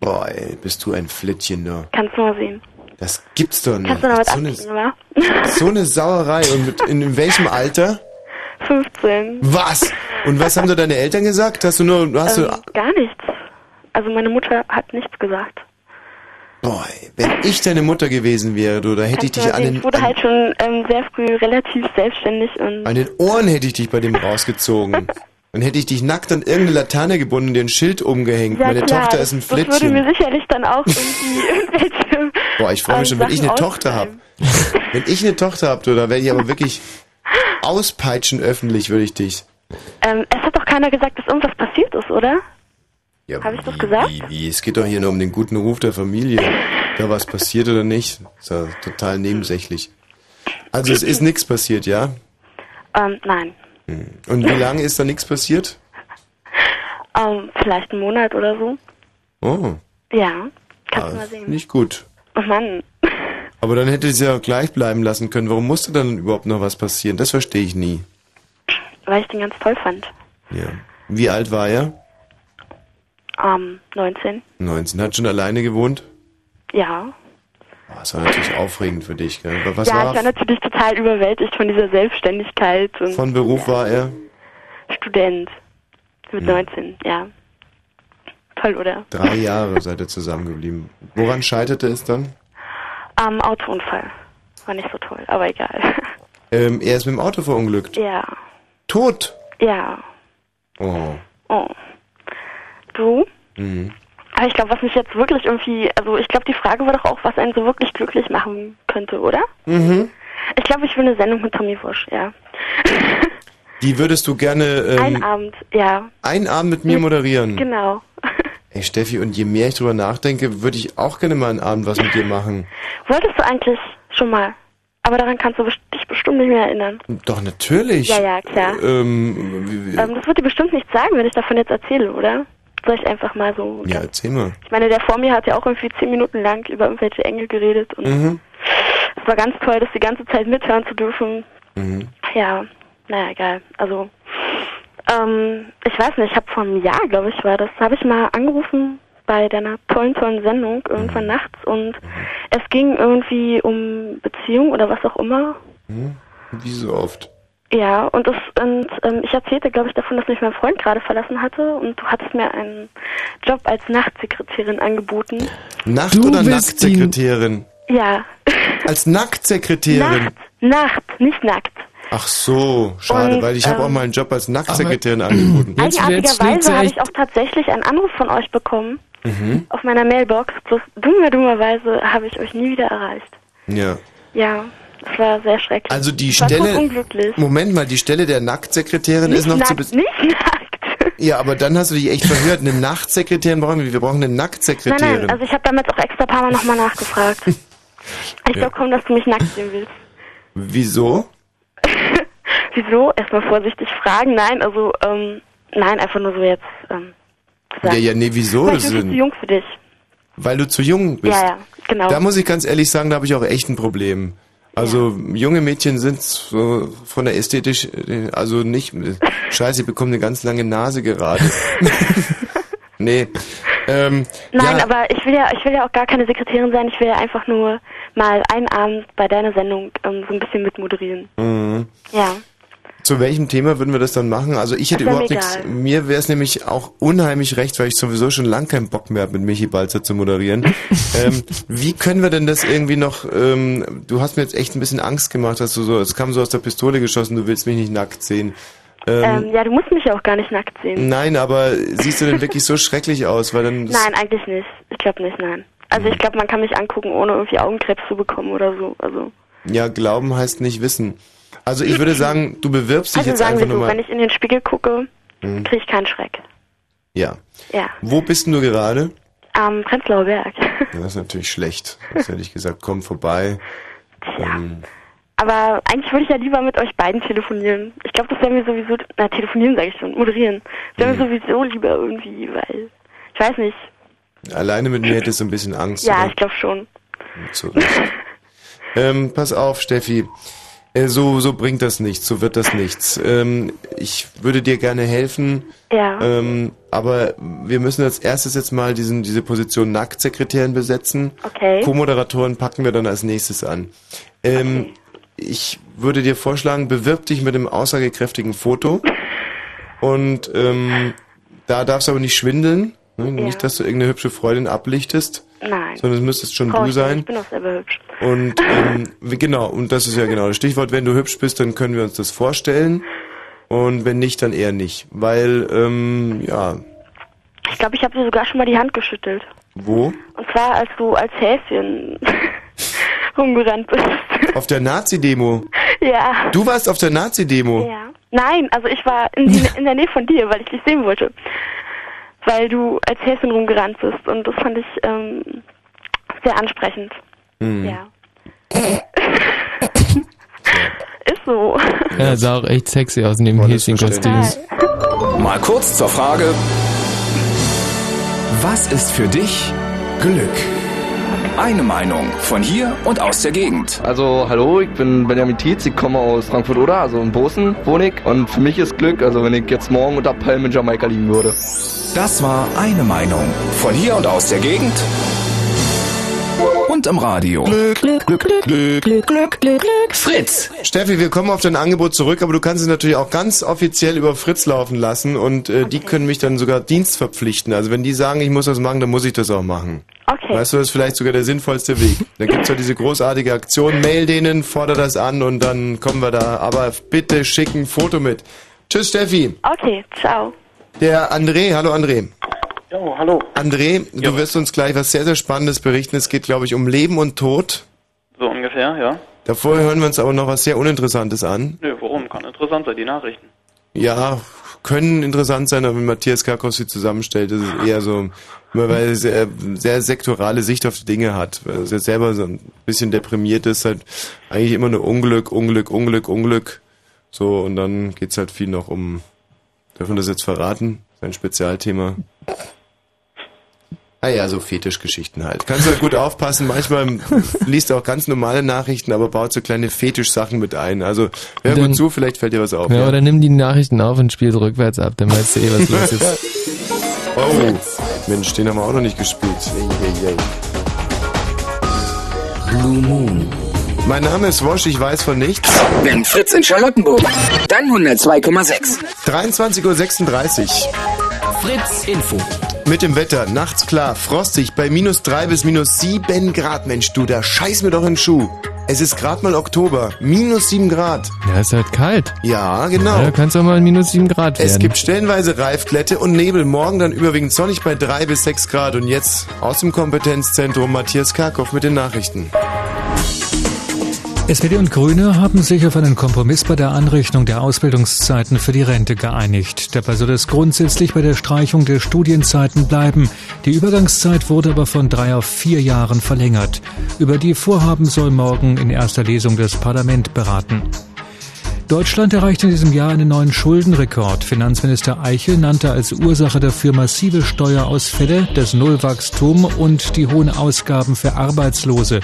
B: Boah, ey, bist du ein Flittchen da.
Q: kannst du mal sehen.
B: Das gibt's doch nicht.
Q: Kannst du noch was
B: so, eine,
Q: abziehen, wa?
B: so eine Sauerei. Und mit, in, in welchem Alter?
Q: 15.
B: Was? Und was haben da deine Eltern gesagt? Hast du nur, hast
Q: Ähm,
B: du,
Q: gar nichts. Also meine Mutter hat nichts gesagt.
B: boah, ey, wenn ich deine Mutter gewesen wäre, du, da hätte ich
Q: Kannst
B: dich
Q: du mal
B: an
Q: sehen.
B: den,
Q: Ich wurde halt schon ähm, sehr früh relativ selbstständig und
B: an den Ohren hätte ich dich bei dem rausgezogen. Dann hätte ich dich nackt an irgendeine Laterne gebunden, dir ein Schild umgehängt. Meine Tochter ist ein
Q: das, das würde
B: Flittchen.
Q: mir sicherlich dann auch irgendwie irgendwelche.
B: Boah, ich freue mich schon, wenn ich eine
Q: Sachen
B: Tochter habe. Wenn ich eine Tochter habe, da werde ich aber wirklich auspeitschen öffentlich, würde ich dich.
Q: Ähm, es hat doch keiner gesagt, dass irgendwas passiert ist, oder?
B: Ja,
Q: Habe ich das gesagt?
B: Wie, wie, es geht doch hier nur um den guten Ruf der Familie. Da was passiert oder nicht, ist ja total nebensächlich. Also es ist nichts passiert, ja?
Q: Ähm, nein.
B: Und wie lange ist da nichts passiert?
Q: Ähm, vielleicht einen Monat oder so.
B: Oh,
Q: Ja. Kannst
B: ah,
Q: du mal sehen.
B: nicht gut.
Q: Oh Mann.
B: Aber dann hätte es ja gleich bleiben lassen können. Warum musste dann überhaupt noch was passieren? Das verstehe ich nie.
Q: Weil ich den ganz toll fand.
B: Ja. Wie alt war er?
Q: Ähm, 19.
B: 19. Hat schon alleine gewohnt?
Q: Ja.
B: Ah, Das war natürlich aufregend für dich, gell? Aber Was
Q: ja, ich
B: war
Q: war
B: er?
Q: natürlich total überwältigt von dieser Selbstständigkeit und
B: Von Beruf war er?
Q: Student. Mit
B: Hm.
Q: 19, ja. Toll, oder?
B: Drei Jahre seid ihr zusammengeblieben. Woran scheiterte es dann?
Q: Ähm, Autounfall. War nicht so toll, aber egal.
B: Ähm, er ist mit dem Auto verunglückt.
Q: ja.
B: Tot.
Q: Ja.
B: Oh.
Q: Oh. Du?
B: Mhm.
Q: Aber ich glaube, was mich jetzt wirklich irgendwie, also ich glaube, die Frage war doch auch, was einen so wirklich glücklich machen könnte, oder?
B: Mhm.
Q: Ich glaube, ich will eine Sendung mit Tommy Wosch, ja.
B: Die würdest du gerne
Q: Ein
B: ähm,
Q: Abend, ja.
B: einen Abend mit mir moderieren.
Q: Genau.
B: Ey, Steffi, und je mehr ich drüber nachdenke, würde ich auch gerne mal einen Abend was mit dir machen.
Q: Wolltest du eigentlich schon mal? Aber daran kannst du best- dich bestimmt nicht mehr erinnern.
B: Doch, natürlich.
Q: Ja, ja, klar.
B: Ähm, wie, wie,
Q: Ähm, das wird dir bestimmt nichts sagen, wenn ich davon jetzt erzähle, oder? Soll ich einfach mal so.
B: ja, erzähl mal.
Q: Ich meine, der vor mir hat ja auch irgendwie zehn Minuten lang über irgendwelche Engel geredet und
B: Mhm.
Q: es war ganz toll, das die ganze Zeit mithören zu dürfen.
D: Mm-hmm.
B: Mhm.
Q: Ja, naja, egal. Also, ähm, ich weiß nicht, ich habe vor einem Jahr, glaube ich, war das, habe ich mal angerufen bei deiner tollen, tollen Sendung irgendwann
B: Mhm.
Q: nachts und es ging irgendwie um Beziehung oder was auch immer.
B: Hm? Wie so oft.
Q: Ja, und, es, und ähm, ich erzählte, glaube ich, davon, dass mich mein Freund gerade verlassen hatte und du hattest mir einen Job als Nachtsekretärin angeboten.
B: Nacht- oder Nacktsekretärin?
Q: Ja,
B: Als Nacktsekretärin.
Q: Nacht, nicht nackt.
B: Ach so, schade,
Q: Und,
B: weil ich habe
Q: ähm,
B: auch mal einen Job als Nacktsekretärin angeboten.
Q: Eigenartigerweise habe ich auch tatsächlich einen Anruf von euch bekommen
B: Mhm.
Q: auf meiner Mailbox. Bloß dummer, dummerweise habe ich euch nie wieder erreicht.
B: Ja.
Q: Ja, es war sehr schrecklich.
B: Also die
Q: ich war kurz
B: Stelle.
Q: unglücklich.
B: Moment mal, die Stelle der Nacktsekretärin
Q: Nicht
B: ist noch zu
Q: nackt,
B: bis.
Q: nicht nackt.
B: Ja, aber dann hast du dich echt verhört. Eine Nachtsekretärin brauchen wir. Wir brauchen eine
Q: Nein,
B: Nacktsekretärin.
Q: nein, also ich habe damals auch extra paar Mal nochmal nachgefragt. ich
B: Ja.
Q: glaube kaum, dass du mich nackt sehen willst.
B: Wieso?
Q: Wieso? Erstmal vorsichtig fragen. Nein, also, ähm, nein, einfach nur so jetzt. Ähm,
B: Ja, ja, nee, wieso?
Q: weil ich
B: Das
Q: bin viel zu
B: sind,
Q: jung für dich.
B: Weil du zu jung bist.
Q: Ja, ja, genau.
B: Da muss ich ganz ehrlich sagen, da habe ich auch echt ein Problem. Also junge Mädchen sind so von der ästhetisch, also nicht. Scheiße, ich bekomme eine ganz lange Nase gerade. nee. Ähm,
Q: Nein,
B: ja,
Q: aber ich will ja, ich will ja auch gar keine Sekretärin sein. Ich will ja einfach nur mal einen Abend bei deiner Sendung ähm, so ein bisschen mitmoderieren.
B: Mhm.
Q: Ja.
B: Zu welchem Thema würden wir das dann machen? Also ich hätte
Q: Ist mir
B: überhaupt nichts.
Q: egal.
B: Mir wäre es nämlich auch unheimlich recht, weil ich sowieso schon lang keinen Bock mehr habe, mit Michi Balzer zu moderieren. ähm, wie können wir denn das irgendwie noch? Ähm, du hast mir jetzt echt ein bisschen Angst gemacht, dass du so, es kam so aus der Pistole geschossen. Du willst mich nicht nackt sehen. Ähm,
Q: Ähm, ja, du musst mich ja auch gar nicht nackt sehen.
B: Nein, aber siehst du denn wirklich so schrecklich aus? Weil dann das-
Q: Nein, eigentlich nicht. Ich glaube nicht, nein. Also ich glaube, man kann mich angucken, ohne irgendwie Augenkrebs zu bekommen oder so. Also,
B: ja, glauben heißt nicht wissen. Also ich würde sagen, du bewirbst dich
Q: also
B: jetzt
Q: sagen
B: einfach
Q: wir
B: nur
Q: so, wenn
B: mal.
Q: ich in den Spiegel gucke,
B: Mhm.
Q: kriege ich keinen Schreck.
B: Ja.
Q: Ja.
B: Wo bist denn du gerade?
Q: Am Prenzlauer Berg.
B: Ja, das ist natürlich schlecht. Das hätte ich gesagt, komm vorbei. Ähm,
Q: Aber eigentlich würde ich ja lieber mit euch beiden telefonieren. Ich glaube, das wäre mir sowieso, na, telefonieren sage ich schon, moderieren. Wäre mir
B: Mhm.
Q: sowieso lieber irgendwie, weil, ich weiß nicht.
B: alleine mit mir hättest du ein bisschen Angst.
Q: ja,
B: oder?
Q: ich glaube schon.
B: Zu Recht. ähm, pass auf, Steffi. Äh, So, so bringt das nichts, so wird das nichts. Ähm, ich würde dir gerne helfen,
Q: Ja.
B: ähm, aber wir müssen als erstes jetzt mal diesen, diese Position Nacktsekretärin besetzen.
Q: Okay.
B: Co-Moderatoren packen wir dann als nächstes an. Ähm, Ich würde dir vorschlagen, bewirb dich mit einem aussagekräftigen Foto und ähm, da darfst du aber nicht schwindeln, ne? nicht, dass du irgendeine hübsche Freundin ablichtest,
Q: Nein.
B: sondern es müsstest schon
Q: Brauch
B: du
Q: ich
B: sein.
Q: nicht. Ich bin auch selber hübsch.
B: Und ähm, wie- genau, und das ist ja genau das Stichwort. Wenn du hübsch bist, dann können wir uns das vorstellen. Und wenn nicht, dann eher nicht. Weil, ähm, ja,
Q: Ich glaube, ich habe dir sogar schon mal die Hand geschüttelt.
B: wo?
Q: Und zwar, als du als Häschen rumgerannt bist.
B: Auf der Nazi-Demo.
Q: ja.
B: Du warst auf der Nazi-Demo.
Q: Ja. Nein, also ich war in, die, in der Nähe von dir, weil ich dich sehen wollte. Weil du als Häschen rumgerannt bist und das fand ich ähm, sehr ansprechend.
B: Hm.
Q: Ja. Ist so.
C: Ja, sah auch echt sexy aus in dem Häschenkostüm.
H: Äh, Mal kurz zur Frage, was ist für dich Glück? Eine Meinung von hier und aus der Gegend.
R: Also hallo, ich bin Benjamin Tietz, ich komme aus Frankfurt-Oder, also in Bosen wohne ich. Und für mich ist Glück, also wenn ich jetzt morgen unter Palmen in Jamaika liegen würde.
H: Das war eine Meinung von hier und aus der Gegend und im Radio.
B: Glück, Glück, Glück, Glück, Glück, Glück, Glück, Fritz! Steffi, wir kommen auf dein Angebot zurück, aber du kannst es natürlich auch ganz offiziell über Fritz laufen lassen und äh, die können mich dann sogar Dienst verpflichten. Also wenn die sagen, ich muss das machen, dann muss ich das auch machen.
Q: Okay.
B: Weißt du, das ist vielleicht sogar der sinnvollste Weg. Da gibt's ja diese großartige Aktion, mail denen, forder das an und dann kommen wir da. Aber bitte schick ein Foto mit. Tschüss, Steffi.
Q: Okay, ciao.
B: Der André, hallo André.
P: Jo, hallo.
B: André, du wirst uns gleich was sehr, sehr Spannendes berichten. Es geht, glaube ich, um Leben und Tod.
P: So ungefähr, ja.
B: Davor hören wir uns aber noch was sehr Uninteressantes an.
P: Nö, warum? Kann interessant sein, die Nachrichten.
B: Ja, können interessant sein, aber wenn Matthias Karkos sie zusammenstellt, ist es eher so, weil er sehr, sehr sektorale Sicht auf die Dinge hat. Weil er jetzt selber so ein bisschen deprimiert ist, halt eigentlich immer nur Unglück, Unglück, Unglück, Unglück. So, und dann geht's halt viel noch um, dürfen wir das jetzt verraten? Sein Spezialthema. Ah ja, so Fetischgeschichten halt. Kannst du halt gut aufpassen. Manchmal liest du auch ganz normale Nachrichten, aber baut so kleine Fetischsachen mit ein. Also hör
C: Dann-
B: gut zu, vielleicht fällt dir was auf.
C: Ja, oder nimm die Nachrichten auf und spiel's rückwärts ab, dann weißt du eh, was los ist.
B: Oh, Mensch, den haben wir auch noch nicht gespielt. Blue Moon. Mein Name ist Wosch, ich weiß von nichts.
H: Wenn Fritz in Charlottenburg, dann 102,6.
B: 23.36 Uhr.
H: Fritz Info.
B: Mit dem Wetter, nachts klar, frostig, bei minus 3 bis minus 7 Grad. Mensch, du, da scheiß mir doch in den Schuh. Es ist gerade mal Oktober, minus 7 Grad.
C: Ja, ist halt kalt.
B: Ja, genau.
C: Ja, da kannst du auch mal minus 7 Grad werden.
B: Es gibt stellenweise Reifglätte und Nebel. Morgen dann überwiegend sonnig bei 3 bis 6 Grad. Und jetzt aus dem Kompetenzzentrum Matthias Karkow mit den Nachrichten.
I: SPD und Grüne haben sich auf einen Kompromiss bei der Anrechnung der Ausbildungszeiten für die Rente geeinigt. Dabei soll es grundsätzlich bei der Streichung der Studienzeiten bleiben. Die Übergangszeit wurde aber von drei auf vier Jahren verlängert. Über die Vorhaben soll morgen in erster Lesung das Parlament beraten. Deutschland erreicht in diesem Jahr einen neuen Schuldenrekord. Finanzminister Eichel nannte als Ursache dafür massive Steuerausfälle, das Nullwachstum und die hohen Ausgaben für Arbeitslose.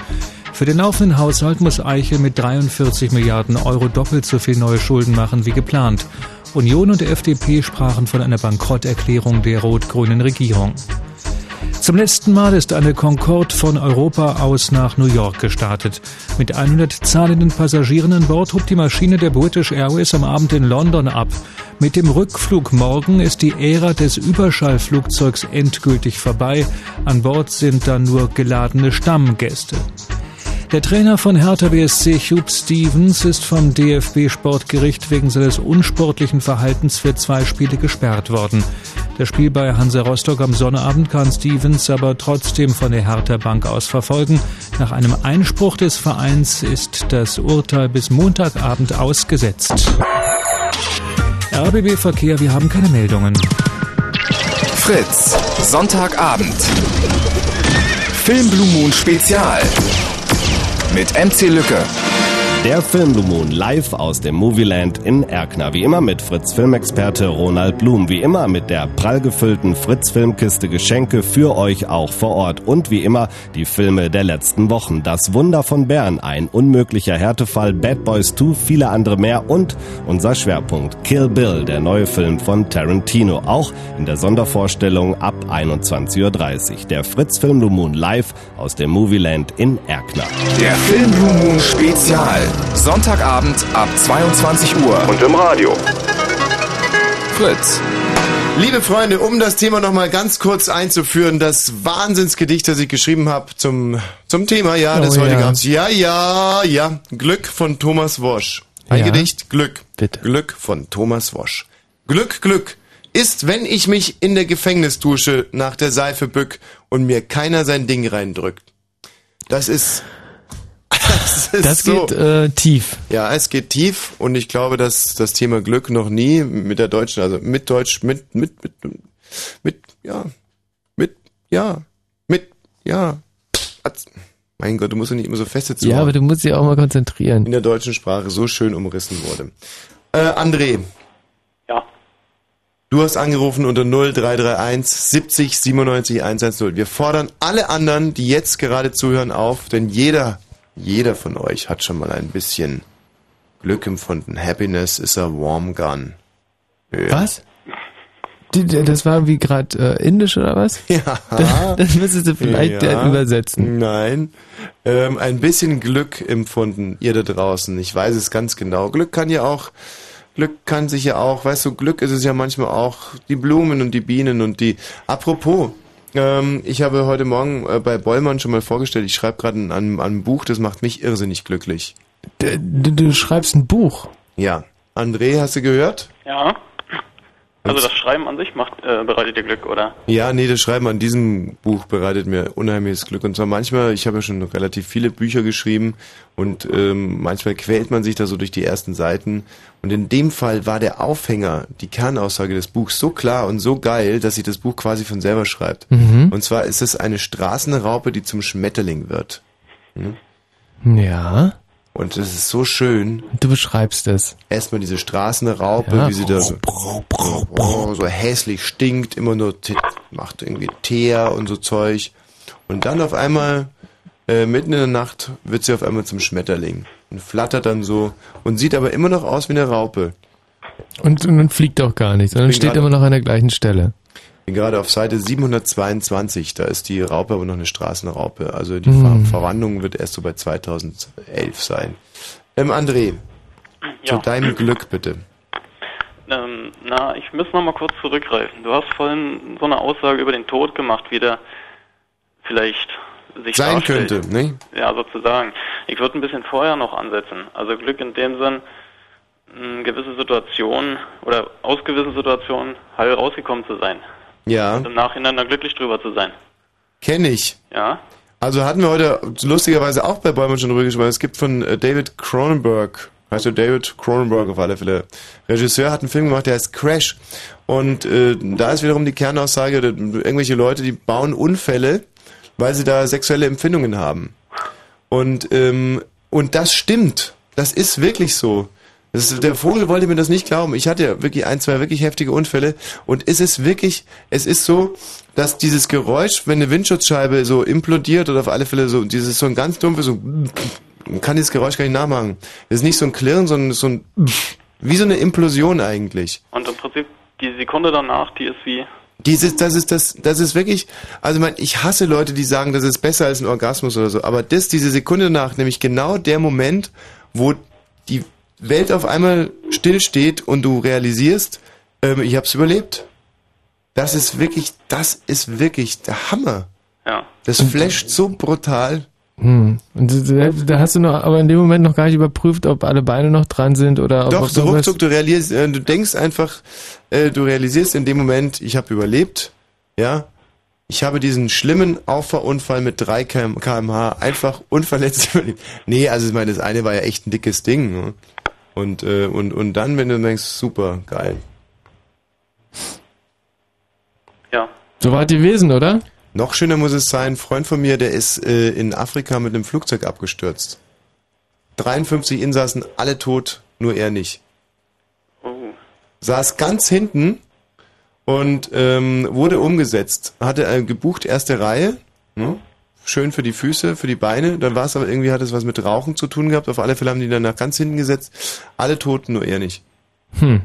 I: Für den laufenden Haushalt muss Eichel mit 43 Milliarden Euro doppelt so viel neue Schulden machen wie geplant. Union und FDP sprachen von einer Bankrotterklärung der rot-grünen Regierung. Zum letzten Mal ist eine Concorde von Europa aus nach New York gestartet. Mit 100 zahlenden Passagieren an Bord hob die Maschine der British Airways am Abend in London ab. Mit dem Rückflug morgen ist die Ära des Überschallflugzeugs endgültig vorbei. An Bord sind dann nur geladene Stammgäste. Der Trainer von Hertha BSC, Hugh Stevens, ist vom DFB-Sportgericht wegen seines unsportlichen Verhaltens für zwei Spiele gesperrt worden. Das Spiel bei Hansa Rostock am Sonnabend kann Stevens aber trotzdem von der Hertha Bank aus verfolgen. Nach einem Einspruch des Vereins ist das Urteil bis Montagabend ausgesetzt. RBB Verkehr, wir haben keine Meldungen.
H: Fritz, Sonntagabend. Film Blue Moon Spezial. Mit MC Lücke.
S: Der Film Blue Moon live aus dem Movieland in Erkner. Wie immer mit Fritz Filmexperte Ronald Blum. Wie immer mit der prall gefüllten Fritz Filmkiste Geschenke für euch auch vor Ort. Und wie immer die Filme der letzten Wochen. Das Wunder von Bern, ein unmöglicher Härtefall, Bad Boys 2, viele andere mehr und unser Schwerpunkt Kill Bill, der neue Film von Tarantino. Auch in der Sondervorstellung ab 21.30 Uhr. Der Fritz Film Blue Moon live aus dem Movieland in Erkner.
H: Der Film Blue Moon Spezial. Sonntagabend ab 22 Uhr. Und im Radio.
B: Fritz. Liebe Freunde, um das Thema nochmal ganz kurz einzuführen, das Wahnsinnsgedicht, das ich geschrieben habe zum, zum Thema, ja, des
C: Oh,
B: heutigen
C: ja.
B: Abends. Ja, ja, ja. Glück von Thomas Wosch. Ein
C: Ja.
B: Gedicht, Glück. Bitte. Glück von Thomas Wosch. Glück, Glück ist, wenn ich mich in der Gefängnisdusche nach der Seife bück und mir keiner sein Ding reindrückt. Das ist. Das, ist
C: Das
B: so.
C: geht äh, tief.
B: Ja, es geht tief und ich glaube, dass das Thema Glück noch nie mit der deutschen, also mit Deutsch, mit, mit, mit, mit, ja, mit, ja, mit, ja. Atz- Mein Gott, du musst ja nicht immer so feste zu
C: Ja, aber du musst dich auch mal konzentrieren.
B: in der deutschen Sprache so schön umrissen wurde. Äh, André.
P: Ja.
B: Du hast angerufen unter 0331 70 97 110. Wir fordern alle anderen, die jetzt gerade zuhören, auf, denn jeder, jeder von euch hat schon mal ein bisschen Glück empfunden. Happiness is a warm gun.
C: Was? Die, die, das war wie gerade äh, indisch oder was?
B: Ja.
C: Das müsstest du vielleicht äh,
B: übersetzen. Nein. Ähm, ein bisschen Glück empfunden, ihr da draußen. Ich weiß es ganz genau. Glück kann ja auch, Glück kann sich ja auch, weißt du, Glück ist es ja manchmal auch die Blumen und die Bienen und die. Apropos, ähm, ich habe heute Morgen äh, bei Bollmann schon mal vorgestellt, ich schreibe gerade an, an einem Buch, das macht mich irrsinnig glücklich.
C: Du, du schreibst ein Buch.
B: Ja. André, hast du gehört?
P: Ja. Also das Schreiben an sich macht, äh, bereitet dir Glück, oder?
B: Ja, nee, das Schreiben an diesem Buch bereitet mir unheimliches Glück. Und zwar manchmal, ich habe ja schon relativ viele Bücher geschrieben und ähm, manchmal quält man sich da so durch die ersten Seiten. Und in dem Fall war der Aufhänger, die Kernaussage des Buchs so klar und so geil, dass sich das Buch quasi von selber schreibt.
C: Mhm.
B: Und zwar ist es eine Straßenraupe, die zum Schmetterling wird. Hm?
C: Ja.
B: Und es ist so schön.
C: Du beschreibst es.
B: Erstmal diese Straßenraupe,
C: Ja.
B: wie sie da so, so hässlich stinkt, immer nur t- macht irgendwie Teer und so Zeug. Und dann auf einmal, äh, mitten in der Nacht, wird sie auf einmal zum Schmetterling und flattert dann so und sieht aber immer noch aus wie eine Raupe.
C: Und, und, fliegt auch gar nicht, sondern
B: bin
C: steht
B: gerade-
C: immer noch an der gleichen Stelle.
B: bin gerade auf Seite 722, da ist die Raupe aber noch eine Straßenraupe. Also die
C: Hm.
B: Ver Verwandlung wird erst so bei 2011 sein. Ähm, André, zu
P: Ja.
B: deinem Glück bitte.
P: Ähm, na, ich muss noch mal kurz zurückgreifen. Du hast vorhin so eine Aussage über den Tod gemacht, wie der vielleicht sich
B: Sein
P: darstellt.
B: könnte, ne?
P: Ja, sozusagen. Ich würde ein bisschen vorher noch ansetzen. Also Glück in dem Sinn, mh, gewisse Situationen oder aus gewissen Situationen heil rausgekommen zu sein.
B: Ja,
P: Und im Nachhinein dann glücklich drüber zu sein.
B: kenne ich.
P: Ja?
B: Also hatten wir heute lustigerweise auch bei Bäumen schon drüber gesprochen. Es gibt von äh, David Cronenberg, heißt er David Cronenberg auf alle Fälle. Regisseur hat einen Film gemacht, der heißt Crash. Und äh, da ist wiederum die Kernaussage, dass irgendwelche Leute, die bauen Unfälle, weil sie da sexuelle Empfindungen haben. Und, ähm, und das stimmt. Das ist wirklich so. Das ist, der Vogel wollte mir das nicht glauben. Ich hatte ja wirklich ein, zwei wirklich heftige Unfälle. Und es ist wirklich, es ist so, dass dieses Geräusch, wenn eine Windschutzscheibe so implodiert oder auf alle Fälle so, dieses so ein ganz dumpfes, so, man kann dieses Geräusch gar nicht nachmachen. Es ist nicht so ein Klirren, sondern so ein, wie so eine Implosion eigentlich.
P: Und im Prinzip die Sekunde danach, die ist wie
B: Dieses, das ist das, das ist wirklich, also mein, ich hasse Leute, die sagen, das ist besser als ein Orgasmus oder so, aber das, diese Sekunde nach, nämlich genau der Moment, wo die Welt auf einmal stillsteht und du realisierst, ähm, ich hab's überlebt. Das ist wirklich, das ist wirklich der Hammer.
P: Ja.
B: Das flasht so brutal.
C: Hm. Und da, da hast du noch, aber in dem Moment noch gar nicht überprüft, ob alle Beine noch dran sind oder ob-
B: Doch,
C: ob
B: so
C: irgendwas-
B: ruckzuck, du realisierst, äh, du denkst einfach, äh, du realisierst in dem Moment, ich habe überlebt, ja. Ich habe diesen schlimmen Auffahrunfall mit 3 km- kmh einfach unverletzt überlebt. Nee, also ich meine, das eine war ja echt ein dickes Ding. Ne? Und, äh, und, und dann, wenn du denkst, super, geil.
C: So war die Wesen, oder?
B: Noch schöner muss es sein, ein Freund von mir, der ist äh, in Afrika mit einem Flugzeug abgestürzt. 53 Insassen, alle tot, nur er nicht. saß ganz hinten und ähm, wurde umgesetzt. Hatte äh, gebucht erste Reihe. Ne? Schön für die Füße, für die Beine. Dann war es aber irgendwie, hat es was mit Rauchen zu tun gehabt. Auf alle Fälle haben die dann nach ganz hinten gesetzt. Alle Toten, nur er nicht.
C: Hm.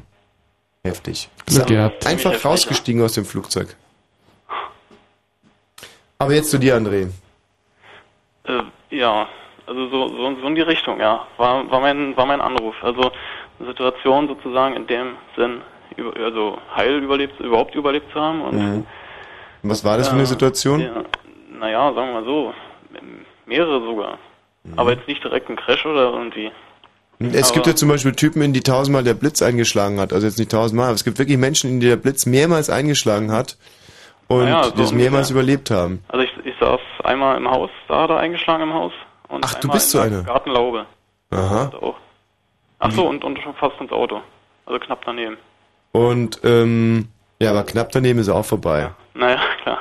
B: Heftig.
C: Glück
B: Ist
C: gehabt.
B: Einfach rausgestiegen aus dem Flugzeug. Aber jetzt zu dir, André.
P: Äh, ja, also so, so, so in die Richtung, ja. War, war, mein, war mein Anruf. Also eine Situation sozusagen in dem Sinn, über, also heil überlebt, überhaupt überlebt zu haben. Und,
B: Mhm. Was war das für eine
P: äh,
B: Situation?
P: Ja, naja, sagen wir mal so, m- mehrere sogar.
B: Mhm.
P: Aber jetzt nicht direkt ein Crash oder irgendwie.
B: Hm, Es gibt
P: Aber-
B: ja zum Beispiel Typen, in die tausendmal der Blitz eingeschlagen hat. Also jetzt nicht tausendmal, aber es gibt wirklich Menschen, in die der Blitz mehrmals eingeschlagen hat und
P: Naja, so
B: die es mehrmals
P: ungefähr.
B: überlebt haben.
P: Also ich, ich saß einmal im Haus, da hat er eingeschlagen im Haus. Und Ach,
B: du bist so
P: in der
B: einer.
P: Gartenlaube.
B: Aha.
P: Ach
B: Mhm.
P: so, und, und schon fast ins Auto. Also knapp daneben.
B: Und ähm, ja, aber knapp daneben ist er auch vorbei.
P: Naja, klar.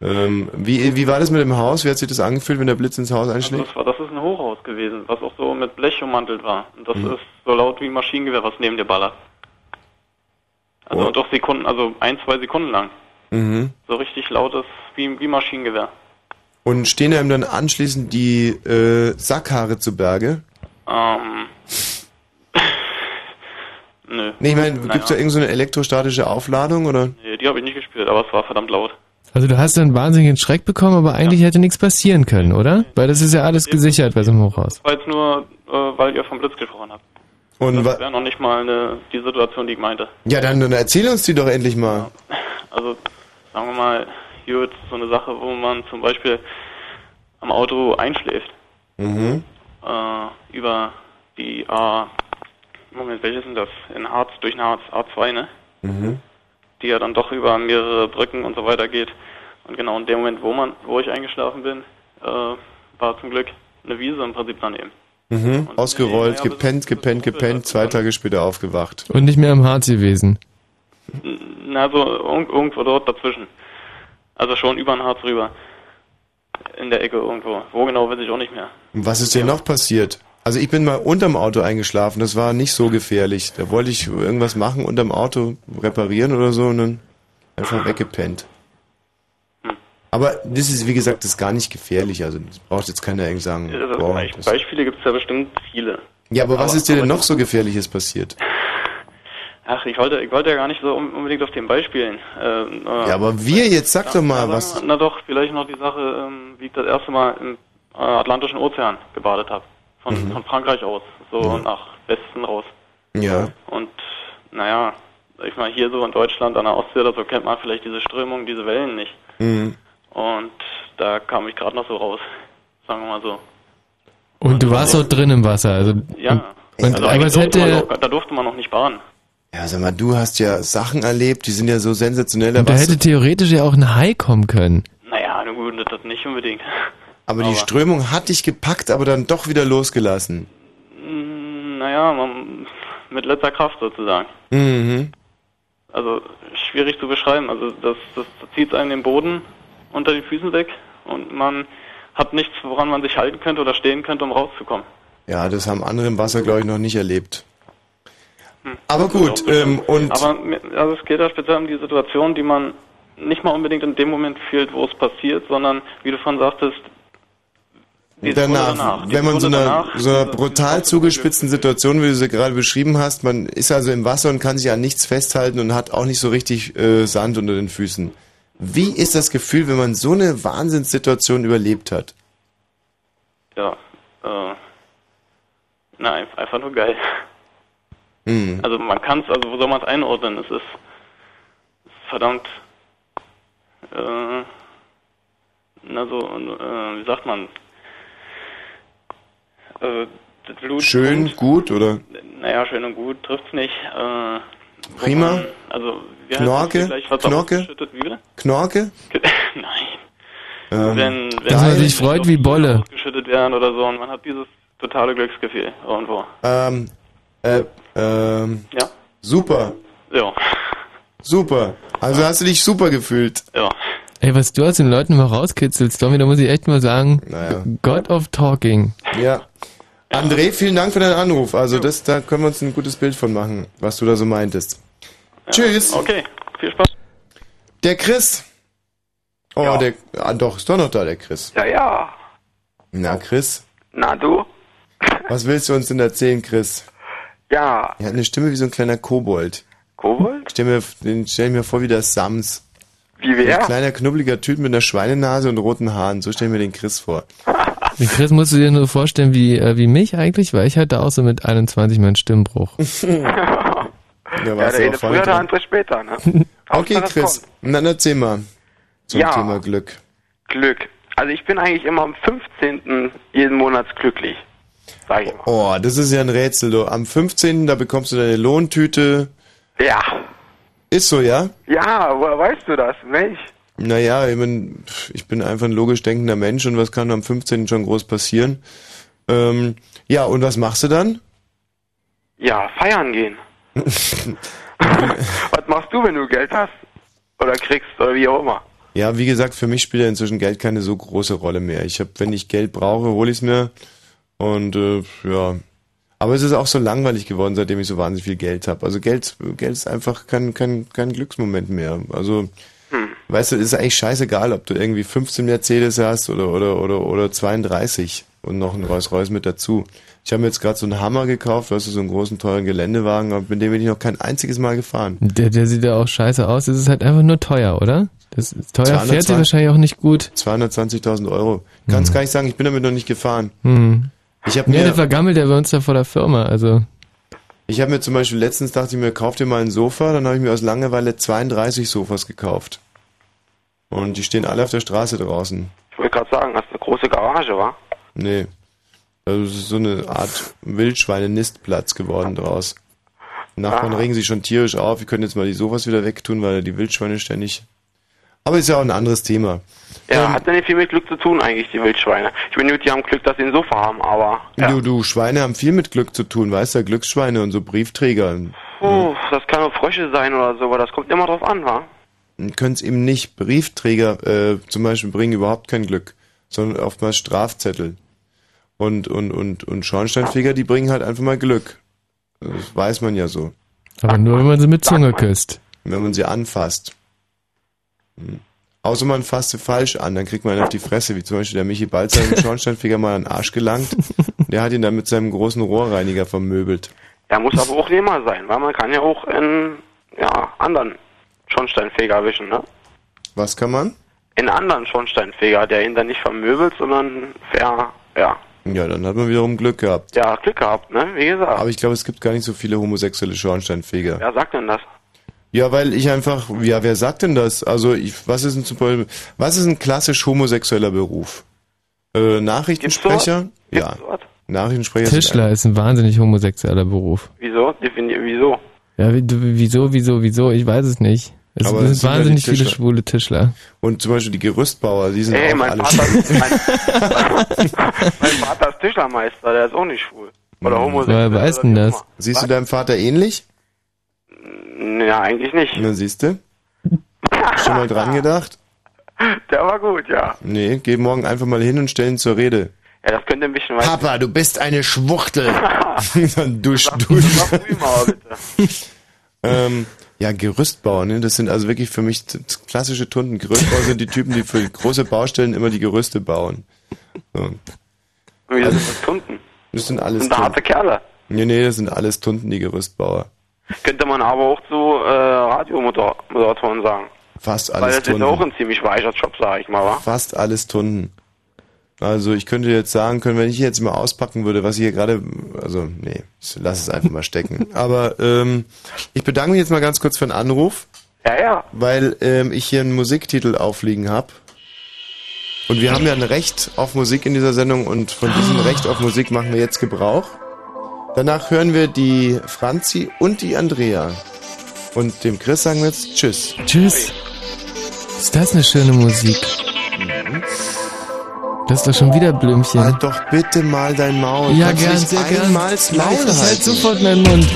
B: Ähm, wie, wie war das mit dem Haus? Wie hat sich das angefühlt, wenn der Blitz ins Haus
P: Also
B: einschlägt?
P: das, war, das ist ein Hochhaus gewesen, was auch so mit Blech ummantelt war. Und das
B: Mhm.
P: ist so laut wie ein Maschinengewehr, was neben dir ballert. Also und auch Sekunden, also ein, zwei Sekunden lang.
B: Mhm.
P: So richtig lautes wie, wie Maschinengewehr.
B: Und stehen einem dann anschließend die äh, Sackhaare zu Berge?
P: Ähm. Nö.
B: Nee, ich meine, gibt's da
P: Naja.
B: irgendeine so eine elektrostatische Aufladung oder?
P: Nee, die habe ich nicht gespielt, aber es war verdammt laut.
C: Also du hast dann wahnsinnigen Schreck bekommen, aber eigentlich hätte nichts passieren können, oder? Weil das ist ja alles gesichert bei so einem Hochhaus.
P: Das war jetzt nur, äh, weil ihr vom Blitz gesprochen habt.
B: Und
P: Das
B: wa-
P: wäre noch nicht mal eine, die Situation, die ich meinte.
B: ja, dann, dann erzähl uns die doch endlich mal.
P: Also, sagen wir mal, hier ist so eine Sache, wo man zum Beispiel am Auto einschläft.
B: Mhm.
P: Äh, über die A. Moment, welches sind das? In Harz, durch den Harz, A2, ne?
B: Mhm.
P: Die ja dann doch über mehrere Brücken und so weiter geht. Und genau in dem Moment, wo man, wo ich eingeschlafen bin, äh, war zum Glück eine Wiese im Prinzip daneben. äh,
B: Mhm. Ausgerollt, gepennt, gepennt, gepennt, zwei Tage später aufgewacht.
C: Und nicht mehr im Harz gewesen.
P: Na, so irg- irgendwo dort dazwischen. Also schon über den Harz rüber. In der Ecke irgendwo. Wo genau, weiß ich auch nicht mehr.
B: Und Was ist dir noch passiert? Also ich bin mal unterm Auto eingeschlafen, das war nicht so gefährlich. Da wollte ich irgendwas machen, unterm Auto reparieren oder so und dann einfach weggepennt. Aber das ist, wie gesagt, das ist gar nicht gefährlich. Also das braucht jetzt keiner irgendwie sagen.
P: Also
B: Hm, boah,
P: Beisp-
B: das-
P: Beispiele gibt es ja bestimmt viele.
B: ja, aber was ist dir denn noch so Gefährliches passiert?
P: Ach, ich wollte, ich wollte ja gar nicht so un- unbedingt auf den Beispielen. Ähm, äh,
B: Ja, aber wir jetzt, sag doch mal, was...
P: Na doch, vielleicht noch die Sache, ähm, wie ich das erste Mal im äh, Atlantischen Ozean gebadet habe. Von,
B: Mhm.
P: von Frankreich aus, so
B: Mhm.
P: nach Westen raus.
B: Ja,
P: Und naja, sag ich mal, hier so in Deutschland an der Ostsee oder so kennt man vielleicht diese Strömung, diese Wellen nicht.
B: mhm.
P: Und da kam ich gerade noch so raus, sagen wir mal so.
C: Und du warst dort drin im Wasser. Also,
P: Ja.
C: Und,
P: Also
C: aber
P: eigentlich
C: es
P: durfte man
C: hätte...
P: noch, da durfte man noch nicht baden.
B: ja, sag mal, du hast ja Sachen erlebt, die sind ja so sensationell.
C: Da
B: was-
C: hätte theoretisch ja auch ein Hai kommen können.
P: Naja, na gut, das nicht unbedingt.
B: aber die Strömung hat dich gepackt, aber dann doch wieder losgelassen.
P: Mm, Naja, man, mit letzter Kraft sozusagen.
B: Mhm.
P: Also schwierig zu beschreiben. Also das, das zieht einen den Boden unter den Füßen weg und man hat nichts, woran man sich halten könnte oder stehen könnte, um rauszukommen.
B: Ja, das haben andere im Wasser, glaube ich, noch nicht erlebt.
P: Hm.
B: Aber gut, ähm, und
P: Aber mir- also es geht ja speziell um die Situation, die man nicht mal unbedingt in dem Moment fühlt, wo es passiert, sondern wie du schon sagtest, die
B: danach,
P: Sekunde danach, die
B: wenn man so
P: Sekunde
B: einer
P: danach,
B: so einer brutal zugespitzten Situation, wie du sie gerade beschrieben hast, man ist also im Wasser und kann sich an nichts festhalten und hat auch nicht so richtig äh, Sand unter den Füßen. Wie ist das Gefühl, wenn man so eine Wahnsinnssituation überlebt hat?
P: ja, äh, na, ein- einfach nur geil.
B: Hm.
P: Also man kann es, also wo soll man es einordnen? Es ist, es ist verdammt, äh, na so, äh, wie sagt man, äh, das Blut
B: Schön, gut oder
P: Naja, schön und gut, trifft's nicht. Äh,
B: Prima.
P: Woran, also, wie heißt
B: Knorke?
P: das? Gleich was
B: Knorke?
P: ausgeschüttet, Wie bitte?
B: Knorke?
P: Nein.
B: Ähm,
P: wenn wenn
C: Dass man sich freut wie Bolle.
P: ausgeschüttet werden oder so und man hat dieses totale Glücksgefühl irgendwo.
B: Ähm, äh, ähm,
P: Ja.
B: super,
P: Ja,
B: super. Also hast du dich super gefühlt.
P: ja.
C: Ey, was du aus den Leuten mal rauskitzelst, Tommy, da muss ich echt mal sagen, God of Talking.
B: Ja. André, vielen Dank für deinen Anruf. Also das, da können wir uns ein gutes Bild von machen, was du da so meintest. Tschüss.
P: Okay, viel Spaß.
B: Der Chris. Oh, der, ah, doch, ist doch noch da, der Chris.
T: Ja, ja.
B: Na, Chris,
T: Na du?
B: was willst du uns denn erzählen, Chris?
T: Ja.
B: Er hat eine Stimme wie so ein kleiner Kobold.
T: Kobold?
B: Stell mir, den stell ich mir vor wie der Sams.
T: Wie wer?
B: Ein kleiner, knubbeliger Typ mit einer Schweinenase und roten Haaren. So stell ich mir den Chris vor.
C: Den Chris musst du dir nur vorstellen, wie, äh, wie mich eigentlich, weil ich hatte auch so mit 21 meinen Stimmbruch.
B: Ja,
T: Ja, der eine früher, der andere später, ne?
B: Okay,
T: Hauptsache, das
B: Chris, dann erzähl mal zum
T: Ja.
B: Thema Glück.
T: Glück. Also ich bin eigentlich immer am 15. jeden Monats glücklich. Sag ich mal.
B: Oh, das ist ja ein Rätsel, du. Am 15. da bekommst du deine Lohntüte.
T: Ja.
B: Ist so, ja?
T: Ja, woher weißt du das? Mensch.
B: Naja, ich bin, ich bin einfach ein logisch denkender Mensch und was kann am 15. schon groß passieren? Ähm, ja, und was machst du dann?
T: Ja, feiern gehen. Was machst du, wenn du Geld hast? Oder kriegst, oder wie auch immer.
B: Ja, wie gesagt, für mich spielt ja inzwischen Geld keine so große Rolle mehr. Ich habe, wenn ich Geld brauche, hole ich es mir. Und äh, ja. Aber es ist auch so langweilig geworden, seitdem ich so wahnsinnig viel Geld habe. Also Geld, Geld ist einfach kein, kein, kein Glücksmoment mehr. Also, weißt du, es ist eigentlich scheißegal, ob du irgendwie 15 Mercedes hast oder oder oder oder 32 und noch ein Rolls Royce mit dazu. Ich habe mir jetzt gerade so einen Hammer gekauft, weißt du, so einen großen teuren Geländewagen, aber mit dem bin ich noch kein einziges Mal gefahren.
C: Der, der sieht ja auch scheiße aus. Das ist halt einfach nur teuer, oder? Das ist teuer fährt sie
B: 220
C: wahrscheinlich auch nicht gut.
B: 220.000 Euro. Kannst gar nicht sagen, ich bin damit noch nicht gefahren.
C: Hm.
B: Ich habe
C: Nee,
B: mir,
C: der vergammelt ja bei uns da vor der Firma. Also,
B: ich hab mir zum Beispiel letztens dachte ich mir, kauf dir mal ein Sofa, dann habe ich mir aus Langeweile 32 Sofas gekauft. Und die stehen alle auf der Straße draußen.
T: Ich wollte gerade sagen, hast eine große Garage, wa?
B: Nee. Also es ist so eine Art Wildschweine-Nistplatz geworden draus. Nachbarn regen sich schon tierisch auf, wir können jetzt mal die Sofas wieder wegtun, weil die Wildschweine ständig. Aber ist ja auch ein anderes Thema.
T: Ja, hat ja nicht viel mit Glück zu tun eigentlich, die Wildschweine. Ich meine, gut, die haben Glück, dass sie ein Sofa haben, aber
B: Du, du, Schweine haben viel mit Glück zu tun, weißt du, Glücksschweine und so Briefträger.
T: puh, das kann nur Frösche sein oder so, aber das kommt immer drauf an, wa?
B: können es eben nicht. Briefträger äh, zum Beispiel bringen überhaupt kein Glück, sondern oftmals Strafzettel. Und, und, und, und Schornsteinfeger, die bringen halt einfach mal Glück. Das weiß man ja so.
C: aber nur wenn man sie mit Zunge küsst.
B: Wenn man sie anfasst. Hm. Außer man fasst sie falsch an, dann kriegt man einen auf die Fresse, wie zum Beispiel der Michi Balzer dem Schornsteinfeger mal an den Arsch gelangt. Und der hat ihn dann mit seinem großen Rohrreiniger vermöbelt.
T: Ja, muss aber auch Nehmer sein, weil man kann ja auch in ja, anderen Schornsteinfeger erwischen, ne?
B: Was kann man?
T: In anderen Schornsteinfeger, der ihn dann nicht vermöbelt, sondern fair, ja,
B: Ja, dann hat man wiederum Glück gehabt.
T: ja, Glück gehabt, ne? Wie gesagt.
B: Aber ich glaube, es gibt gar nicht so viele homosexuelle Schornsteinfeger.
T: Wer sagt denn das?
B: Ja, weil ich einfach, ja, wer sagt denn das? Also, ich, was ist ein zum Beispiel, was ist ein klassisch homosexueller Beruf? Äh, Nachrichtensprecher? Ja. Nachrichtensprecher sind
C: Tischler ist ein wahnsinnig homosexueller Beruf.
T: Wieso? Definier, wieso?
C: Ja, wie- wieso, wieso, wieso? Ich weiß es nicht. Es
B: Aber
C: sind
B: es sind ja die
C: wahnsinnig viele
B: Tischler.
C: schwule Tischler.
B: Und zum Beispiel die Gerüstbauer, die sind
T: Ey,
B: auch
T: mein
B: alle
T: Vater-
B: schwul.
T: mein Vater ist Tischlermeister, der ist auch nicht schwul.
B: Hm,
T: Oder homosexuell.
C: Woher weiß denn das?
B: Siehst du deinem Vater ähnlich?
T: Ja, eigentlich nicht.
B: Na, siehst du? Schon mal dran gedacht?
T: Der war gut, ja.
B: Nee, geh morgen einfach mal hin und stell ihn zur Rede.
T: Ja, das könnte ein bisschen weit.
B: Papa, du bist eine Schwuchtel. Dann dusch, dusch. ähm, ja, Gerüstbauer, ne? Das sind also wirklich für mich t- t- klassische Tunden. Gerüstbauer sind die Typen, die für große Baustellen immer die Gerüste bauen. So.
T: Wie das ist das Tunden.
B: Das sind alles
T: Sind da harte Kerle.
B: Nee, nee, das sind alles Tunden, die Gerüstbauer.
T: Könnte man aber auch zu äh, Radiomoderatoren sagen.
B: Fast
T: Weil
B: alles
T: das ist auch
B: Tunden.
T: ein ziemlich weicher Job, sag ich mal, wa?
B: Fast alles Tunden. Also ich könnte jetzt sagen können, wenn ich jetzt mal auspacken würde, was ich hier gerade, also nee, ich lass es einfach mal stecken. Aber ähm, ich bedanke mich jetzt mal ganz kurz für den Anruf.
T: Ja, ja.
B: Weil ähm, ich hier einen Musiktitel aufliegen habe. Und wir haben ja ein Recht auf Musik in dieser Sendung und von diesem Recht auf Musik machen wir jetzt Gebrauch. Danach hören wir die Franzi und die Andrea. Und dem Chris sagen wir jetzt Tschüss.
C: Tschüss. Ist das eine schöne Musik?
B: Mhm.
C: Das ist doch schon wieder Blümchen. Halt
B: doch bitte mal dein Maul.
C: Ja,
B: Kannst du
C: gern,
B: nicht
C: sehr gern.
B: einmal das Maul
C: Nein, das
B: halten?
C: halt sofort meinen Mund.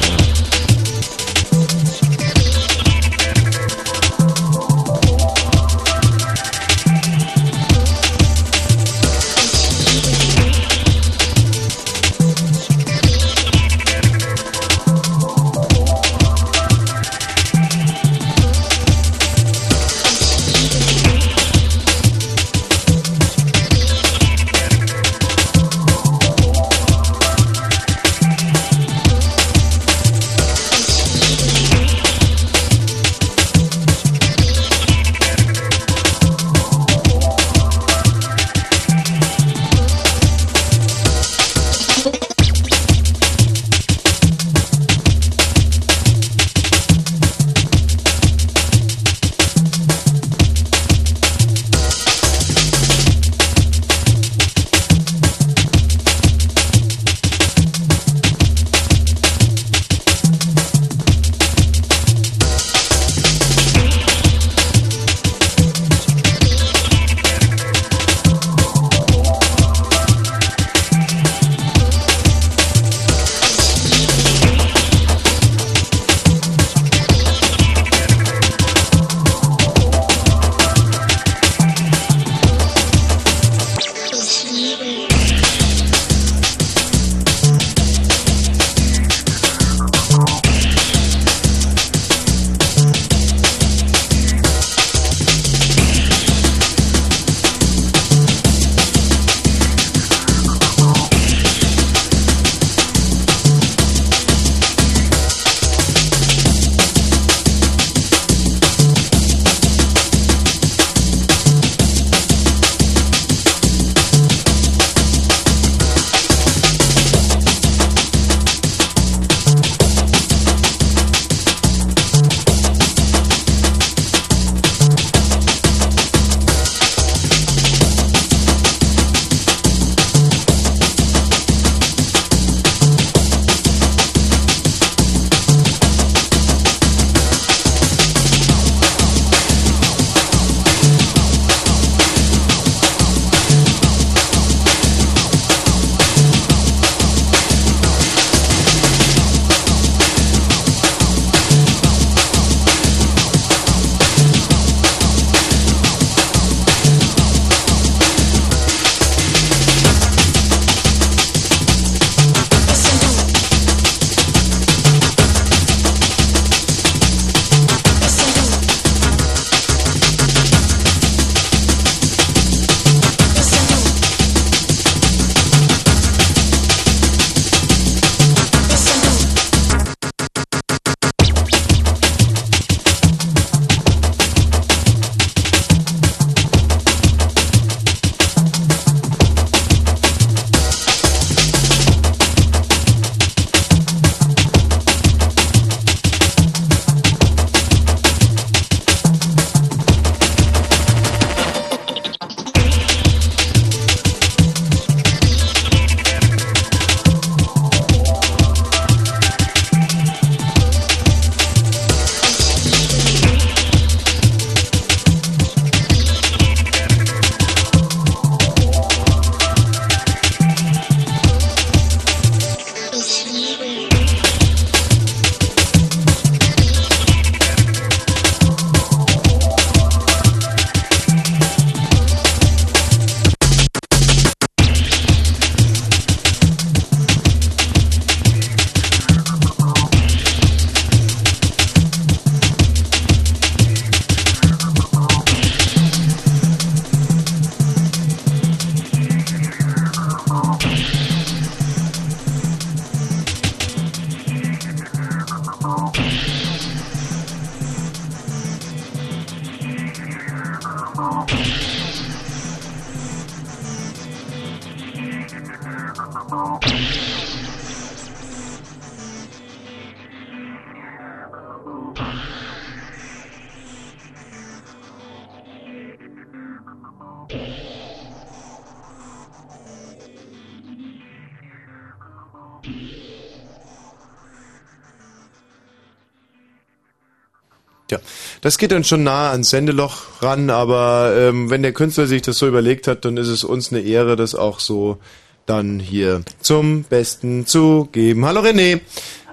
B: Ja, das geht dann schon nah ans Sendeloch ran, aber ähm, wenn der Künstler sich das so überlegt hat, dann ist es uns eine Ehre, das auch so dann hier zum Besten zu geben. Hallo René.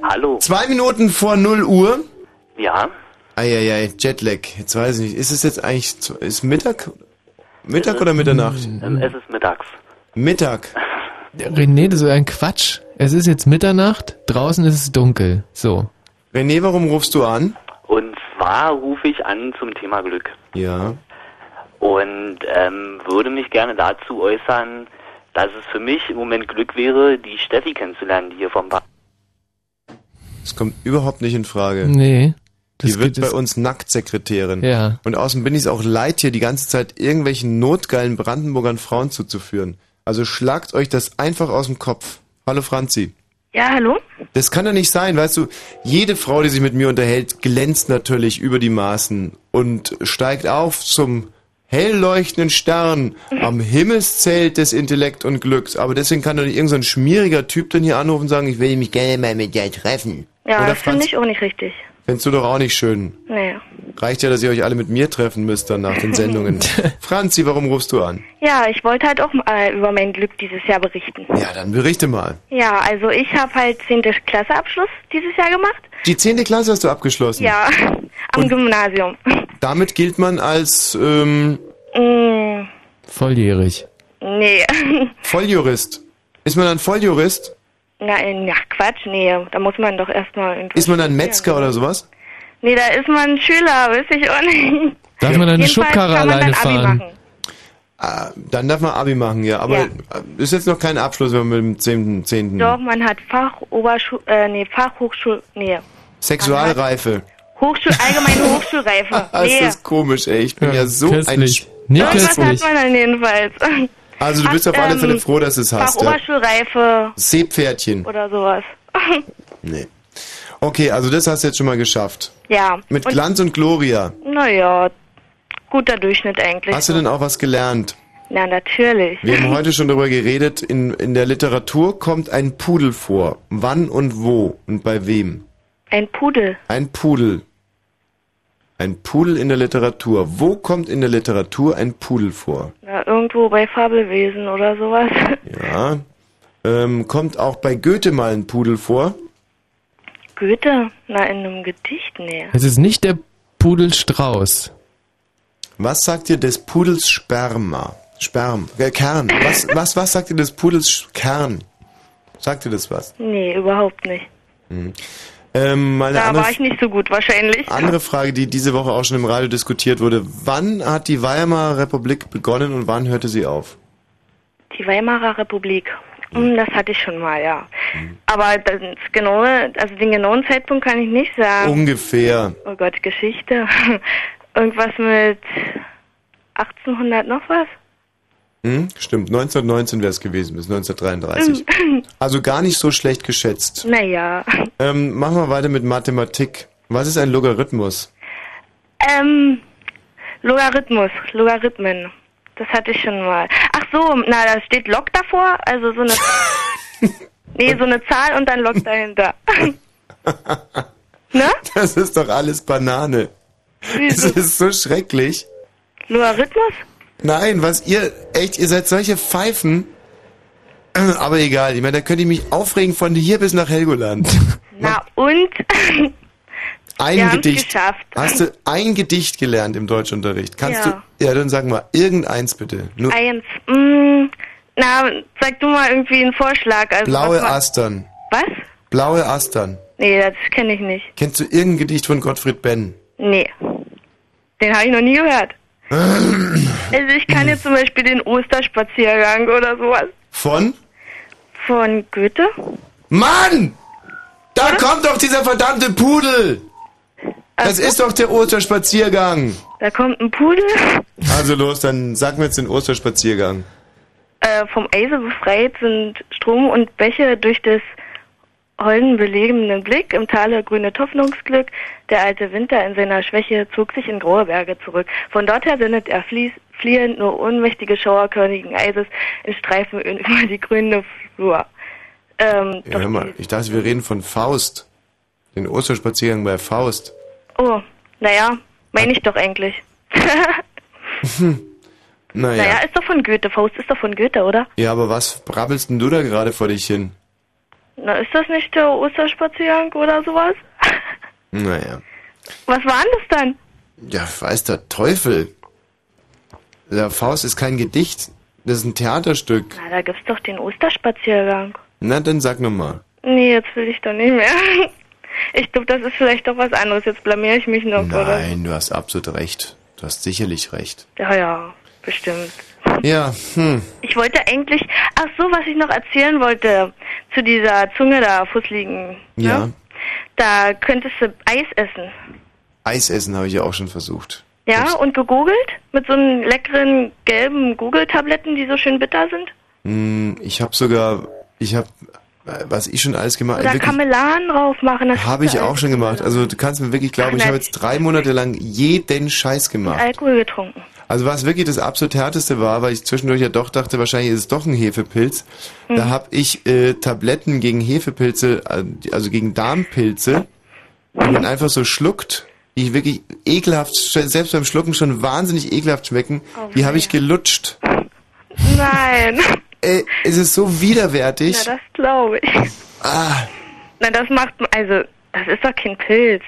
L: Hallo.
B: Zwei Minuten vor 0 Uhr.
L: Ja,
B: Eieiei, Jetlag. Jetzt weiß ich nicht. Ist es jetzt eigentlich, zu- ist Mittag? Mittag oder Mitternacht?
L: ähm, es ist mittags.
B: Mittag.
C: René, das ist ein Quatsch. Es ist jetzt Mitternacht, draußen ist es dunkel. So.
B: René, warum rufst du an?
L: Und zwar rufe ich an zum Thema Glück
B: Ja.
L: und ähm, würde mich gerne dazu äußern, dass es für mich im Moment Glück wäre, die Steffi kennenzulernen, die hier vom Park.
B: Das kommt überhaupt nicht in Frage.
C: Nee.
B: Die wird bei uns Nacktsekretärin.
C: Ja.
B: Und außen bin ich es auch leid, hier die ganze Zeit irgendwelchen notgeilen Brandenburgern Frauen zuzuführen. Also schlagt euch das einfach aus dem Kopf. Hallo Franzi.
U: Ja, hallo?
B: Das kann doch nicht sein, weißt du, jede Frau, die sich mit mir unterhält, glänzt natürlich über die Maßen und steigt auf zum hellleuchtenden Stern am Himmelszelt des Intellekt und Glücks. Aber deswegen kann doch nicht irgendein so ein schmieriger Typ dann hier anrufen und sagen, ich will mich gerne mal mit dir treffen.
U: Ja,
B: Oder
U: das finde
B: Franz-
U: ich auch nicht richtig.
B: Findest du doch auch nicht schön.
U: Naja.
B: Reicht ja, dass ihr euch alle mit mir treffen müsst dann nach den Sendungen. Franzi, warum rufst du an?
U: Ja, ich wollte halt auch mal über mein Glück dieses Jahr berichten.
B: Ja, dann berichte mal.
U: Ja, also ich habe halt 10. Klasseabschluss dieses Jahr gemacht.
B: Die zehnte Klasse hast du abgeschlossen.
U: Ja, am Gymnasium.
B: Damit gilt man als ähm,
U: Mm,
C: volljährig.
U: nee.
B: Volljurist. Ist man dann Volljurist?
U: Nein, ja, äh, Quatsch, nee. Da muss man doch erstmal. in-
B: Ist man dann Metzger oder sowas?
U: Nee, da ist man Schüler, weiß ich auch nicht.
B: Darf man
U: dann eine Jedenfalls Schubkarre kann man alleine dann Abi fahren? machen.
B: Ah, dann darf man Abi machen, ja. Aber
U: Ja.
B: äh, ist jetzt noch kein Abschluss, wenn man mit dem 10. 10.
U: Doch, man hat Fach, Oberschu äh, nee, Fachhochschul, nee.
B: Sexualreife.
U: Hochschul, allgemeine Hochschulreife.
B: Ah,
U: nee.
B: ist das komisch, ey. Ich bin ja, so
C: köstlich.
B: ein
C: Nicht
U: Irgendwas hat
B: Spaß.
U: man dann jedenfalls.
B: Also du bist
U: Ach,
B: auf alle
U: ähm,
B: Fälle froh, dass du es hast. Ja.
U: Fachoberschulreife
B: Seepferdchen.
U: oder sowas.
B: Nee. Okay, also das hast du jetzt schon mal geschafft.
U: ja.
B: Mit Glanz und Gloria.
U: Naja, guter Durchschnitt eigentlich.
B: Hast du denn auch was gelernt?
U: Na, natürlich.
B: Wir haben heute schon darüber geredet, in, in der Literatur kommt ein Pudel vor. Wann und wo und bei wem?
U: Ein Pudel.
B: Ein Pudel. Ein Pudel in der Literatur. Wo kommt in der Literatur ein Pudel vor?
U: Na, irgendwo bei Fabelwesen oder sowas.
B: Ja. Ähm, kommt auch bei Goethe mal ein Pudel vor?
U: Goethe? Na, in einem Gedicht? Nee.
C: Es ist nicht der Pudelstrauß.
B: Was sagt ihr des Pudels Sperma? Sperm, äh, Kern. Was, was, was sagt ihr des Pudels Sch- Kern? Sagt ihr das was?
U: Nee, überhaupt nicht.
B: Mhm. Ähm, mal eine
U: Da
B: andere,
U: war ich nicht so gut, wahrscheinlich.
B: andere Frage, die diese Woche auch schon im Radio diskutiert wurde. Wann hat die Weimarer Republik begonnen und wann hörte sie auf?
U: Die Weimarer Republik. Hm, Das hatte ich schon mal, ja.
B: Mhm.
U: Aber das genaue, also den genauen Zeitpunkt kann ich nicht sagen.
B: Ungefähr.
U: Oh Gott, Geschichte. Irgendwas mit 1800 noch was?
B: Hm? Stimmt, 1919 wäre es gewesen, bis
U: Mhm.
B: 1933. Also gar nicht so schlecht geschätzt.
U: naja.
B: Ähm, machen wir weiter mit Mathematik. Was ist ein Logarithmus?
U: Ähm, Logarithmus, Logarithmen. Das hatte ich schon mal. Ach so, na, da steht Log davor, also so eine. nee, so eine Zahl und dann Log dahinter.
B: Das ist doch alles Banane. Es
U: Mhm.
B: ist so schrecklich.
U: Logarithmus?
B: Nein, was ihr, echt, ihr seid solche Pfeifen. Aber egal, ich meine, da könnte ich mich aufregen von hier bis nach Helgoland.
U: Na und?
B: Ein
U: Wir haben's
B: Gedicht.
U: geschafft.
B: Hast du ein Gedicht gelernt im Deutschunterricht? Kannst
U: Ja.
B: du, ja, dann sag mal, irgendeins bitte. Nur
U: Eins. Mm, na, sag du mal irgendwie einen Vorschlag. Also
B: blaue
U: was man-
B: Astern.
U: Was?
B: Blaue Astern.
U: Nee, das kenne ich nicht.
B: Kennst du irgendein Gedicht von Gottfried Benn?
U: Nee. Den habe ich noch nie gehört. Also ich kann jetzt zum Beispiel den Osterspaziergang oder sowas
B: Von?
U: von Goethe.
B: Mann! Da kommt doch dieser verdammte Pudel!
U: Äh,
B: Das ist doch der Osterspaziergang!
U: Da kommt ein Pudel
B: Also los, dann sag mir jetzt den Osterspaziergang.
U: äh, vom Eise befreit sind Strom und Bäche durch des Holden belebenden Blick im Tale grünet Hoffnungsglück. Der alte Winter in seiner Schwäche zog sich in grohe Berge zurück. Von dorther sendet er fließ, fliehend nur ohnmächtige Schauer körnigen Eises in Streifen über die grüne Flur. Ähm,
B: Ja, hör mal, ich dachte, wir reden von Faust. Den Osterspaziergang bei Faust.
U: oh, naja, meine ich doch eigentlich.
B: Naja.
U: naja, ist doch von Goethe. Faust ist doch von Goethe, oder?
B: Ja, aber was brabbelst denn du da gerade vor dich hin?
U: Na, ist das nicht der Osterspaziergang oder sowas?
B: Naja.
U: Was war denn das dann?
B: Ja, weiß der Teufel. Der Faust ist kein Gedicht. Das ist ein Theaterstück.
U: Na, da gibt's doch den Osterspaziergang.
B: Na, dann sag nochmal.
U: Nee, jetzt will ich doch nicht mehr. Ich glaube, das ist vielleicht doch was anderes. Jetzt blamier ich mich noch, oder?
B: Nein, du hast absolut recht. Du hast sicherlich recht.
U: Ja, ja, bestimmt.
B: Ja, hm.
U: Ich wollte eigentlich, ach so, was ich noch erzählen wollte, zu dieser Zunge da fusseligen.
B: Ja.
U: Da könntest du Eis essen.
B: Eis essen habe ich ja auch schon versucht.
U: Ja, und gegurgelt? Mit so einen leckeren gelben Google-Tabletten, die so schön bitter sind?
B: Hm, ich habe sogar, ich habe, was ich schon alles gemacht
U: Oder
B: wirklich-
U: Kamelan drauf machen. das
B: Habe ich
U: schmeckt
B: auch schon gemacht. Also du kannst mir wirklich glauben,
U: Ach,
B: ich habe
U: nein.
B: jetzt drei Monate lang jeden Scheiß
U: mit
B: gemacht.
U: Alkohol getrunken.
B: Also was wirklich das absolut härteste war, weil ich zwischendurch ja doch dachte, wahrscheinlich ist es doch ein Hefepilz. Da
U: Mhm.
B: habe ich äh, Tabletten gegen Hefepilze, äh, also gegen Darmpilze, die man einfach so schluckt, die wirklich ekelhaft, selbst beim Schlucken schon wahnsinnig ekelhaft schmecken.
U: Oh,
B: die habe ich gelutscht.
U: Nein.
B: Äh, es ist so widerwärtig.
U: Na, das glaube ich.
B: Ah,
U: Na, das macht, also, das ist doch kein Pilz.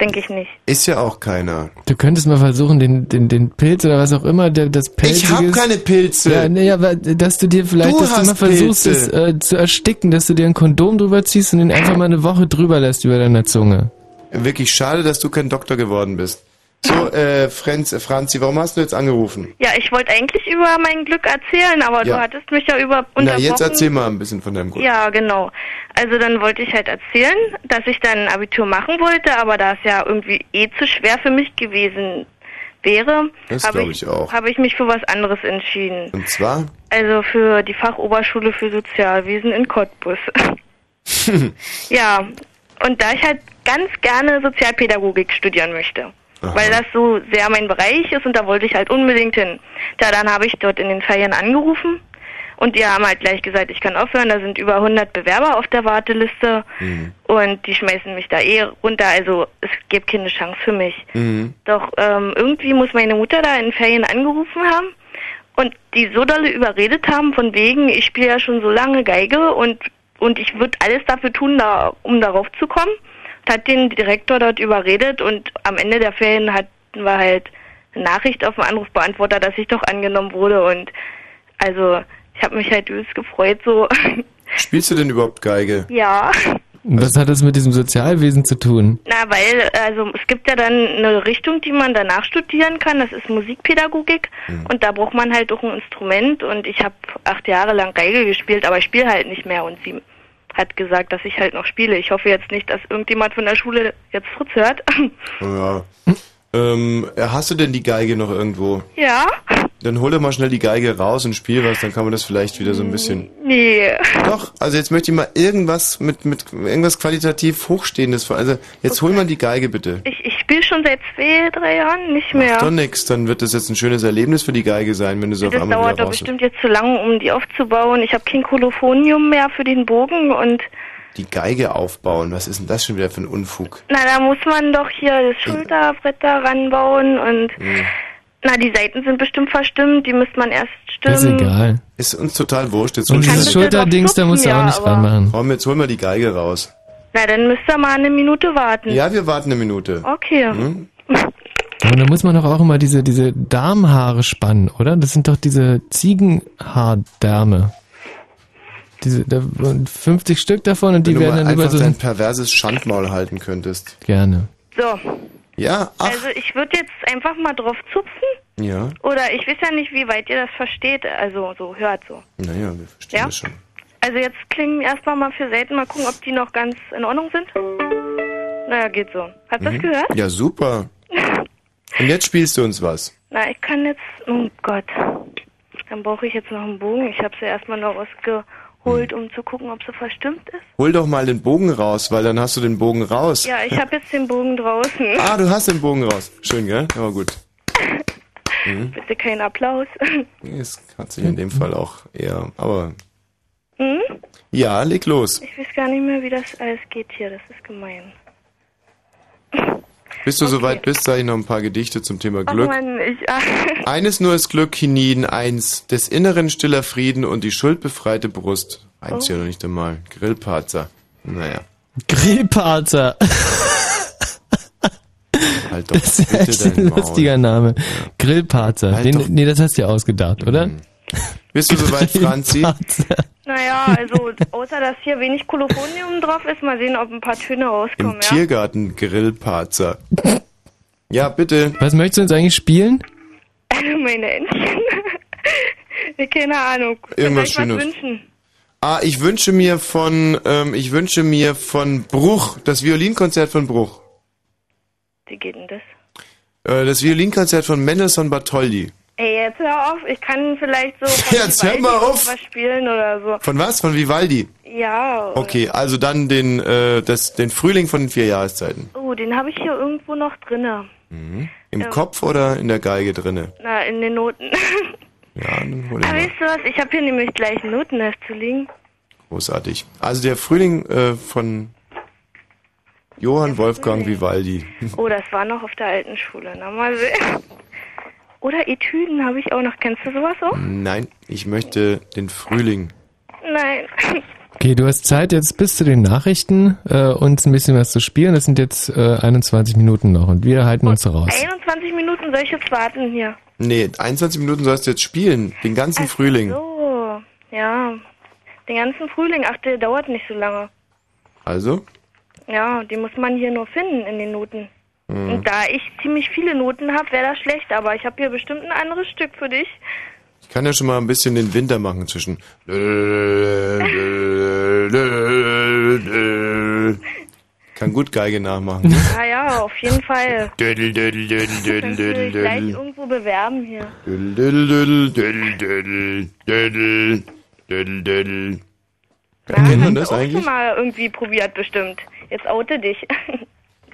U: Denke ich nicht.
B: ist ja auch keiner.
C: Du könntest mal versuchen, den, den, den Pilz oder was auch immer, der, das Pilz.
B: Ich habe keine Pilze.
C: Ja, nee, aber dass du dir vielleicht,
B: Du
C: dass du
B: hast
C: mal versuchst, es
B: Pilze.
C: äh, zu ersticken, dass du dir ein Kondom drüber ziehst und ihn einfach mal eine Woche drüber lässt über deiner Zunge.
B: Wirklich schade, dass du kein Doktor geworden bist. So, äh, Franz, Franzi, warum hast du jetzt angerufen?
U: Ja, ich wollte eigentlich über mein Glück erzählen, aber
B: Ja.
U: du hattest mich ja über unterbrochen.
B: Na, jetzt erzähl mal ein bisschen von deinem Grund.
U: Ja, genau. Also dann wollte ich halt erzählen, dass ich dann ein Abitur machen wollte, aber da es ja irgendwie eh zu schwer für mich gewesen wäre,
B: Das
U: habe
B: glaub ich auch.
U: habe ich mich für was anderes entschieden.
B: Und zwar?
U: Also für die Fachoberschule für Sozialwesen in Cottbus. ja, und da ich halt ganz gerne Sozialpädagogik studieren möchte,
D: Aha.
U: weil das so sehr mein Bereich ist und da wollte ich halt unbedingt hin. Ja, dann habe ich dort in den Ferien angerufen und die haben halt gleich gesagt, ich kann aufhören, da sind über 100 Bewerber auf der Warteliste und die schmeißen mich da eh runter, also es gibt keine Chance für mich.
D: Mhm.
U: Doch ähm, irgendwie muss meine Mutter da in Ferien angerufen haben und die so dolle überredet haben, von wegen, ich spiele ja schon so lange Geige und, und ich würde alles dafür tun, da, um darauf zu kommen. Und hat den Direktor dort überredet und am Ende der Ferien hatten wir halt eine Nachricht auf dem Anrufbeantworter, dass ich doch angenommen wurde und also ich habe mich halt übelst gefreut, so
B: Spielst du denn überhaupt Geige?
U: ja.
C: Und Was hat das mit diesem Sozialwesen zu tun?
U: Na, weil, also es gibt ja dann eine Richtung, die man danach studieren kann, das ist Musikpädagogik
B: Mhm.
U: und da braucht man halt auch ein Instrument und ich habe acht Jahre lang Geige gespielt, aber ich spiele halt nicht mehr und sie hat gesagt, dass ich halt noch spiele. Ich hoffe jetzt nicht, dass irgendjemand von der Schule jetzt Fritz hört.
B: Ja. Ähm, hast du denn die Geige noch irgendwo?
U: ja?
B: Dann hol doch mal schnell die Geige raus und spiel was, dann kann man das vielleicht wieder so ein bisschen.
U: Nee.
B: Doch, also jetzt möchte ich mal irgendwas mit, mit irgendwas qualitativ Hochstehendes vor. Also jetzt hol mal die Geige bitte.
U: Ich, ich spiele schon seit zwei, drei Jahren nicht mehr.
B: Macht doch nix, dann wird das jetzt ein schönes Erlebnis für die Geige sein, wenn du so auf
U: Das
B: einmal
U: dauert
B: wieder
U: doch
B: raus bist.
U: bestimmt jetzt zu lange, um die aufzubauen. Ich habe kein Kolophonium mehr für den Bogen und
B: Die Geige aufbauen, was ist denn das schon wieder für ein Unfug?
U: na, da muss man doch hier das Schulterbrett da ranbauen und
B: Hm.
U: Na, die Seiten sind bestimmt verstimmt, die müsste man erst stimmen.
C: egal.
B: Ist uns total wurscht. Jetzt
C: Und dieses Schulterdings, da musst du auch nicht ranmachen.
B: Komm, jetzt holen wir die Geige raus.
U: Na, dann müsst ihr mal eine Minute warten.
B: Ja, wir warten eine Minute.
U: Okay.
B: Hm?
C: Aber da muss man doch auch immer diese, diese Darmhaare spannen, oder? Das sind doch diese Ziegenhaardärme. Diese, da, und 50 Stück davon und
B: Wenn
C: die
B: du mal
C: werden dann über
B: einfach
C: so
B: dein
C: ein...
B: perverses Schandmaul halten könntest.
C: Gerne.
U: So.
B: Ja, ach,
U: Also ich würde jetzt einfach mal drauf zupfen.
B: ja.
U: Oder ich weiß ja nicht, wie weit ihr das versteht. Also so, hört so.
B: Naja, wir verstehen
U: Ja?
B: das schon.
U: Also jetzt klingen erstmal mal für Seiten, mal gucken, ob die noch ganz in Ordnung sind. Naja, geht so. Habt ihr
B: Mhm.
U: das gehört?
B: Ja, super. Und jetzt spielst du uns was.
U: Na, ich kann jetzt. Oh Gott. Dann brauche ich jetzt noch einen Bogen. Ich habe es ja erstmal noch ausgeholt. holt,
B: Hm.
U: um zu gucken, ob sie verstimmt ist.
B: Hol doch mal den Bogen raus, weil dann hast du den Bogen raus.
U: Ja, ich habe jetzt den Bogen draußen.
B: Ah, du hast den Bogen raus. Schön, gell? Aber gut. Mhm.
U: Bitte kein Applaus.
B: Nee, Es hat sich in dem Fall auch eher. Aber
U: Hm?
B: ja, leg los.
U: Ich weiß gar nicht mehr, wie das alles geht hier. Das ist gemein.
B: Bis du soweit bist, sage ich noch ein paar Gedichte zum Thema
U: Oh
B: Glück.
U: Mann, ich.
B: Eines nur ist Glück, hinein eins, des Inneren stiller Frieden und die schuldbefreite Brust. Eins
U: Oh.
B: ja noch nicht einmal. Grillparzer. Naja,
C: Grillparzer.
B: halt doch
C: Das ist ja
B: bitte
C: echt ein
B: dein Maul. Halt
C: lustiger Name. Grillparzer. Den, nee, das hast du ja ausgedacht, oder?
B: Mhm. Bist du soweit, Franzi?
U: Naja, also außer dass hier wenig Kolophonium drauf ist, mal sehen, ob ein paar Töne rauskommen.
B: Im Tiergarten Grillparzer. Ja, bitte.
C: Was möchtest du uns eigentlich spielen?
U: Meine Entchen. Keine Ahnung.
B: Irgendwas
U: Soll ich was
B: Schönes.
U: wünschen?
B: Ah, ich wünsche mir von, ähm, ich wünsche mir von Bruch, das Violinkonzert von Bruch.
U: Wie geht denn das?
B: Äh, das Violinkonzert von Mendelssohn Bartholdy.
U: Ey, jetzt hör auf. Ich kann vielleicht so von
B: Jetzt hör
U: Vivaldi
B: mal auf.
U: was spielen oder so.
B: Von was? Von Vivaldi.
U: Ja.
B: Okay, also dann den, äh, das, den Frühling von den vier Jahreszeiten.
U: Oh, den habe ich hier irgendwo noch drinne.
B: Mhm. Im
U: Ähm.
B: Kopf oder in der Geige drinne?
U: Na, in den Noten.
B: Ja, dann hol ihn
U: Aber
B: mal.
U: weißt du was? Ich habe hier nämlich gleich ein Notenheft zu liegen.
B: Großartig. Also der Frühling äh, von Johann Wolfgang Vivaldi.
U: Oh, das war noch auf der alten Schule. Na mal sehen. Oder Etüden habe ich auch noch. Kennst du sowas auch?
B: Nein, ich möchte den Frühling.
U: Nein.
C: Okay, du hast Zeit jetzt bis zu den Nachrichten äh, uns ein bisschen was zu spielen. Das sind jetzt äh, 21 Minuten noch und wir halten uns raus.
U: 21 Minuten soll ich jetzt warten hier.
B: Nee, 21 Minuten sollst du jetzt spielen. Den ganzen Frühling.
U: So, ja. Den ganzen Frühling. Ach, der dauert nicht so lange.
B: Also?
U: Ja, die muss man hier nur finden in den Noten.
B: Mhm.
U: Und da ich ziemlich viele Noten habe, wäre das schlecht. Aber ich habe hier bestimmt ein anderes Stück für dich.
B: Ich kann ja schon mal ein bisschen den Winter machen zwischen. Kann gut Geige nachmachen.
U: Ah ja, auf jeden Fall.
B: Dödel, dödel, dödel, dödel,
U: Kannst du dich
B: dödel,
U: gleich
B: dödel.
U: irgendwo bewerben hier.
B: Dödel, dödel, dödel, dödel, dödel, dödel, dödel. Kennt man das
U: Hast du auch
B: eigentlich?
U: schon mal irgendwie probiert bestimmt. Jetzt oute dich.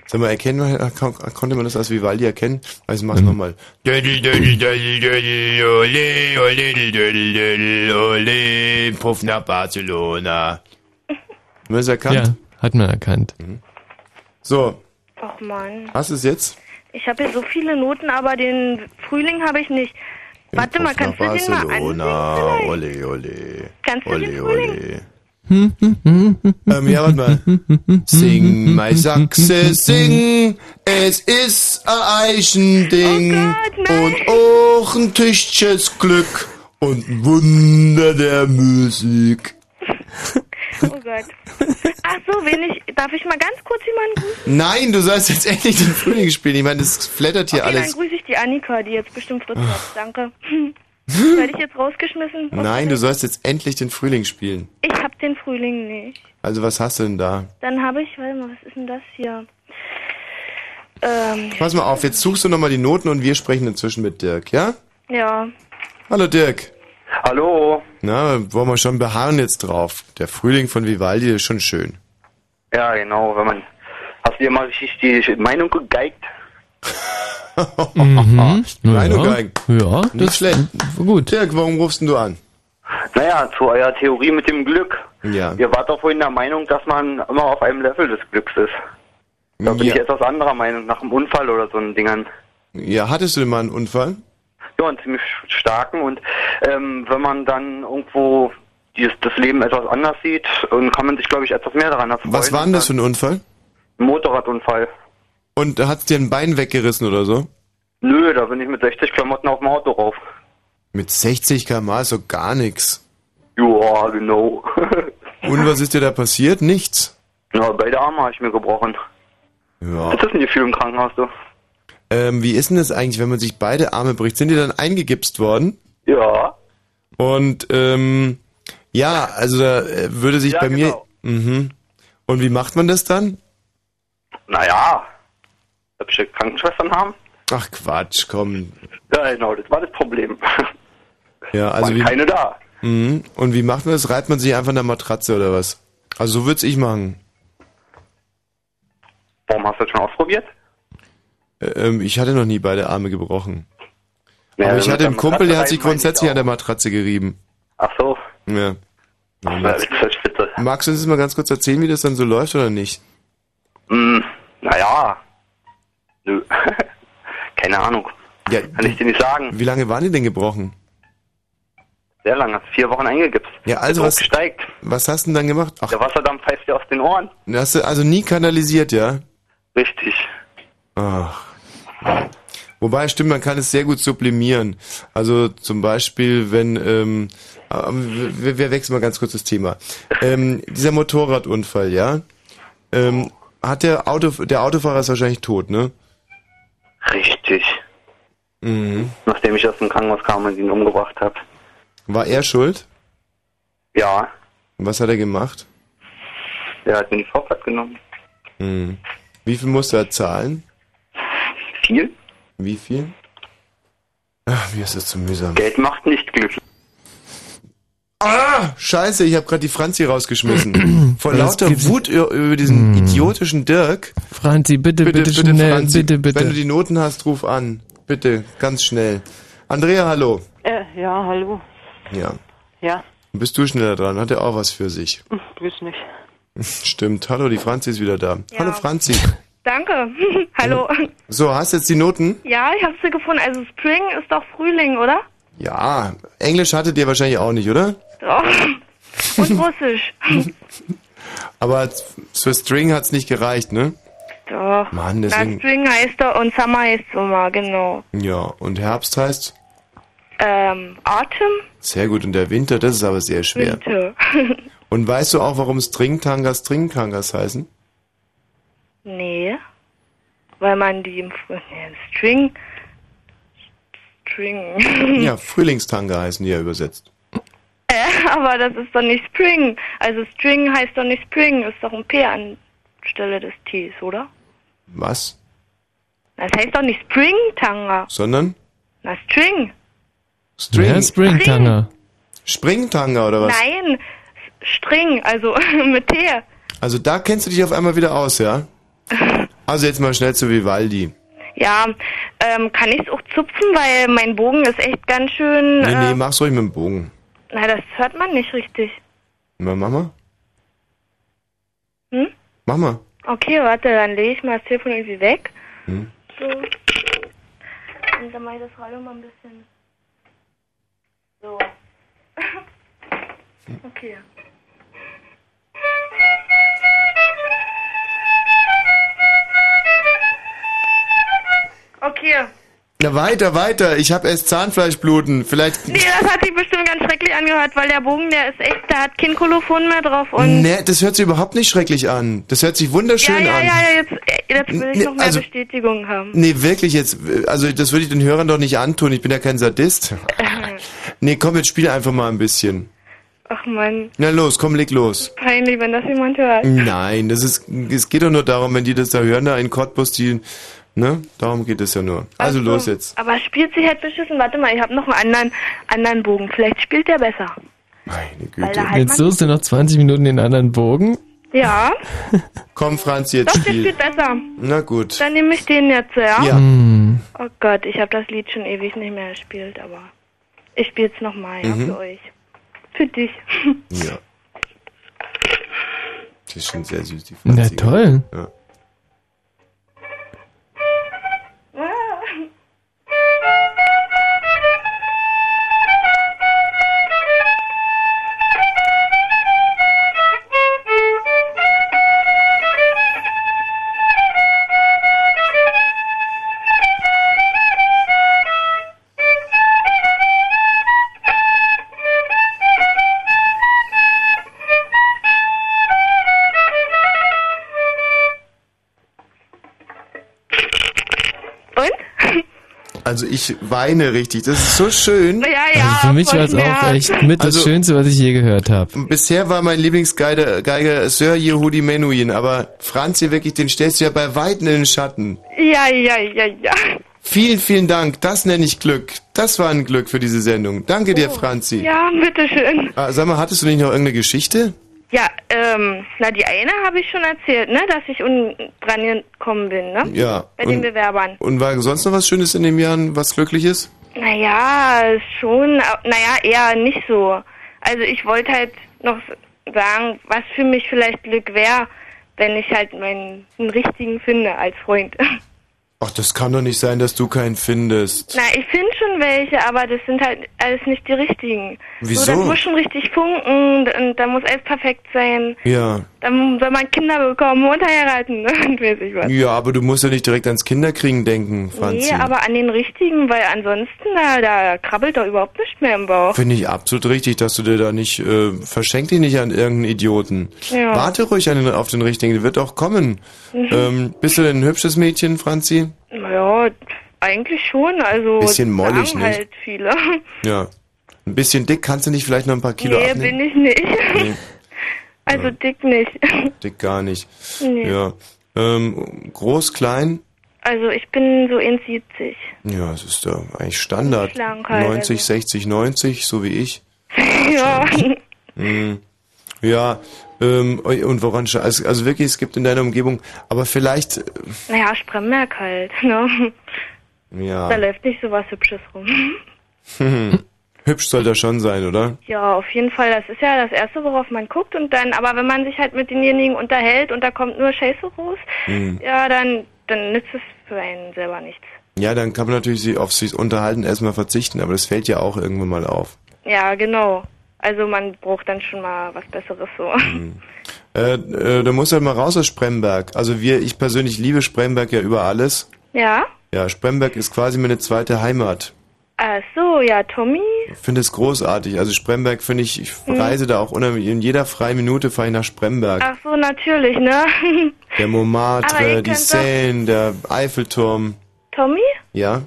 B: Sag mal, erkennen wir, kon- konnte man das als Vivaldi erkennen? Also mach's nochmal. Dödel, dödel, dödel, dödel, ole, ole, dödel, dödel, ole, Puff nach Barcelona. Haben wir es erkannt?
C: Ja, hat man erkannt.
B: Mhm. So,
U: Ach man.
B: hast du es jetzt?
U: Ich habe hier so viele Noten, aber den Frühling habe ich nicht. Warte mal, kannst du den mal an?
B: Barcelona, ole, ole.
U: Kannst du den
B: Ole, ole.
C: ähm,
B: ja, warte mal. Sing, my Sachse, sing, es ist
D: äh,
B: ein
U: Oh
B: Eichending und auch ein tüchtiges Glück und ein Wunder der Musik.
U: Oh Gott. Ach so, wenig. Darf ich mal ganz kurz jemanden grüßen?
B: Nein, du sollst jetzt endlich den Frühling spielen. Ich meine, das flattert hier
U: Okay, dann
B: alles. Ah.
U: grüße ich die Annika, die jetzt bestimmt Fritz hat. Danke. Werde ich jetzt rausgeschmissen?
B: Nein, du sollst jetzt endlich den Frühling spielen.
U: Ich habe den Frühling nicht.
B: Also was hast du denn da?
U: Dann habe ich, warte mal, was ist denn das hier? Ähm,
B: Pass mal auf, jetzt suchst du nochmal die Noten und wir sprechen inzwischen mit Dirk, ja?
U: ja.
B: Hallo Dirk.
T: Hallo.
B: Na, wollen wir schon beharren jetzt drauf. Der Frühling von Vivaldi ist schon schön.
T: Ja, genau, wenn man. Hast du dir mal richtig die Meinung gegeigt?
C: Mhm.
B: Nein, du
C: Ja,
B: Geigen.
C: ja
B: Nicht
C: das
B: schlecht.
C: Gut.
B: Dirk, warum rufst denn du an?
T: Naja, zu eurer Theorie mit dem Glück.
B: Ja.
T: Ihr wart doch vorhin der Meinung, dass man immer auf einem Level des Glücks ist. Da bin ich etwas anderer Meinung, nach einem Unfall oder so ein Dingern.
B: Ja, hattest du denn mal einen Unfall?
T: Ja, einen ziemlich starken. Und ähm, wenn man dann irgendwo dieses, das Leben etwas anders sieht, dann kann man sich, glaube ich, etwas mehr daran erfreuen.
B: Was war denn das für ein Unfall?
T: Ein Motorradunfall.
B: Und hat's dir ein Bein weggerissen oder so?
T: Nö, da bin ich mit 60 Klamotten auf dem Auto rauf.
B: Mit 60 km/h ist so gar nix.
T: Joa, genau.
B: Und was ist dir da passiert? Nichts.
T: ja, beide Arme habe ich mir gebrochen.
B: Ja.
T: Das ist ein Gefühl im Krankenhaus, du.
B: Ähm, wie ist denn das eigentlich, wenn man sich beide Arme bricht? Sind die dann eingegipst worden?
T: Ja.
B: Und ähm, ja, also da äh, würde sich
T: Ja, genau.
B: bei mir. Mhm. Und wie macht man das dann?
T: Naja, hübsche Krankenschwestern haben.
B: Ach Quatsch, komm.
T: Ja, genau, das war das Problem.
B: Ja, also
T: Waren
B: wie,
T: keine da.
B: Mhm. Und wie macht man das? Reibt man sich einfach in der Matratze oder was? Also so würd's ich machen.
T: Warum hast du das schon ausprobiert?
B: Ä- Ähm, ich hatte noch nie beide Arme gebrochen.
T: Ja,
B: Aber ich
T: mit
B: hatte
T: der
B: einen Kumpel, der hat
T: Matratze
B: sich
T: reiben meine ich
B: grundsätzlich an der Matratze gerieben.
T: Ach so.
B: Ja.
T: Ach,
B: Max,
T: das ist bitte.
B: magst du uns das mal ganz kurz erzählen, wie das dann so läuft oder nicht?
T: Hm, naja. Nö. Keine Ahnung.
B: Ja,
T: Kann ich dir nicht sagen.
B: Wie lange waren die denn gebrochen?
T: Sehr lange. Hast vier Wochen eingegipst.
B: Ja, also
T: Der Druck
B: was-
T: steigt.
B: Was hast du denn dann gemacht? Ach,
T: Der Wasserdampf pfeift dir aus den Ohren.
B: hast du also nie kanalisiert, ja?
T: Richtig.
B: Ach. Wobei, stimmt, man kann es sehr gut sublimieren. Also zum Beispiel, wenn, ähm, äh, wir, wir wechseln mal ganz kurz das Thema. Ähm, dieser Motorradunfall, ja? Ähm, hat der Auto, der Autofahrer ist wahrscheinlich tot, ne?
T: Richtig.
B: Mhm.
T: Nachdem ich aus dem Krankenhaus kam und ihn umgebracht habe.
B: War er schuld?
T: Ja,
B: Und Was hat er gemacht?
T: der hat mir die Vorfahrt genommen.
B: Mhm. Wie viel musste er zahlen?
T: Viel.
B: Wie viel? Ach, wie ist das zu mühsam.
T: Geld macht nicht glücklich.
B: Ah, scheiße, ich habe gerade die Franzi rausgeschmissen. Vor
C: Das
B: lauter
C: gibt's-
B: Wut ü- über diesen idiotischen Dirk.
C: Franzi, Mm. bitte, bitte, schnell, bitte, bitte.
B: Wenn du die Noten hast, ruf an. Bitte, ganz schnell. Andrea, hallo.
A: Äh, ja, hallo.
B: Ja,
A: Ja,
B: bist du schneller dran, hat er auch was für sich.
A: hm, grüß mich.
B: Stimmt, hallo, die Franzi ist wieder da. Hallo Franzi.
U: Danke. Hallo.
B: So, hast du jetzt die Noten?
U: Ja, ich habe sie gefunden. Also Spring ist doch Frühling, oder?
B: Ja, Englisch hattet ihr wahrscheinlich auch nicht, oder?
U: Doch. Und Russisch.
B: Aber für String hat's nicht gereicht, ne?
U: Doch.
B: Mann,
U: Na,
B: deswegen...
U: Spring heißt er und Summer heißt Sommer, genau.
B: Ja, und Herbst heißt?
U: Ähm, Autumn?
B: Sehr gut, und der Winter, das ist aber sehr schwer.
U: Winter.
B: Und weißt du auch, warum Stringtangas Stringtangas heißen?
U: nee. Weil man die im Frühling. Nee, String. String.
B: Ja, Frühlingstanga heißen die ja übersetzt.
U: Äh, aber das ist doch nicht Spring. Also String heißt doch nicht Spring, ist doch ein P anstelle des Ts, oder?
B: Was?
U: Das heißt doch nicht Spring Tanga.
B: Sondern
U: Na String.
B: String.
C: Ja, Springtanga.
B: Springtanga oder was?
U: Nein, String, also mit T.
B: Also da kennst du dich auf einmal wieder aus, ja? Also jetzt mal schnell zu Vivaldi.
U: Ja, ähm, kann ich es auch zupfen, weil mein Bogen ist echt ganz schön.
B: Nee, nee,
U: Äh,
B: mach's ruhig mit dem Bogen.
U: na, das hört man nicht richtig.
B: Mal, mach mal.
U: Hm?
B: Mach mal.
U: Okay, warte, dann lege ich mal das Telefon irgendwie weg.
B: Hm.
U: So. Und dann mache ich das Radio mal ein bisschen. So. Okay. Okay.
B: Na weiter, weiter. Ich hab erst Zahnfleischbluten. Vielleicht.
U: Nee, das hat sich bestimmt ganz schrecklich angehört, weil der Bogen, der ist echt, da hat kein Kolophon mehr drauf und.
B: Nee, das hört sich überhaupt nicht schrecklich an. Das hört sich
U: ja,
B: wunderschön
U: ja,
B: Ne, an.
U: ja, ja, jetzt, äh, jetzt will ich
B: Nee,
U: noch mehr
B: also-
U: Bestätigung haben.
B: Nee, wirklich jetzt. Also das würde ich den Hörern doch nicht antun. Ich bin ja kein Sadist. Nee, komm, jetzt spiel einfach mal ein bisschen.
U: Äh, Ach man,
B: Na los, komm, leg los.
U: peinlich, wenn das jemand hört.
B: Mhm. Nein, das ist, es geht doch nur darum, wenn die das da hören, da in Cottbus, die, ne, darum geht es ja nur. Also los jetzt.
U: Aber spielt sie halt beschissen. Warte mal, ich habe noch einen anderen, anderen Bogen. Vielleicht spielt der besser.
B: Meine
U: Weil da halt
C: Jetzt
U: man,
C: suchst du noch 20 Minuten den anderen Bogen.
U: ja,
B: Komm, Franz,
U: doch,
B: jetzt
U: der
B: spiel.
U: spielt besser.
B: Na gut.
U: Dann nehme ich den jetzt, ja?
B: Ja.
C: Hm.
U: Oh Gott, ich habe das Lied schon ewig nicht mehr gespielt, aber ich spiele es nochmal ja,
B: Mhm.
U: für euch. Für dich.
B: Ja. Die ist schon sehr süß, die
C: Na
B: Franzi.
C: toll.
B: Ja. Also ich weine richtig, das ist so schön.
U: Ja,
C: Also Für mich war es auch echt mit das
B: Also,
C: Schönste, was ich je gehört habe.
B: Bisher war mein Lieblingsgeiger Geiger Sir Yehudi Menuhin, aber Franzi, wirklich, den stellst du ja bei Weitem in den Schatten.
U: Ja, ja, ja, ja.
B: Vielen, vielen Dank. Das nenne ich Glück. Das war ein Glück für diese Sendung. Danke dir, Franzi.
U: Oh. Ja, bitteschön.
B: Ah, sag mal, hattest du nicht noch irgendeine Geschichte?
U: Ja, ähm, na die eine habe ich schon erzählt, ne, dass ich un dran gekommen bin, ne?
B: Ja.
U: Bei den
B: Und-
U: Bewerbern.
B: Und war sonst noch was Schönes in dem Jahr, was Glückliches?
U: Naja, schon, au- naja, eher nicht so. Also ich wollte halt noch s- sagen, was für mich vielleicht Glück wäre, wenn ich halt meinen einen richtigen finde als Freund.
B: Ach, das kann doch nicht sein, dass du keinen findest.
U: Na, ich finde schon welche, aber das sind halt alles nicht die richtigen.
B: Wieso?
U: So, das muss schon richtig funken und da muss alles perfekt sein.
B: Ja.
U: Dann soll man Kinder bekommen und heiraten ne? und weiß ich was.
B: Ja, aber du musst ja nicht direkt ans Kinderkriegen denken, Franzi.
U: Nee, aber an den richtigen, weil ansonsten, na, da krabbelt doch überhaupt nicht mehr im Bauch.
B: Finde ich absolut richtig, dass du dir da nicht, äh, verschenk dich nicht an irgendeinen Idioten.
U: Ja.
B: Warte ruhig an den, auf den richtigen, der wird auch kommen.
U: Mhm.
B: Ähm, bist du denn ein hübsches Mädchen, Franzi?
U: Naja, eigentlich schon, also.
B: Bisschen mollig,
M: nicht?
B: ne?
U: halt viele.
B: Ja. Ein bisschen dick, kannst du nicht vielleicht noch ein paar Kilo
U: nee,
B: abnehmen?
U: bin ich nicht.
B: Nee,
U: Also dick nicht.
B: dick gar nicht.
U: Nee.
B: Ja. Ähm, groß, klein?
U: Also ich bin so in 70.
B: Ja, das ist ja eigentlich Standard.
U: Schlank halt,
B: 90, 60, 90, so wie ich.
U: ja.
B: Hm. Ja, ähm, und woran sche- also, also wirklich, es gibt in deiner Umgebung, aber vielleicht, äh,
U: Naja, Spremberg halt, ne?
B: ja,
U: Da läuft nicht so was Hübsches rum.
B: Hm. hübsch soll das schon sein, oder?
U: Ja, auf jeden Fall. Das ist ja das Erste, worauf man guckt. Und dann, aber wenn man sich halt mit denjenigen unterhält und da kommt nur Scheiße raus,
B: Hm.
U: ja, dann, dann nützt es für einen selber nichts.
B: Ja, dann kann man natürlich sie auf sich unterhalten erstmal verzichten, aber das fällt ja auch irgendwann mal auf.
U: Ja, genau. Also man braucht dann schon mal was Besseres so.
B: Äh, äh, da muss halt mal raus aus Spremberg. Also wir, ich persönlich liebe Spremberg ja über alles.
U: Ja?
B: Ja, Spremberg ist quasi meine zweite Heimat.
U: Ach so, ja, Tommy.
B: Ich finde es großartig. Also Spremberg finde ich, ich
U: Hm.
B: reise da auch unheimlich. In jeder freien Minute fahre ich nach Spremberg.
U: Ach so, natürlich, ne?
B: Der
U: Ah. Aber ihr
B: Montmartre, die
U: könnt doch-
B: Seine, der Eiffelturm.
U: Tommy?
B: Ja?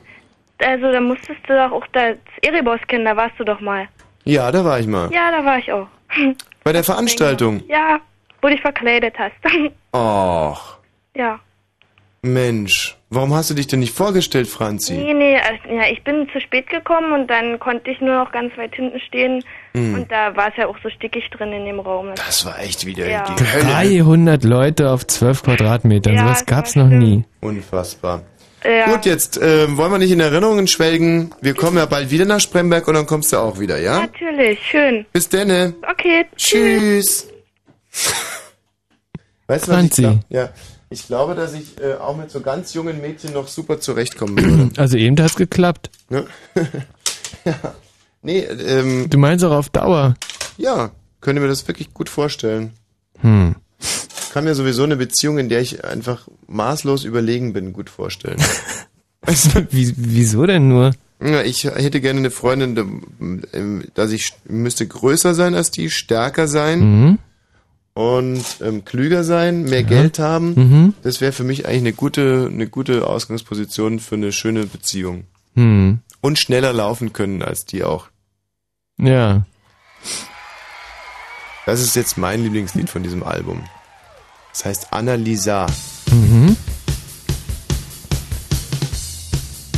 U: Also da musstest du doch auch das Erebos kennen, da warst du doch mal.
B: Ja, da war ich mal.
U: Ja, da war ich auch.
B: Bei der Veranstaltung.
U: Ja, wo dich verkleidet hast.
B: Och,
U: ja.
B: Mensch. Warum hast du dich denn nicht vorgestellt, Franzi?
U: Nee, nee, also, ja, ich bin zu spät gekommen und dann konnte ich nur noch ganz weit hinten stehen.
B: Hm.
U: Und da war es ja auch so stickig drin in dem Raum. Das
B: war echt wieder
U: ja.
C: 300 Leute auf 12 Quadratmetern,
U: Ja,
C: sowas
U: das
C: gab's noch nie.
B: Unfassbar. Gut, jetzt ähm, wollen wir nicht in Erinnerungen schwelgen. Wir kommen ja bald wieder nach Spremberg und dann kommst du auch wieder, ja?
U: Natürlich, schön.
B: Bis denne.
U: Okay,
B: tschüss. Weißt du, was ich,
C: Franzi.
B: glaub, ja, ich glaube, dass ich äh, auch mit so ganz jungen Mädchen noch super zurechtkommen würde.
C: Also eben hat's geklappt.
B: Ne? ja. Nee, ähm,
C: Du meinst auch auf Dauer.
B: ja, könnte mir das wirklich gut vorstellen.
C: Hm.
B: Ich kann mir sowieso eine Beziehung, in der ich einfach maßlos überlegen bin, gut vorstellen.
C: Wie, wieso denn nur?
B: Ja, ich hätte gerne eine Freundin, ähm, dass ich müsste größer sein als die, stärker sein
C: Mhm.
B: und ähm, klüger sein, mehr Geld haben.
C: Mhm.
B: Das wäre für mich eigentlich eine gute, eine gute Ausgangsposition für eine schöne Beziehung.
C: Hm.
B: Und schneller laufen können als die auch.
C: Ja.
B: Das ist jetzt mein Lieblingslied von diesem Album. Das heißt Annalisa.
C: Mhm.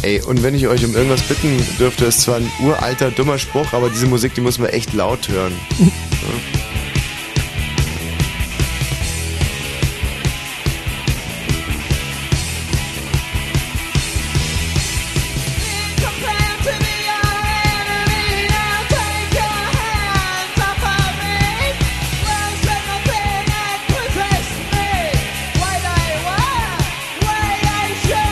B: Ey, und wenn ich euch um irgendwas bitten dürfte, ist zwar ein uralter, dummer Spruch, aber diese Musik, die muss man echt laut hören. Ja.
G: Thank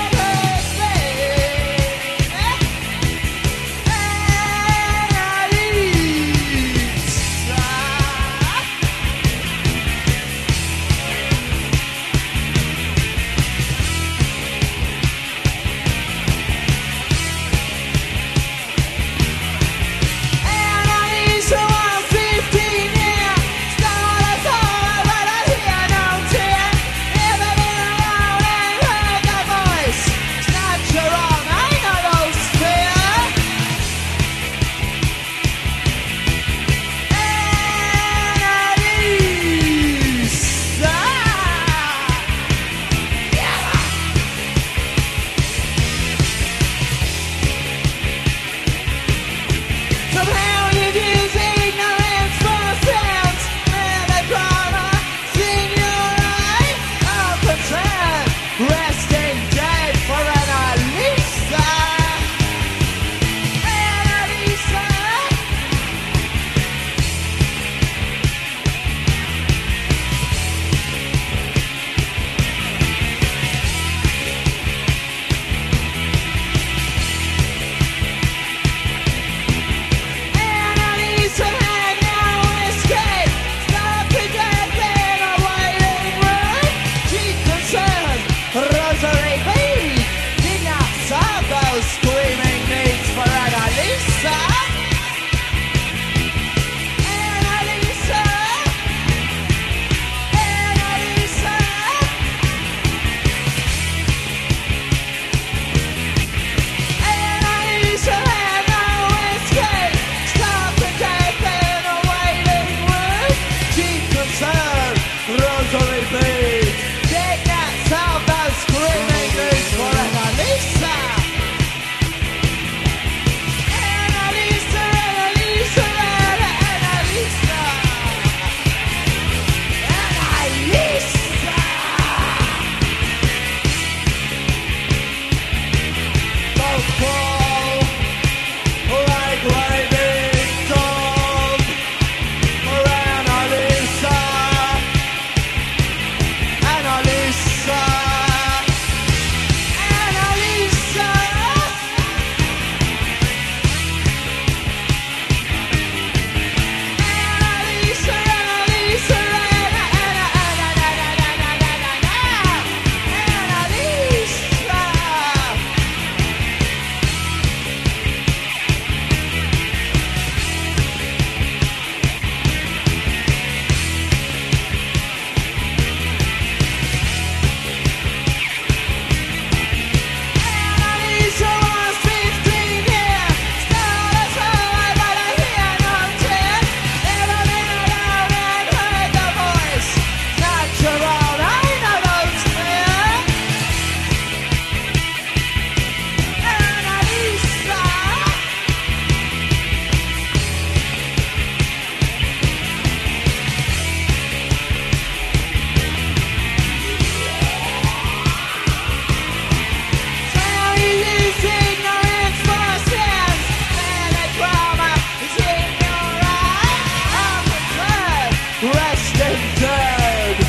G: resting dead.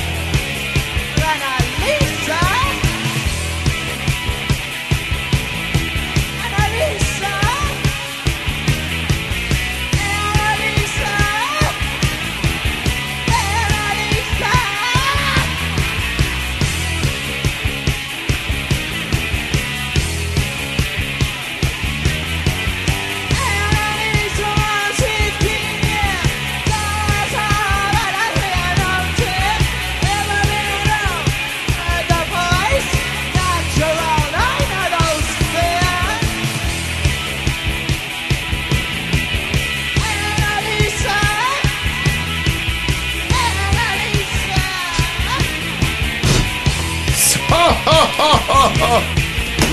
G: When I leave her, Annalisa, Annalisa, Annalisa.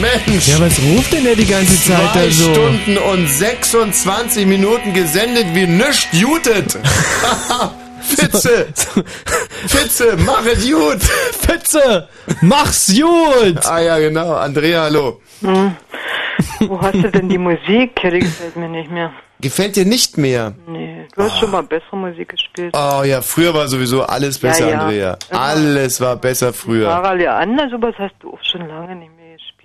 B: Mensch.
C: Ja, was ruft denn der die ganze Zeit
B: Zwei
C: da so?
B: Stunden und 26 Minuten gesendet wie nischt jutet. Fitze! Fitze, mach es gut! Fitze, mach's gut! Ah ja, genau. Andrea, hallo.
A: Hm. Wo hast du denn die Musik? Ja, die gefällt mir nicht mehr.
B: Gefällt dir nicht mehr?
A: Nee, du hast schon mal bessere Musik gespielt.
B: Oh ja, früher war sowieso alles besser,
A: Ja, ja.
B: Andrea. Alles war besser früher.
A: Sarah Leander, sowas hast du auch schon lange nicht mehr.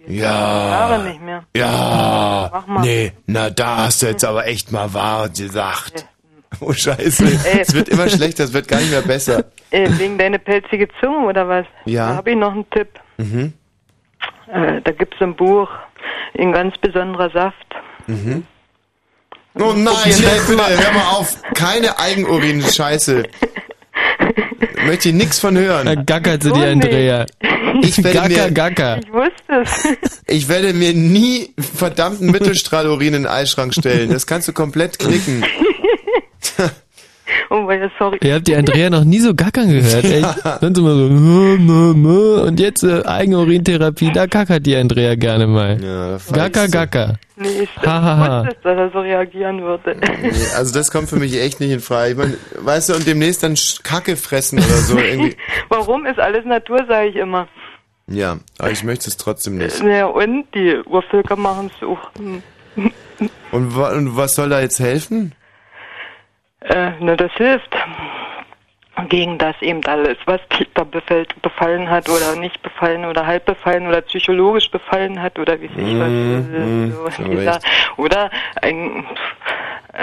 A: Jahre
B: Ja.
A: nicht mehr.
B: Ah. Ja.
A: Mach mal.
B: Nee, na da hast du jetzt aber echt mal wahr gesagt. Oh Scheiße. Es wird immer schlechter, es wird gar nicht mehr besser.
A: Äh, wegen deine pelzige Zunge oder was?
B: Ja.
A: Da habe ich noch einen Tipp.
B: Mhm.
A: Äh, da gibt's ein Buch, ein ganz besonderer Saft.
B: Mhm. Oh nein, nein, bitte, hör mal auf. Keine Eigenurin-Scheiße. Möchte ich nix von hören. Da gackerte
C: die Andrea.
B: Ich werde mir,
A: Ich wusste es.
B: Ich werde mir nie verdammten Mittelstrahlurin in den Eisschrank stellen. Das kannst du komplett knicken.
A: Oh, weil sorry.
C: Ihr habt die Andrea noch nie so gackern gehört,
B: Ja.
C: echt? Sonst immer so, mö, mö, mö. und jetzt äh, Eigenurintherapie, da kackert die Andrea gerne mal. gacker, gacker.
A: Nee, ich
C: Ha, ha, ha.
A: wusste es, dass er so reagieren würde.
B: Nee, Also das kommt für mich echt nicht in Frage. Ich meine, weißt du, und demnächst dann Sch- Kacke fressen oder so irgendwie.
A: Warum ist alles Natur, sage ich immer.
B: Ja, aber ich möchte es trotzdem nicht.
A: Naja, und die Urvölker machen es auch. Hm.
B: Und, wa und was soll da jetzt helfen?
A: Äh, na, das hilft. Gegen das eben alles, was dich da befällt, befallen hat oder nicht befallen oder halb befallen oder psychologisch befallen hat oder wie weiß ich
B: Mhm,
A: was.
B: schon
A: So, dieser,
B: recht.
A: oder ein.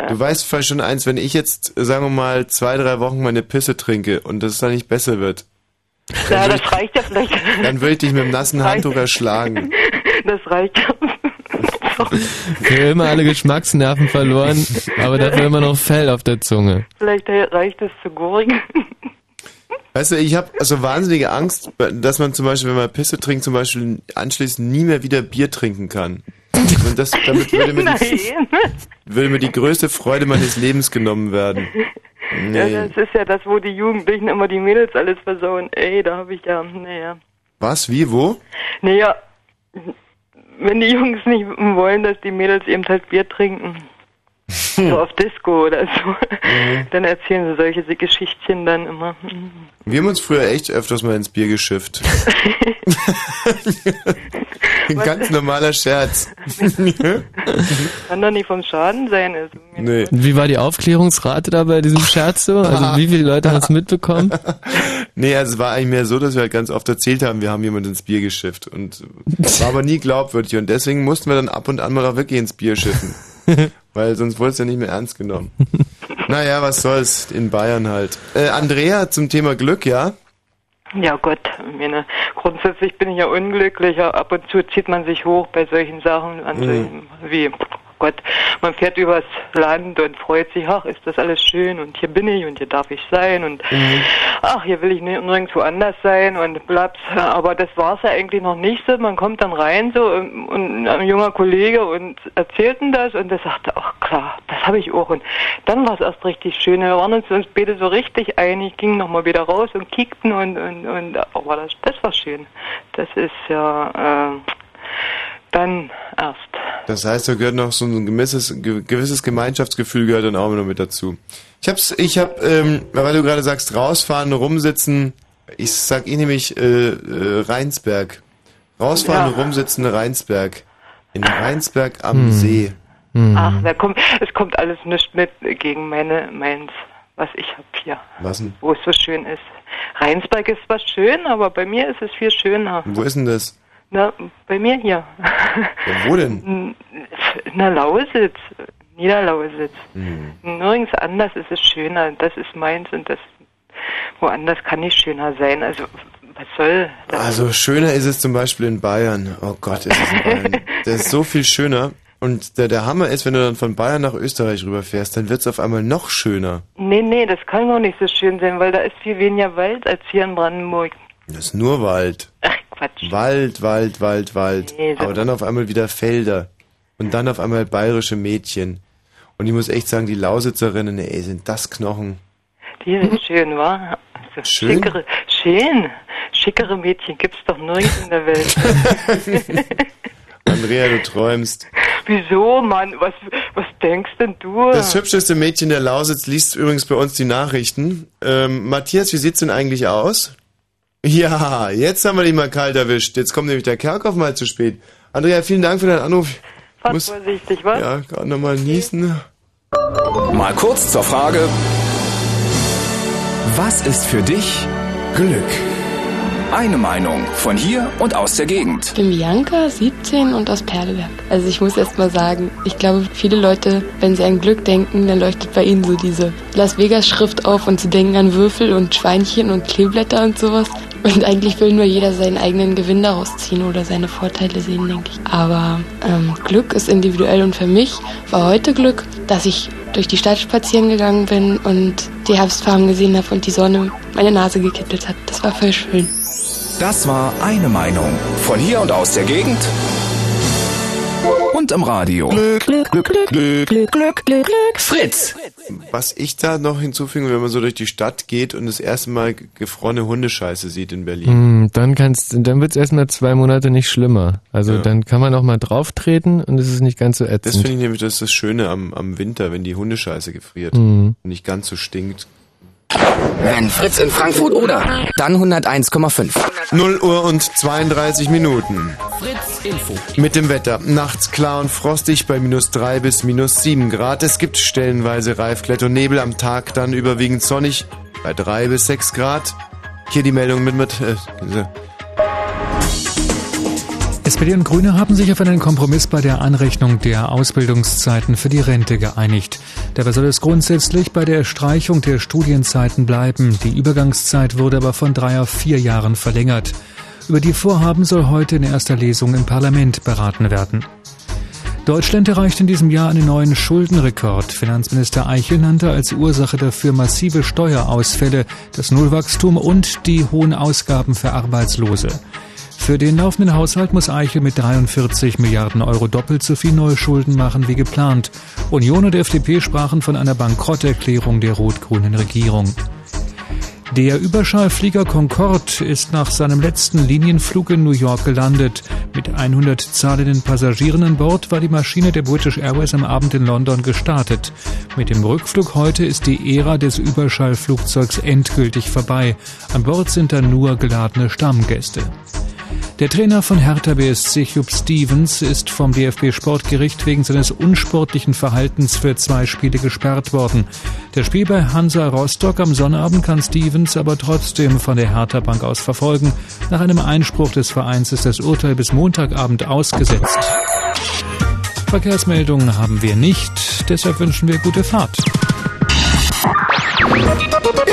B: Du weißt vielleicht schon eins, wenn ich jetzt, sagen wir mal, zwei, drei Wochen meine Pisse trinke und das dann nicht besser wird,
A: Ja, das reicht ja vielleicht.
B: dann würde ich dich mit dem nassen Handtuch erschlagen.
A: Das reicht ja.
C: Wir haben immer alle Geschmacksnerven verloren, aber dafür immer noch Fell auf der Zunge.
A: Vielleicht reicht es zu Goring.
B: Weißt du, ich habe also wahnsinnige Angst, dass man zum Beispiel, wenn man Pisse trinkt, zum Beispiel anschließend nie mehr wieder Bier trinken kann. Und das, damit würde mir, die,
A: Nein.
B: würde mir die größte Freude meines Lebens genommen werden.
A: Ja,
B: Nee.
A: das ist ja das, wo die Jugendlichen immer die Mädels alles versauen. Ey, da habe ich ja, naja.
B: Was? Wie? Wo?
A: Naja, wenn die Jungs nicht wollen, dass die Mädels eben halt Bier trinken, so auf Disco oder so, dann erzählen sie solche Geschichtchen dann immer.
B: Wir haben uns früher echt öfters mal ins Bier geschifft. Ein ganz normaler Scherz.
A: Kann doch nicht vom Schaden sein. Also,
B: nee.
C: Wie war die Aufklärungsrate da bei diesem Scherz so? Also wie viele Leute haben es mitbekommen?
B: Nee, also es war eigentlich mehr so, dass wir halt ganz oft erzählt haben, wir haben jemand ins Bier geschifft. Und das war aber nie glaubwürdig. Und deswegen mussten wir dann ab und an mal auch wirklich ins Bier schiffen. Weil sonst wurde es ja nicht mehr ernst genommen. Naja, was soll's, in Bayern halt. Äh, Andrea, zum Thema Glück, ja?
A: ja Gott, ich meine, grundsätzlich bin ich ja unglücklich. aber Ab und zu zieht man sich hoch bei solchen Sachen, an
B: Mhm.
A: solchen, wie Gott, man fährt übers Land und freut sich, ach, ist das alles schön und hier bin ich und hier darf ich sein und
B: Mhm.
A: ach, hier will ich nir- nirgendwo anders sein und blabs. Aber das war's ja eigentlich noch nicht so. Man kommt dann rein so ähm, und ein junger Kollege und erzählt ihm das und der sagte, ach klar, das habe ich auch. Und dann war's erst richtig schön. Wir waren uns, uns beide so richtig einig, gingen nochmal wieder raus und kickten und, und, und aber das, das war schön. Das ist ja äh, dann erst.
B: Das heißt, da gehört noch so ein gewisses, ge- gewisses Gemeinschaftsgefühl gehört dann auch noch mit dazu. Ich hab's, ich hab, ähm, weil du gerade sagst, rausfahren, rumsitzen, ich sag eh nämlich äh, äh, Rheinsberg. Rausfahren,
A: Ja.
B: rumsitzen, Rheinsberg. In Rheinsberg am
A: Hm.
B: See. Mhm.
A: Ach, da kommt, es kommt alles nicht mit gegen meine meins. was ich habe hier,
B: Was denn?
A: wo es so schön ist. Rheinsberg ist zwar schön, aber bei mir ist es viel schöner.
B: Wo ist denn das?
A: Na, bei mir hier.
B: Ja, wo denn?
A: In der Lausitz, Niederlausitz.
B: Mhm.
A: Nirgends anders ist es schöner. Das ist meins und das woanders kann nicht schöner sein. Also was soll das?
B: Also schöner ist es zum Beispiel in Bayern. Oh Gott, ist es in Bayern. Das ist so viel schöner. Und der, der Hammer ist, wenn du dann von Bayern nach Österreich rüberfährst, dann wird's auf einmal noch schöner.
A: Nee, nee, das kann gar nicht so schön sein, weil da ist viel weniger Wald als hier in Brandenburg.
B: Das ist nur Wald.
A: Ach Quatsch.
B: Wald, Wald, Wald, Wald.
A: Nee, das-
B: Aber dann auf einmal wieder Felder. Und dann auf einmal bayerische Mädchen. Und ich muss echt sagen, die Lausitzerinnen, ey, sind das Knochen.
A: Die sind schön, wa? Also
B: Mhm. Schön?
A: Schickere, schön. Schickere Mädchen gibt's doch nirgends in der Welt.
B: Andrea, du träumst.
A: Wieso, Mann? Was, was denkst denn du?
B: Das hübscheste Mädchen der Lausitz liest übrigens bei uns die Nachrichten. Ähm, Matthias, wie sieht's denn eigentlich aus? Ja, jetzt haben wir dich mal kalt erwischt. Jetzt kommt nämlich der Kerkhoff mal zu spät. Andrea, vielen Dank für deinen Anruf.
A: Fahr vorsichtig, was?
B: Ja, gerade nochmal niesen.
H: Mal kurz zur Frage. Was ist für dich Glück? Eine Meinung von hier und aus der Gegend.
F: Ich bin Bianca, 17 und aus Perleberg. Also ich muss erst mal sagen, ich glaube, viele Leute, wenn sie an Glück denken, dann leuchtet bei ihnen so diese Las Vegas-Schrift auf und sie denken an Würfel und Schweinchen und Kleeblätter und sowas. Und eigentlich will nur jeder seinen eigenen Gewinn daraus ziehen oder seine Vorteile sehen, denke ich. Aber ähm, Glück ist individuell und für mich war heute Glück, dass ich durch die Stadt spazieren gegangen bin und die Herbstfarben gesehen habe und die Sonne meine Nase gekittelt hat. Das war voll schön.
H: Das war eine Meinung von hier und aus der Gegend und im Radio.
B: Glück, Glück, Glück, Glück, Glück,
H: Glück, Glück, Glück. Fritz.
B: Was ich da noch hinzufügen, wenn man so durch die Stadt geht und das erste Mal ge- gefrorene Hundescheiße sieht in Berlin.
C: Hm, dann kannst, dann wird's erstmal zwei Monate nicht schlimmer. Also
B: Ja.
C: dann kann man auch mal drauf treten und es ist nicht ganz so ätzend.
B: Das finde ich nämlich das, ist das Schöne am, am Winter, wenn die Hundescheiße gefriert
C: Mhm.
B: und nicht ganz so stinkt.
J: Wenn Fritz in Frankfurt oder dann 101,5.
B: 0 Uhr und 32 Minuten.
J: Fritz Info.
B: Mit dem Wetter. Nachts klar und frostig bei minus 3 bis minus 7 Grad. Es gibt stellenweise Reifklett und Nebel. Am Tag dann überwiegend sonnig bei 3 bis 6 Grad. Hier die Meldung mit... mit äh, diese-
I: SPD und Grüne haben sich auf einen Kompromiss bei der Anrechnung der Ausbildungszeiten für die Rente geeinigt. Dabei soll es grundsätzlich bei der Streichung der Studienzeiten bleiben. Die Übergangszeit wurde aber von drei auf vier Jahren verlängert. Über die Vorhaben soll heute in erster Lesung im Parlament beraten werden. Deutschland erreicht in diesem Jahr einen neuen Schuldenrekord. Finanzminister Eichel nannte als Ursache dafür massive Steuerausfälle, das Nullwachstum und die hohen Ausgaben für Arbeitslose. Für den laufenden Haushalt muss Eichel mit 43 Milliarden Euro doppelt so viel Neuschulden machen wie geplant. Union und FDP sprachen von einer Bankrotterklärung der rot-grünen Regierung. Der Überschallflieger Concorde ist nach seinem letzten Linienflug in New York gelandet. Mit 100 zahlenden Passagieren an Bord war die Maschine der British Airways am Abend in London gestartet. Mit dem Rückflug heute ist die Ära des Überschallflugzeugs endgültig vorbei. An Bord sind dann nur geladene Stammgäste. Der Trainer von Hertha BSC, Hugh Stevens, ist vom DFB-Sportgericht wegen seines unsportlichen Verhaltens für zwei Spiele gesperrt worden. Das Spiel bei Hansa Rostock am Sonnabend kann Stevens aber trotzdem von der Hertha-Bank aus verfolgen. Nach einem Einspruch des Vereins ist das Urteil bis Montagabend ausgesetzt. Verkehrsmeldungen haben wir nicht, deshalb wünschen wir gute Fahrt.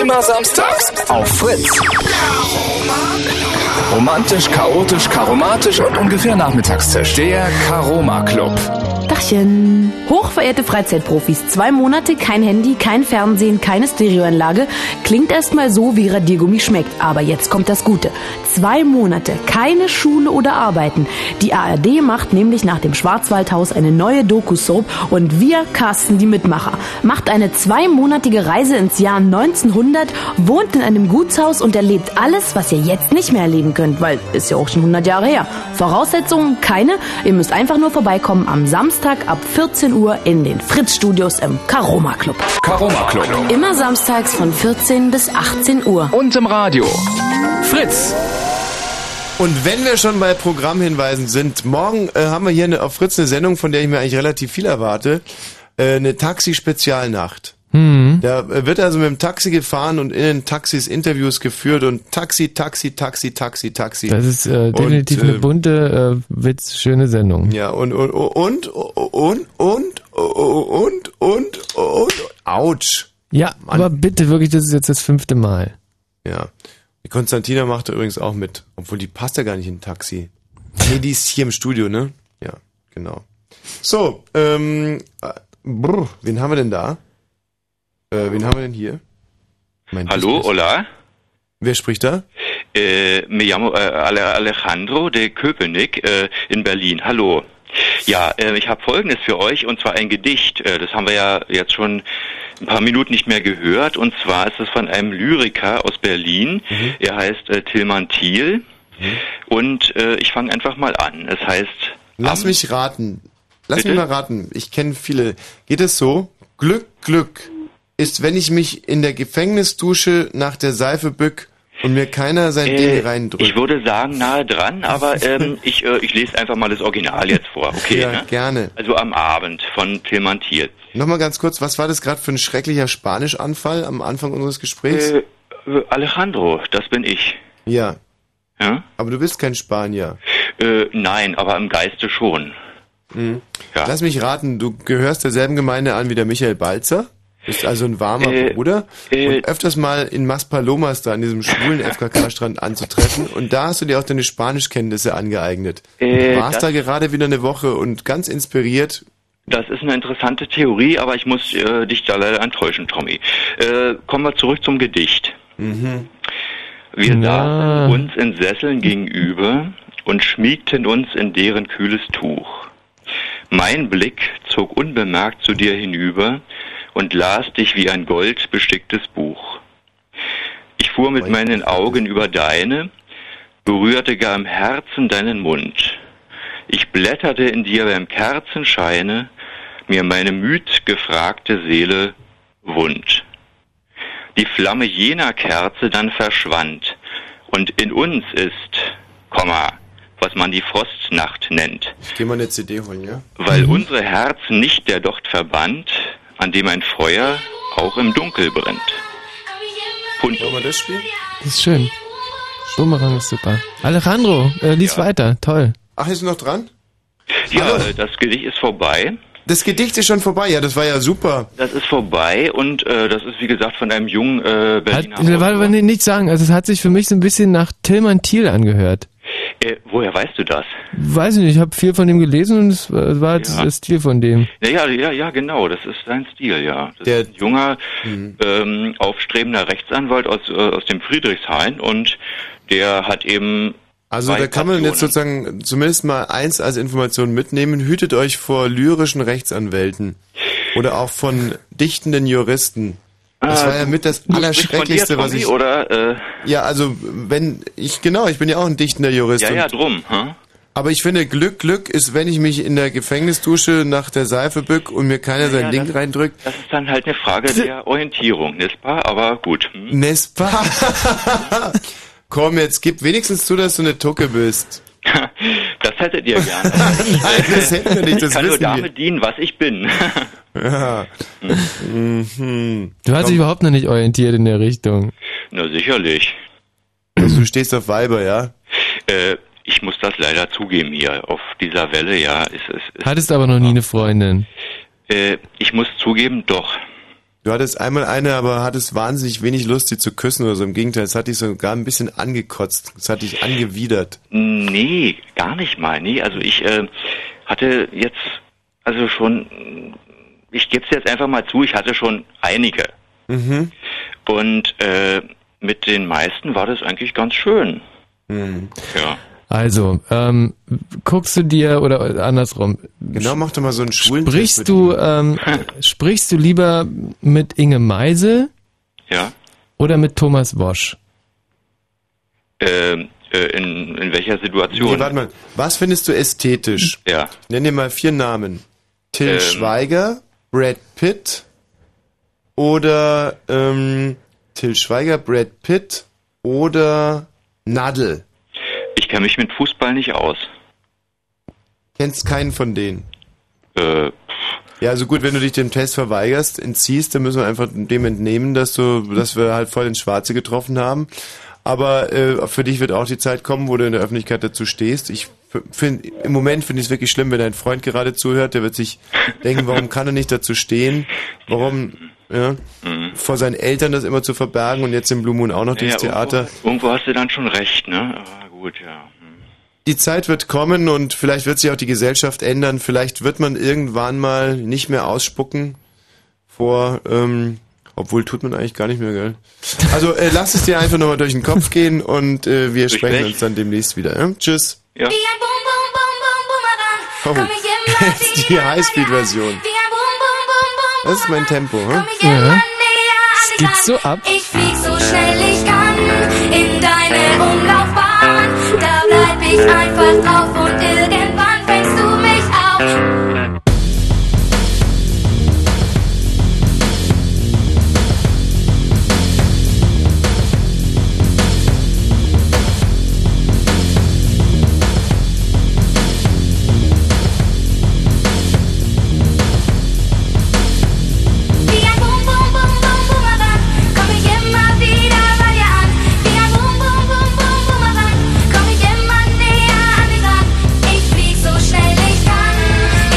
H: Immer samstags auf Fritz. Romantisch, chaotisch, karomatisch und ungefähr Nachmittagstisch. Der Karoma Club.
V: Dachchen. Hochverehrte Freizeitprofis, zwei Monate kein Handy, kein Fernsehen, keine Stereoanlage. Klingt erstmal so, wie Radiergummi schmeckt. Aber jetzt kommt das Gute. Zwei Monate keine Schule oder Arbeiten. Die ARD macht nämlich nach dem Schwarzwaldhaus eine neue Doku-Soap und wir casten die Mitmacher. Macht eine zweimonatige Reise ins Jahr 1900, wohnt in einem Gutshaus und erlebt alles, was ihr jetzt nicht mehr erleben könnt, weil ist ja auch schon 100 Jahre her. Voraussetzungen keine. Ihr müsst einfach nur vorbeikommen am Samstag ab 14 Uhr in den Fritz Studios im Karoma Club.
H: Karoma Club.
V: Immer samstags von 14 bis 18 Uhr.
H: Und im Radio. Fritz.
B: Und wenn wir schon bei Programmhinweisen sind, morgen äh, haben wir hier eine, auf Fritz eine Sendung, von der ich mir eigentlich relativ viel erwarte. Äh, eine Taxi-Spezialnacht.
C: Hm,
B: Da äh, wird also mit dem Taxi gefahren und in den Taxis Interviews geführt und Taxi, Taxi, Taxi, Taxi, Taxi.
C: Das ist äh,
B: Und,
C: definitiv
B: äh,
C: eine bunte, äh, witz, schöne Sendung.
B: Ja, und, und, und, und, und, und, und, und, und, ouch.
C: Ja, aber bitte wirklich, das ist jetzt das fünfte Mal.
B: Ja. Die Konstantina macht da übrigens auch mit, obwohl die passt ja gar nicht in ein Taxi. Nee, die ist hier im Studio, ne? Ja, genau. So, ähm, äh, brr, wen haben wir denn da? Äh, wen haben wir denn hier? Mein
W: Hallo,
B: Display-
W: hola.
B: Wer spricht da?
W: Eh, me llamo eh, Ale- Alejandro de Köpenick eh, in Berlin. Hallo. Ja, eh, ich habe Folgendes für euch und zwar ein Gedicht. Eh, das haben wir ja jetzt schon ein paar Minuten nicht mehr gehört und zwar ist es von einem Lyriker aus Berlin.
B: Mhm.
W: Er heißt äh, Tillmann Thiel und eh, ich fange einfach mal an. Es heißt
B: Lass mich raten. Lass
W: Bitte?
B: mich mal raten. Ich kenne viele. Geht es so? Glück, Glück ist, wenn ich mich in der Gefängnisdusche nach der Seife bück und mir keiner sein
W: Äh,
B: Ding reindrückt.
W: ich würde sagen nahe dran, aber ähm, ich, äh, ich lese einfach mal das Original jetzt vor. Okay,
B: Ja,
W: ne?
B: gerne.
W: Also am Abend von Tillmann Thiel.
B: Nochmal ganz kurz, was war das gerade für ein schrecklicher Spanischanfall am Anfang unseres Gesprächs?
W: Äh, äh, Alejandro, das bin ich.
B: ja.
W: Ja?
B: Aber du bist kein Spanier.
W: Äh, nein, aber im Geiste schon.
B: Mhm.
W: Ja.
B: Lass mich raten, du gehörst derselben Gemeinde an wie der Michael Balzer. Bist also ein warmer
W: Äh,
B: Bruder.
W: äh,
B: und öfters mal in Maspalomas da an diesem schwulen FKK-Strand anzutreffen. Und da hast du dir auch deine Spanischkenntnisse angeeignet.
W: Äh,
B: du warst
W: das-
B: da gerade wieder eine Woche und ganz inspiriert.
W: Das ist eine interessante Theorie, aber ich muss äh, dich da leider enttäuschen, Tommy. Äh, kommen wir zurück zum Gedicht.
B: Mhm.
W: Wir
C: Na.
W: saßen uns in Sesseln gegenüber und schmiegten uns in deren kühles Tuch. Mein Blick zog unbemerkt zu dir hinüber und las dich wie ein goldbesticktes Buch. Ich fuhr mit meinen Augen über deine, berührte gar im Herzen deinen Mund. Ich blätterte in dir beim Kerzenscheine, mir meine müd gefragte Seele wund. Die Flamme jener Kerze dann verschwand, und in uns ist, Komma, was man die Frostnacht nennt,
B: Ich geh mal eine CD holen, ja?
W: weil unsere Herzen nicht der Docht verband, an dem ein Feuer auch im Dunkel brennt. Und
B: Wollen wir das spielen?
C: Das ist schön. Bumerang ist super. Alejandro, äh, lies weiter. Toll.
B: Ach, ist du noch dran?
W: Ja, äh, das Gedicht ist vorbei.
B: Das Gedicht ist schon vorbei. Ja, das war ja super.
W: Das ist vorbei und äh, das ist wie gesagt von einem jungen äh, Berliner.
C: Warte, warte, nee, nicht sagen. Also es hat sich für mich so ein bisschen nach Tillmann Thiel angehört.
W: Äh, woher weißt du das?
C: Weiß ich nicht, ich habe viel von dem gelesen und es war war jetzt
W: Ja.
C: das Stil von dem.
W: Ja, ja, ja, ja, genau, das ist sein Stil, ja. Das ist ein junger,
B: Mhm.
W: ähm, aufstrebender Rechtsanwalt aus, äh, aus dem Friedrichshain und der hat eben.
B: Also da kann man jetzt sozusagen zumindest mal eins als Information mitnehmen. Hütet euch vor lyrischen Rechtsanwälten oder auch von dichtenden Juristen. Das
W: Ah,
B: war ja mit das
W: du sprichst von dir,
B: Allerschrecklichste, was
W: Tommy,
B: ich...
W: Oder, äh,
B: Ja, also wenn ich... Genau, ich bin ja auch ein dichtender Jurist.
W: ja, ja,
B: und-
W: drum. Hm?
B: aber ich finde, Glück, Glück ist, wenn ich mich in der Gefängnisdusche nach der Seife bück und mir keiner sein
W: ja,
B: Ding reindrückt.
W: Das ist dann halt eine Frage der Orientierung, n'est-ce pas? Aber gut. Hm?
B: N'est-ce pas? Komm, jetzt gib wenigstens zu, dass du eine Tucke bist.
W: Das hättet ihr gerne.
B: Nein, das hätten wir nicht, das
W: ich kann nur
B: wissen wir.
W: damit dienen, was ich bin.
B: Ja. Mhm.
C: Du hast dich überhaupt noch nicht orientiert in der Richtung.
W: Na, sicherlich.
B: Also du stehst auf Weiber, ja?
W: Äh, ich muss das leider zugeben hier. Auf dieser Welle, ja, ist es.
C: Hattest aber noch nie eine Freundin.
W: Äh, ich muss zugeben, doch.
B: Du hattest einmal eine, aber hattest wahnsinnig wenig Lust, sie zu küssen oder so. Im Gegenteil, es hat dich sogar ein bisschen angekotzt. Es hat dich angewidert.
W: Mm, Nee, gar nicht mal. Nee, also ich äh, hatte jetzt, also schon, ich gebe es jetzt einfach mal zu, ich hatte schon einige.
B: Mhm.
W: Und äh, mit den meisten war das eigentlich ganz schön. Ja.
C: Also, ähm, guckst du dir oder andersrum.
B: Genau, mach doch mal so einen schwulen
C: Sprichst du, ähm, sprichst du lieber mit Inge Meisel
W: Ja.
C: oder mit Thomas Bosch?
W: Ähm, äh, in, in welcher Situation?
B: Nee, warte mal. Was findest du ästhetisch?
W: Ja.
B: Nenn dir mal vier Namen. Till
W: Ähm.
B: Schweiger, Brad Pitt oder ähm, Till Schweiger, Brad Pitt oder Nadel.
W: Ich kenne mich mit Fußball nicht aus.
B: Kennst keinen von denen.
W: Äh,
B: Ja, also gut, wenn du dich dem Test verweigerst, entziehst, dann müssen wir einfach dem entnehmen, dass du, dass wir halt voll ins Schwarze getroffen haben. Aber äh, für dich wird auch die Zeit kommen, wo du in der Öffentlichkeit dazu stehst. Ich finde, im Moment finde ich es wirklich schlimm, wenn dein Freund gerade zuhört, der wird sich denken, warum kann er nicht dazu stehen? Warum, ja, vor seinen Eltern das immer zu verbergen und jetzt im Blue Moon auch noch dieses
E: Mhm. Ja,
B: Theater.
E: Irgendwo, irgendwo hast du dann schon recht, ne?
W: Ah,
E: Aber gut, ja.
B: die Zeit wird kommen und vielleicht wird sich auch die Gesellschaft ändern. Vielleicht wird man irgendwann mal nicht mehr ausspucken vor, ähm, obwohl tut man eigentlich gar nicht mehr, gell? Also äh, lass es dir einfach nochmal durch den Kopf gehen und äh, wir sprechen uns dann demnächst wieder. Ja? Tschüss.
E: Ja.
B: Oh, das ist die Highspeed-Version. Das ist mein Tempo, hm?
C: Ja.
B: Es geht so ab.
G: Ich flieg so schnell ich kann in deine Umlaufbahn. Da bleib ich einfach drauf und irgendwann fängst du mich auf. Wie ein Bum, Bum, Bum, Bum, Bumerang, komm ich immer wieder bei dir an. Wie ein Bum, Bum, Bum, Bum, Bumerang, komm ich immer näher an dich ran. Ich flieg so schnell ich kann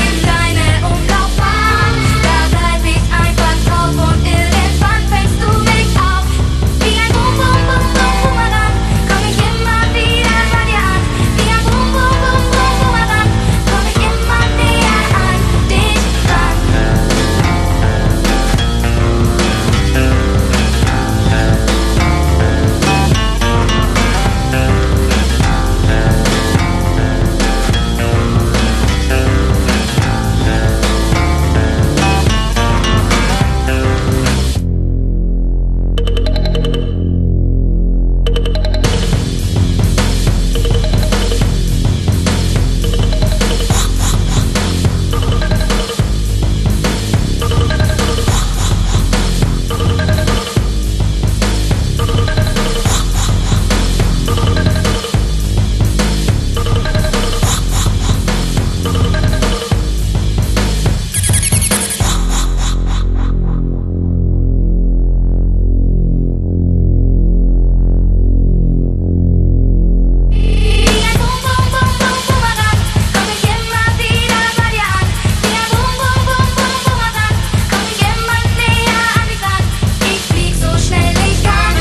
G: in deine Umlaufbahn. Da bleib ich einfach drauf und irgendwann fängst du mich auf. Wie ein Bum, Bum, Bum, Bum, Bumerang, komm ich immer wieder bei dir an. Wie ein Bum, Bum, Bum, Bum, Bumerang, komm ich immer näher an dich ran. Ich flieg so schnell ich kann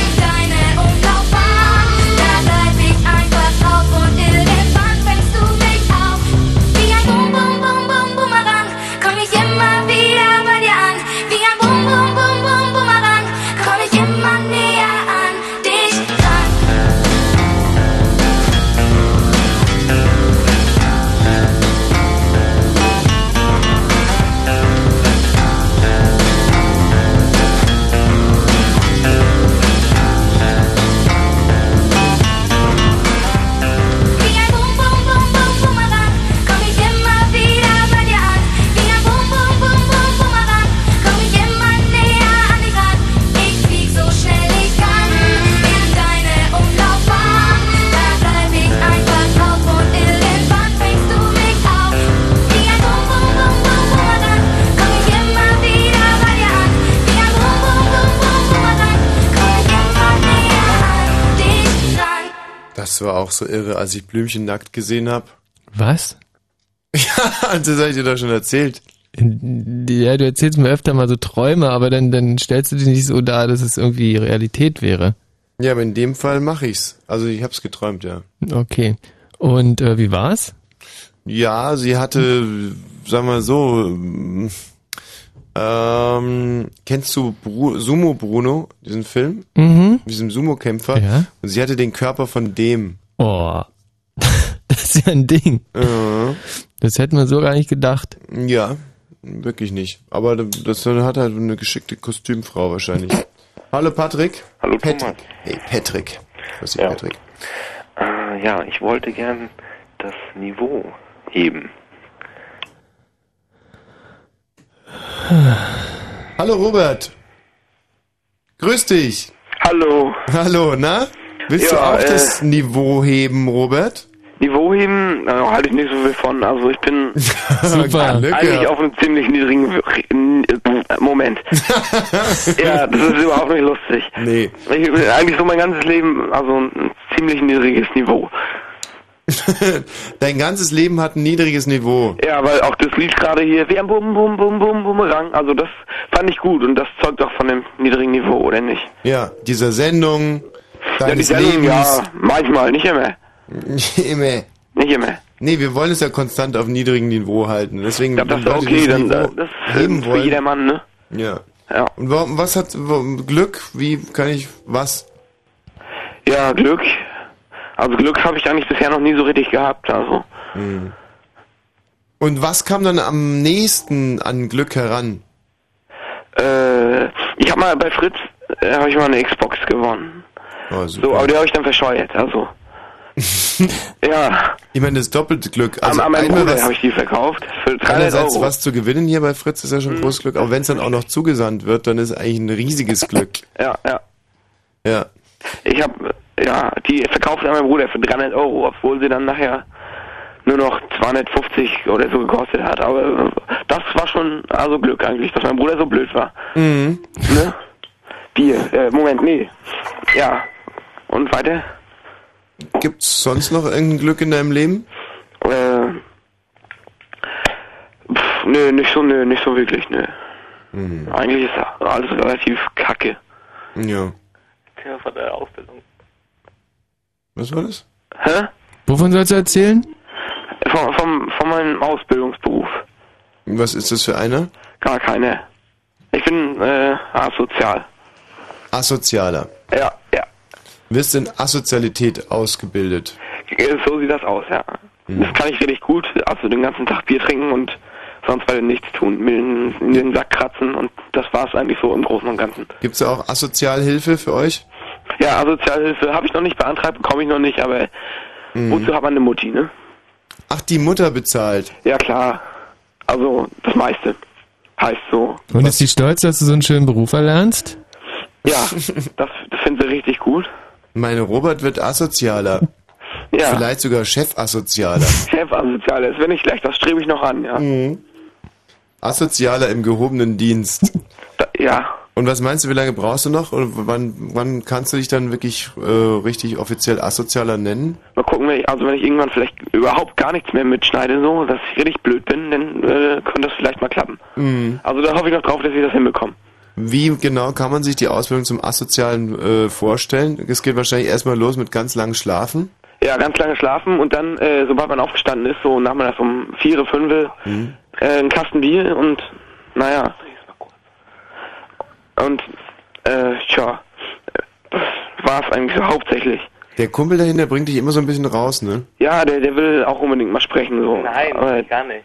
G: in deine Umlaufbahn. Da bleib ich einfach drauf und irgendwann fängst du mich auf. Wie ein Bum, Bum, Bum, Bum, Bumerang, komm ich immer wieder bei dir an. Wie ein Bum, Bum, Bum, Bum, Bumerang, komm ich immer näher an dich dran. Wie ein Bum, Bum, Bum, Bum, Bumerang, komm ich immer wieder bei dir an. Wie ein Bum, Bum, Bum, Bum, Bumerang, komm ich immer näher an dich ran. Ich flieg so schnell ich kann in deine Umlaufbahn. Da bleib ich einfach drauf und irgendwann fängst du mich auf. Wie ein Bum, Bum, Bum, Bum, Bumerang, komm ich immer wieder bei dir an. Wie ein Bum, Bum, Bum, Bum, Bumerang, komm ich immer näher an dich ran.
B: Das war auch so irre, als ich Blümchen nackt gesehen habe.
C: Was?
B: Ja, das habe ich dir doch schon erzählt.
C: Ja, du erzählst mir öfter mal so Träume, aber dann, dann stellst du dich nicht so dar, dass es irgendwie Realität wäre.
B: Ja, aber in dem Fall mache ich's. Also ich hab's geträumt, ja.
C: Okay. Und äh, wie war's?
B: Ja, sie hatte, sagen wir so, ähm, ähm, kennst du Bru Sumo Bruno, diesen Film?
C: Mhm.
B: Diesen Sumo-Kämpfer?
C: Ja.
B: Und sie hatte den Körper von dem.
C: Oh. Das ist ja ein Ding. Das hätten wir so gar nicht gedacht.
B: Ja, wirklich nicht. Aber das hat halt eine geschickte Kostümfrau wahrscheinlich. Hallo Patrick.
K: Hallo
B: Patrick. Hey Patrick. Was ist Patrick?
K: Äh, ja, ich wollte gern das Niveau heben.
B: Hallo Robert. Grüß dich.
K: Hallo.
B: Hallo, na? Willst
K: Ja,
B: du auch
K: äh,
B: das Niveau heben, Robert?
K: Niveau heben äh, halte ich nicht so viel von. Also ich bin
G: Super.
K: eigentlich auf einem ziemlich niedrigen äh, Moment. ja, das ist überhaupt nicht lustig.
B: Nee.
K: Ich, bin eigentlich so mein ganzes Leben, also ein ziemlich niedriges Niveau.
B: Dein ganzes Leben hat ein niedriges Niveau.
K: Ja, weil auch das Lied gerade hier, wie ein Bum, Bum, Bum, Bum, Bumerang, also das fand ich gut und das zeugt auch von dem niedrigen Niveau, oder nicht?
B: Ja, dieser Sendung,
K: Ja, die
B: deines
K: Sendung,
B: Lebens.
K: ja, manchmal, nicht immer.
B: Nicht immer.
K: Nicht immer.
B: Nee, wir wollen es ja konstant auf niedrigem Niveau halten. Deswegen,
K: Ja, das ist
B: wenn Leute
K: okay,
B: dieses
K: dann,
B: Niveau
K: äh, das ist
B: heben
K: für
B: wollen-
K: jedermann, ne?
B: Ja.
K: ja.
B: Und warum, was hat warum, Glück? Wie kann ich was?
K: Ja, Glück. Also Glück habe ich eigentlich bisher noch nie so richtig gehabt, also.
B: Hm. Und was kam dann am nächsten an Glück heran?
K: Äh, ich habe mal bei Fritz, äh, habe ich mal eine Xbox gewonnen.
B: Oh,
K: so, aber die habe ich dann verscheuert, also. ja,
B: Ich meine, das doppelte Glück.
K: an,
B: Also
K: an meinen
B: einmal
K: Bruder
B: was-
K: habe ich die verkauft für 300
B: Einerseits
K: Euro.
B: was zu gewinnen hier bei Fritz ist ja
K: Mhm.
B: schon großes Glück, aber wenn es dann auch noch zugesandt wird, dann ist eigentlich ein riesiges Glück.
K: Ja, ja.
B: Ja.
K: Ich habe, ja, die verkauft an meinen Bruder für 300 Euro, obwohl sie dann nachher nur noch 250 oder so gekostet hat. Aber äh, das war schon, also Glück eigentlich, dass mein Bruder so blöd war.
B: Mhm.
K: Ne? Bier, äh, Moment, nee. Ja. Und weiter?
B: Gibt's sonst noch irgendein Glück in deinem Leben?
K: Äh. Pff, nö, nicht so, nö, nicht so wirklich, nö.
B: Mhm.
K: Eigentlich ist alles relativ kacke.
B: Ja.
P: Thema von der Ausbildung.
B: Was war das?
K: Hä?
C: Wovon sollst du erzählen?
K: Von, vom, von meinem Ausbildungsberuf.
B: Was ist das für einer?
K: Gar keine. Ich bin, äh, asozial.
B: Asozialer.
K: Ja, ja.
B: Wirst in Asozialität ausgebildet.
K: Äh, So sieht das aus, ja. Das kann ich richtig gut. Also den ganzen Tag Bier trinken und sonst weiter nichts tun. Mir in in den Sack kratzen und das war's eigentlich so im Großen und Ganzen.
B: Gibt's da auch Asozialhilfe für euch?
K: Ja, Sozialhilfe habe ich noch nicht beantragt, bekomme ich noch nicht, aber wozu hat man eine Mutti, ne?
B: Ach, die Mutter bezahlt.
K: Ja, klar. Also das meiste. Heißt so.
C: Und ist die stolz, dass du so einen schönen Beruf erlernst?
K: Ja, das, das finden sie richtig gut.
B: Meine Robert wird asozialer.
K: Ja.
B: Vielleicht sogar Chefasozialer. Mhm.
K: Chef asozial ist, wenn nicht gleich, das strebe ich noch an, ja.
B: Asozialer im gehobenen Dienst.
K: ja.
B: Und was meinst du, wie lange brauchst du noch? Und wann, wann kannst du dich dann wirklich äh, richtig offiziell asozialer nennen?
K: Mal gucken, wenn ich, also wenn ich irgendwann vielleicht überhaupt gar nichts mehr mitschneide, so, dass ich richtig blöd bin, dann äh, könnte das vielleicht mal klappen.
B: Mhm.
K: Also da hoffe ich noch drauf, dass ich das hinbekomme.
B: Wie genau kann man sich die Ausbildung zum Asozialen äh, vorstellen? Es geht wahrscheinlich erstmal los mit ganz langem Schlafen.
K: Ja, ganz lange schlafen und dann, äh, sobald man aufgestanden ist, so nachmittags um vier, fünf, äh,
D: Mm.
K: einen Kasten Bier und naja. Und äh, tja, das war's eigentlich so hauptsächlich.
B: Der Kumpel dahinter bringt dich immer so ein bisschen raus, ne?
K: Ja, der, der will auch unbedingt mal sprechen, so.
L: Nein,
K: Aber
L: gar nicht.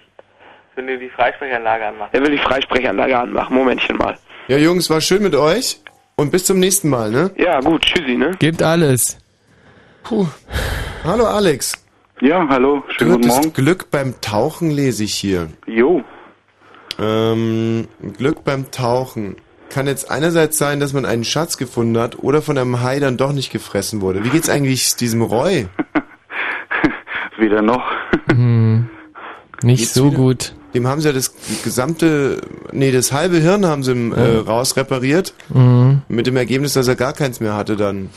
L: Ich will nur die Freisprechanlage anmachen.
K: er will die Freisprechanlage anmachen. Momentchen mal.
B: Ja, Jungs, war schön mit euch und bis zum nächsten Mal, ne?
K: Ja, gut, tschüssi, ne?
C: Gebt alles.
B: Puh. Hallo Alex.
X: Ja, hallo, schönen guten
B: Gutes
X: Morgen.
B: Glück beim Tauchen lese ich hier.
X: Jo.
B: Ähm, Glück beim Tauchen. Kann jetzt einerseits sein, dass man einen Schatz gefunden hat oder von einem Hai dann doch nicht gefressen wurde. Wie geht's eigentlich diesem Roy?
X: Weder noch.
C: Nicht so gut.
B: Dem haben sie ja das gesamte, nee, das halbe Hirn haben sie ihm äh, raus repariert.
C: Mhm.
B: Mit dem Ergebnis, dass er gar keins mehr hatte dann.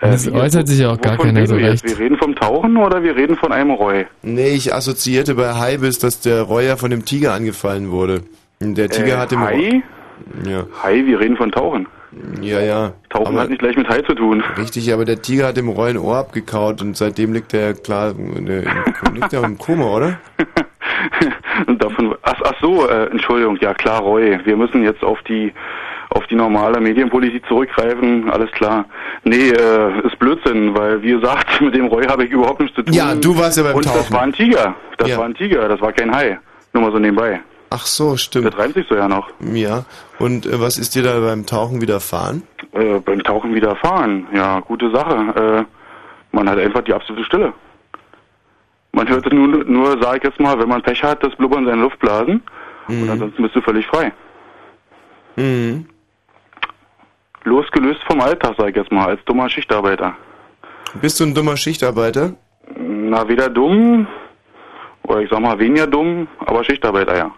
C: Das Äh, wie- äußert sich ja auch gar
X: also, Wovon reden wir jetzt? Wir reden vom Tauchen oder wir reden von einem Roy?
B: Nee, ich assoziierte bei Hai bis, dass der Roy ja von dem Tiger angefallen wurde. Und Der Tiger
X: Äh,
B: hat dem
X: Hai?
B: Ja.
X: Hai, wir reden von Tauchen.
B: Ja, ja.
X: Tauchen hat nicht gleich mit Hai zu tun.
B: Richtig, aber der Tiger hat dem Roy ein Ohr abgekaut und seitdem liegt er klar, äh, liegt er im Koma, oder?
X: Und davon, ach, ach so, äh, Entschuldigung, ja klar, Roy. Wir müssen jetzt auf die auf die normale Medienpolitik zurückgreifen, alles klar. Nee, äh, ist Blödsinn, weil wie gesagt, mit dem Roy habe ich überhaupt nichts zu tun.
B: Ja, du warst ja beim
X: Und das
B: Tauchen.
X: war ein Tiger. Das war ein Tiger, das war kein Hai. Nur mal so nebenbei.
B: Ach so, stimmt.
X: Das reimt sich so ja noch.
B: Ja. Und äh, was ist dir da beim Tauchen widerfahren?
X: Äh, beim Tauchen wieder fahren, ja, gute Sache. Äh, man hat einfach die absolute Stille. Man hört es nur, nur sag ich jetzt mal, wenn man Pech hat, das Blubbern seiner Luftblasen. Und
D: Mm.
X: ansonsten bist du völlig frei.
B: Mhm.
X: Losgelöst vom Alltag, sag ich jetzt mal, als dummer Schichtarbeiter.
B: Bist du ein dummer Schichtarbeiter?
X: Na, weder dumm, oder ich sag mal weniger dumm, aber Schichtarbeiter, ja.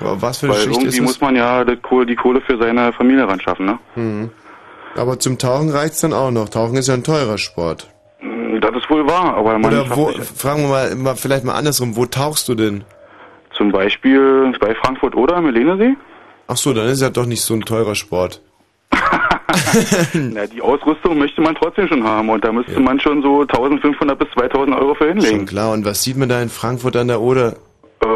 B: Aber was für eine
X: Weil
B: Schicht ist
X: irgendwie
B: es?
X: muss man ja die Kohle, die Kohle für seine Familie ran schaffen, ne?
B: Mhm. Aber zum Tauchen reicht's dann auch noch. Tauchen ist ja ein teurer Sport.
X: Das ist wohl wahr, aber man
B: Oder
X: schafft
B: wo,
X: nicht-
B: fragen wir mal, mal vielleicht mal andersrum, wo tauchst du denn?
X: Zum Beispiel bei Frankfurt oder am Helenesee?
B: Ach so, dann ist ja doch nicht so ein teurer Sport. Hm.
X: Na, die Ausrüstung möchte man trotzdem schon haben und da müsste man schon so 1500 bis 2000 Euro für
B: Schon
X: hinlegen.
B: klar. Und was sieht man da in Frankfurt an der Oder?
X: Äh,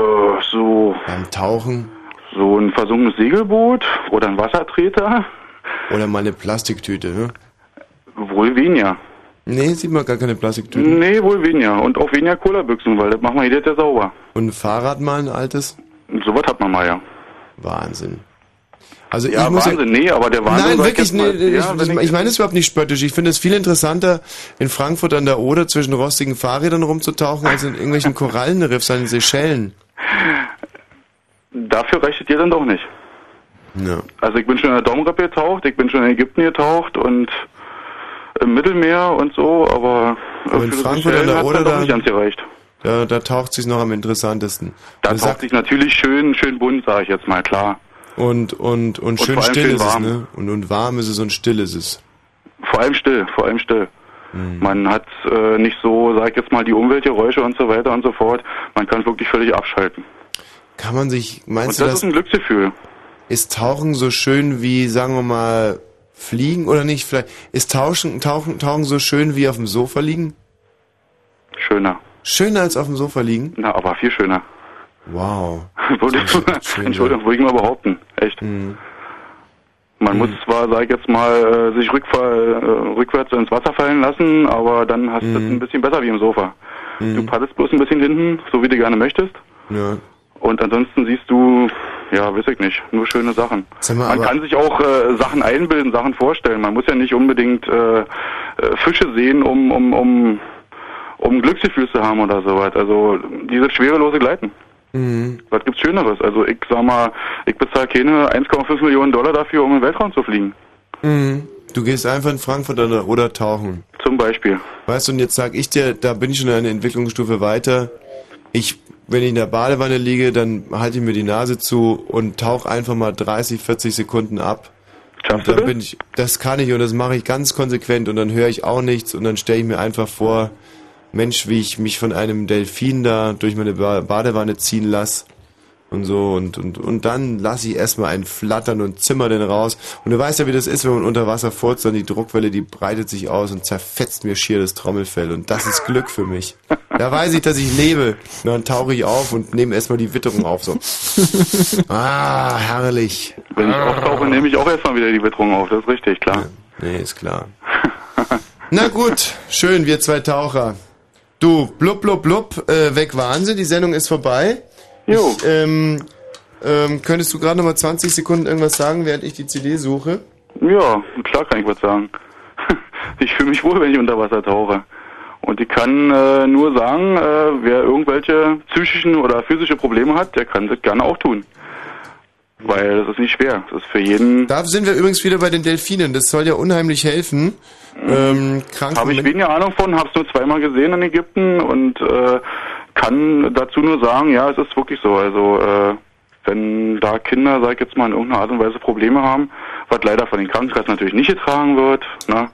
X: so.
B: Beim Tauchen?
X: So ein versunkenes Segelboot oder ein Wassertreter?
B: Oder mal eine Plastiktüte, ne?
X: Wohl weniger.
B: Nee, sieht man gar keine Plastiktüten.
X: Nee, wohl weniger. Und auch weniger Cola-Büchsen, weil das macht man jedes Jahr sauber.
B: Und ein Fahrrad mal ein altes?
X: Sowas hat man mal, ja.
B: Wahnsinn. Also ich
X: ja,
B: muss
X: Wahnsinn, nee, aber der Wahnsinn...
B: Nein,
X: sag
B: wirklich,
X: ich jetzt mal,
B: nee, ich,
X: ja, wenn
B: ich, ich meine es überhaupt nicht spöttisch. Ich finde es viel interessanter, in Frankfurt an der Oder zwischen rostigen Fahrrädern rumzutauchen, als in irgendwelchen Korallenriffs an den Seychellen.
X: Dafür reicht es dir dann doch nicht.
B: Ja.
X: Also ich bin schon in der Domrep getaucht, ich bin schon in Ägypten getaucht und im Mittelmeer und so, aber
B: Aber in
X: für das
B: Frankfurt an
X: Bestellen
B: der
X: hat's
B: Oder,
X: dann doch nicht
B: da,
X: ganz gereicht.
B: da, da taucht sich's noch am interessantesten.
X: Da taucht sich natürlich schön, schön bunt, sage ich jetzt mal, klar.
B: Und, und, und schön
X: vor allem
B: still
X: schön
B: ist
X: warm.
B: es, ne? Und, und warm ist es und still ist es.
X: Vor allem still, vor allem still. Man hat äh, nicht so, sag ich jetzt mal, die Umweltgeräusche und so weiter und so fort. Man kann wirklich völlig abschalten.
B: Kann man sich, meinst du
X: und das
B: das?
X: ist ein Glücksgefühl.
B: Ist Tauchen so schön wie, sagen wir mal, Fliegen oder nicht? Vielleicht ist Tauschen, Tauchen, Tauchen so schön wie auf dem Sofa liegen?
X: Schöner.
B: Schöner als auf dem Sofa liegen?
X: Na, aber viel schöner.
B: Wow.
X: Würde ich, Entschuldigung, würde ich mal behaupten. Echt.
B: Hm.
X: Man muss zwar, sag ich jetzt mal, äh, sich rückfall, äh, rückwärts ins Wasser fallen lassen, aber dann hast du es ein bisschen besser wie im Sofa. Du paddelst bloß ein bisschen hinten, so wie du gerne möchtest.
B: Ja.
X: Und ansonsten siehst du, ja, weiß ich nicht, nur schöne Sachen.
B: Sag mal,
X: man
B: aber-
X: kann sich auch äh, Sachen einbilden, Sachen vorstellen. Man muss ja nicht unbedingt äh, äh, Fische sehen, um, um, um, um ein Glücksgefühl zu haben oder sowas. Also dieses schwerelose Gleiten.
D: Mm.
B: Mhm.
X: Was gibt's Schöneres? Also ich sag mal, ich bezahle keine 1,5 Millionen Dollar dafür, um in den Weltraum zu fliegen.
B: Mhm. Du gehst einfach in Frankfurt an der Oder tauchen.
X: Zum Beispiel.
B: Weißt du, und jetzt sag ich dir, da bin ich schon eine Entwicklungsstufe weiter. Ich, wenn ich in der Badewanne liege, dann halte ich mir die Nase zu und tauche einfach mal 30, 40 Sekunden ab.
X: Und
B: dann bin ich, das kann ich und das mache ich ganz konsequent und dann höre ich auch nichts und dann stelle ich mir einfach vor, Mensch, wie ich mich von einem Delfin da durch meine ba Badewanne ziehen lasse und so und und und dann lasse ich erstmal einen flattern und zimmer den raus und du weißt ja wie das ist wenn man unter Wasser furzt dann die Druckwelle die breitet sich aus und zerfetzt mir schier das Trommelfell und das ist Glück für mich da weiß ich dass ich lebe und dann tauche ich auf und nehme erstmal die Witterung auf so ah herrlich
X: Wenn ich auftauche, nehme ich auch erstmal wieder die Witterung auf. Das ist richtig, klar.
B: Nee, ist klar. Na gut, schön, wir zwei Taucher. Du, blub, blub, blub, äh, weg Wahnsinn, die Sendung ist vorbei. Jo. Ich, ähm, ähm, könntest du gerade nochmal 20 Sekunden irgendwas sagen, während ich die CD suche?
X: Ja, klar kann ich was sagen. Ich fühle mich wohl, wenn ich unter Wasser tauche. Und ich kann äh, nur sagen, äh, wer irgendwelche psychischen oder physische Probleme hat, der kann das gerne auch tun. Weil das ist nicht schwer. Das ist für jeden.
B: Da sind wir übrigens wieder bei den Delfinen, das soll ja unheimlich helfen. Ähm, krank
X: Habe ich weniger Ahnung von, habe es nur zweimal gesehen in Ägypten und äh, kann dazu nur sagen, ja, es ist wirklich so. Also äh, wenn da Kinder, sag ich jetzt mal, in irgendeiner Art und Weise Probleme haben, was leider von den Krankenkassen natürlich nicht getragen wird, ne?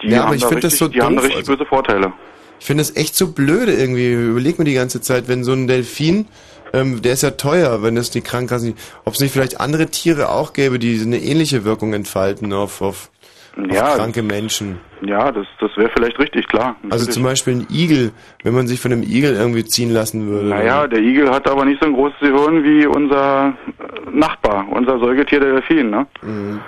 X: Die
B: Ja, aber
X: haben
B: ich
X: da
B: find das
X: richtig,
B: so
X: die haben da
B: doof, also
X: richtig böse Vorteile.
B: Ich finde das echt so blöde irgendwie. Überleg mir die ganze Zeit, wenn so ein Delfin, ähm, der ist ja teuer, wenn das die Krankenkassen, ob es nicht vielleicht andere Tiere auch gäbe, die eine ähnliche Wirkung entfalten auf, auf,
X: Ja.
B: auf kranke Menschen.
X: Ja, das, das wäre vielleicht richtig, klar.
B: Also
X: Natürlich.
B: zum Beispiel ein Igel, wenn man sich von einem Igel irgendwie ziehen lassen würde.
X: Naja, der Igel hat aber nicht so ein großes Gehirn wie unser äh, Nachbar, unser Säugetier der Delfin, ne?
B: Mhm.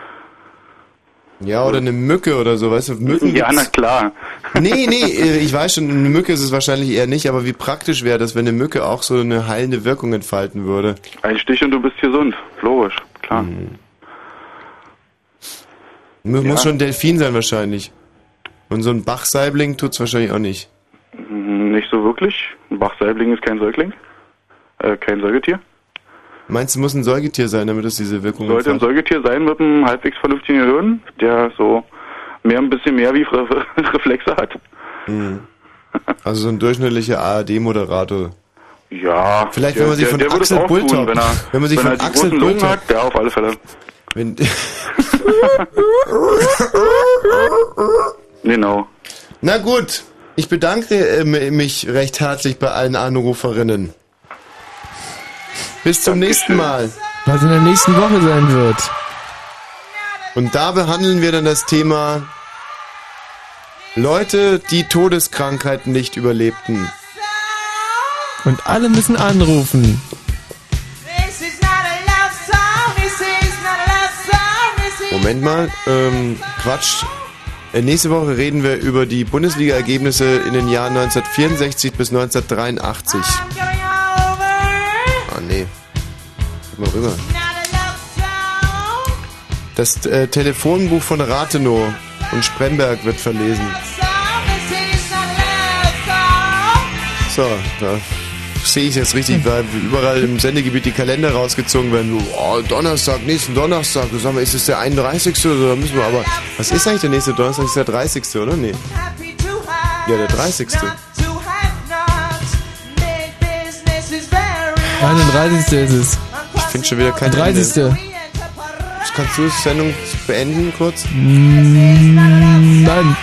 B: Ja, oder eine Mücke oder so, weißt du, Mücken.
X: Ja, na
B: gibt's-
X: klar.
B: Nee, nee, äh, ich weiß schon, eine Mücke ist es wahrscheinlich eher nicht, aber wie praktisch wäre das, wenn eine Mücke auch so eine heilende Wirkung entfalten würde?
X: Ein Stich und du bist gesund. Logisch, klar.
B: Mu-
X: Ja.
B: Muss schon ein Delfin sein wahrscheinlich. Und so ein Bachsaibling tut's wahrscheinlich auch nicht.
X: Hm, Nicht so wirklich. Ein Bachsaibling ist kein Säugling. Äh, kein Säugetier.
B: Meinst du, muss ein Säugetier sein, damit es diese Wirkung
X: Sollte ein
B: entfaltet?
X: Säugetier sein mit einem halbwegs vernünftigen Gehirn, der so mehr ein bisschen mehr wie Re Reflexe hat.
B: Mhm. Also so ein durchschnittlicher ARD-Moderator.
X: Ja.
B: Vielleicht,
X: der,
B: wenn man sich von
X: der, der würde es
B: Axel
X: auch tun,
B: Bulltop-
X: wenn er,
B: wenn man sich
X: wenn
B: von
X: er die
B: Axel
X: großen Lungen
B: Bulltop-
X: hat, ja, auf alle Fälle.
B: Wenn,
X: Genau.
B: Na gut, ich bedanke äh, m- mich recht herzlich bei allen Anruferinnen. Bis zum nächsten Mal.
G: Was in der nächsten Woche sein wird.
B: Und da behandeln wir dann das Thema Leute, die Todeskrankheiten nicht überlebten.
G: Und alle müssen anrufen.
Y: This is not a love song, this is not a love song, this is
B: Moment mal, ähm, Quatsch. Äh, nächste Woche reden wir über die Bundesliga-Ergebnisse in den Jahren 1964 bis 1983. Ah, nee. Guck mal rüber. Das äh, Telefonbuch von Rathenow und Spremberg wird verlesen. So, da sehe ich jetzt richtig, weil überall im Sendegebiet die Kalender rausgezogen werden. Oh, Donnerstag, nächsten Donnerstag. Sag mal, ist es der 31. oder so? Da müssen wir aber. Was ist eigentlich der nächste Donnerstag? Ist der 30. oder? Nee. Ja, der 30.
Y: to have nots. Big business is very
G: Nein, der 30. ist es.
B: Ich finde schon wieder kein
G: 30.
B: Ende. Kannst du die Sendung beenden kurz?
G: Mm, Nein.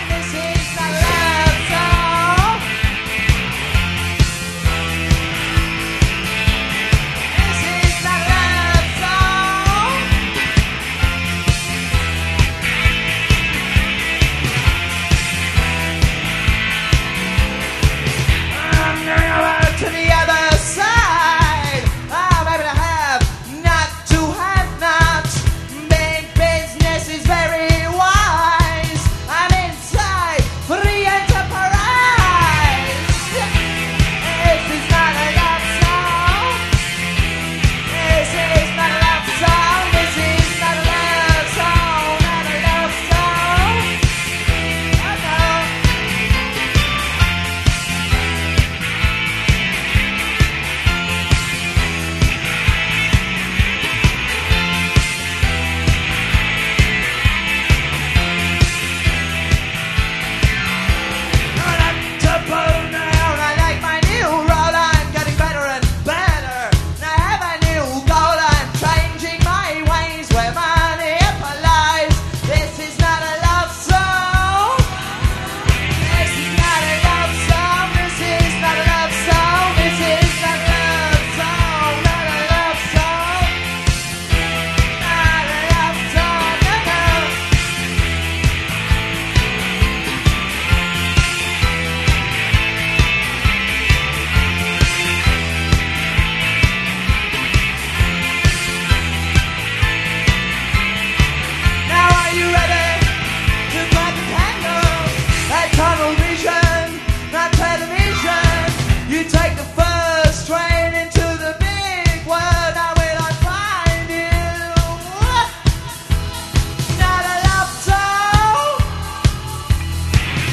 Y: I'm going over to the other side. I'm happy to have, not to have not. Big business is very wise. I'm inside free enterprise. This is not a love song. This is not a love song. This is not a love song. Not a love song. Oh, no. Now are you ready to grab the candle? That tunnel vision, not television. You take the first train into the big world. I will not find you. Not a love song.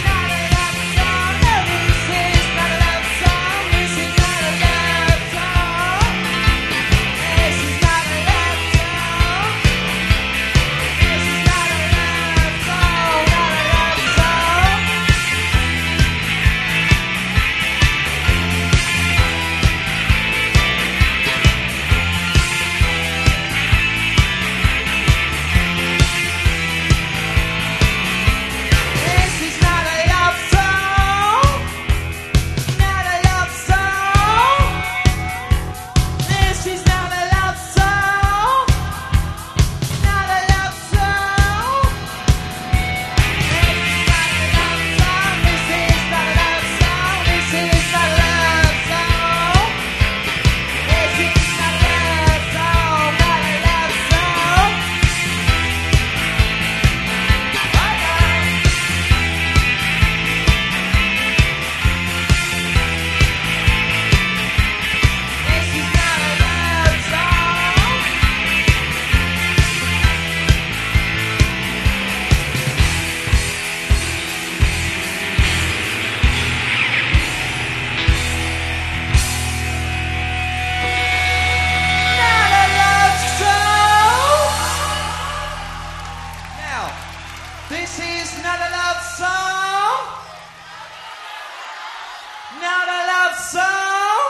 Y: Not a love song. No, this is not a love song. This is not a love song. This is not a love song. This is not a love song. Not a love song. This is not a love song. This is not a love song. This is not a love song. Not a love song. This is not a love song. Not a love song. Now, this is not a love song.
G: love song.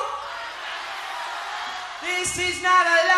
G: This is not a love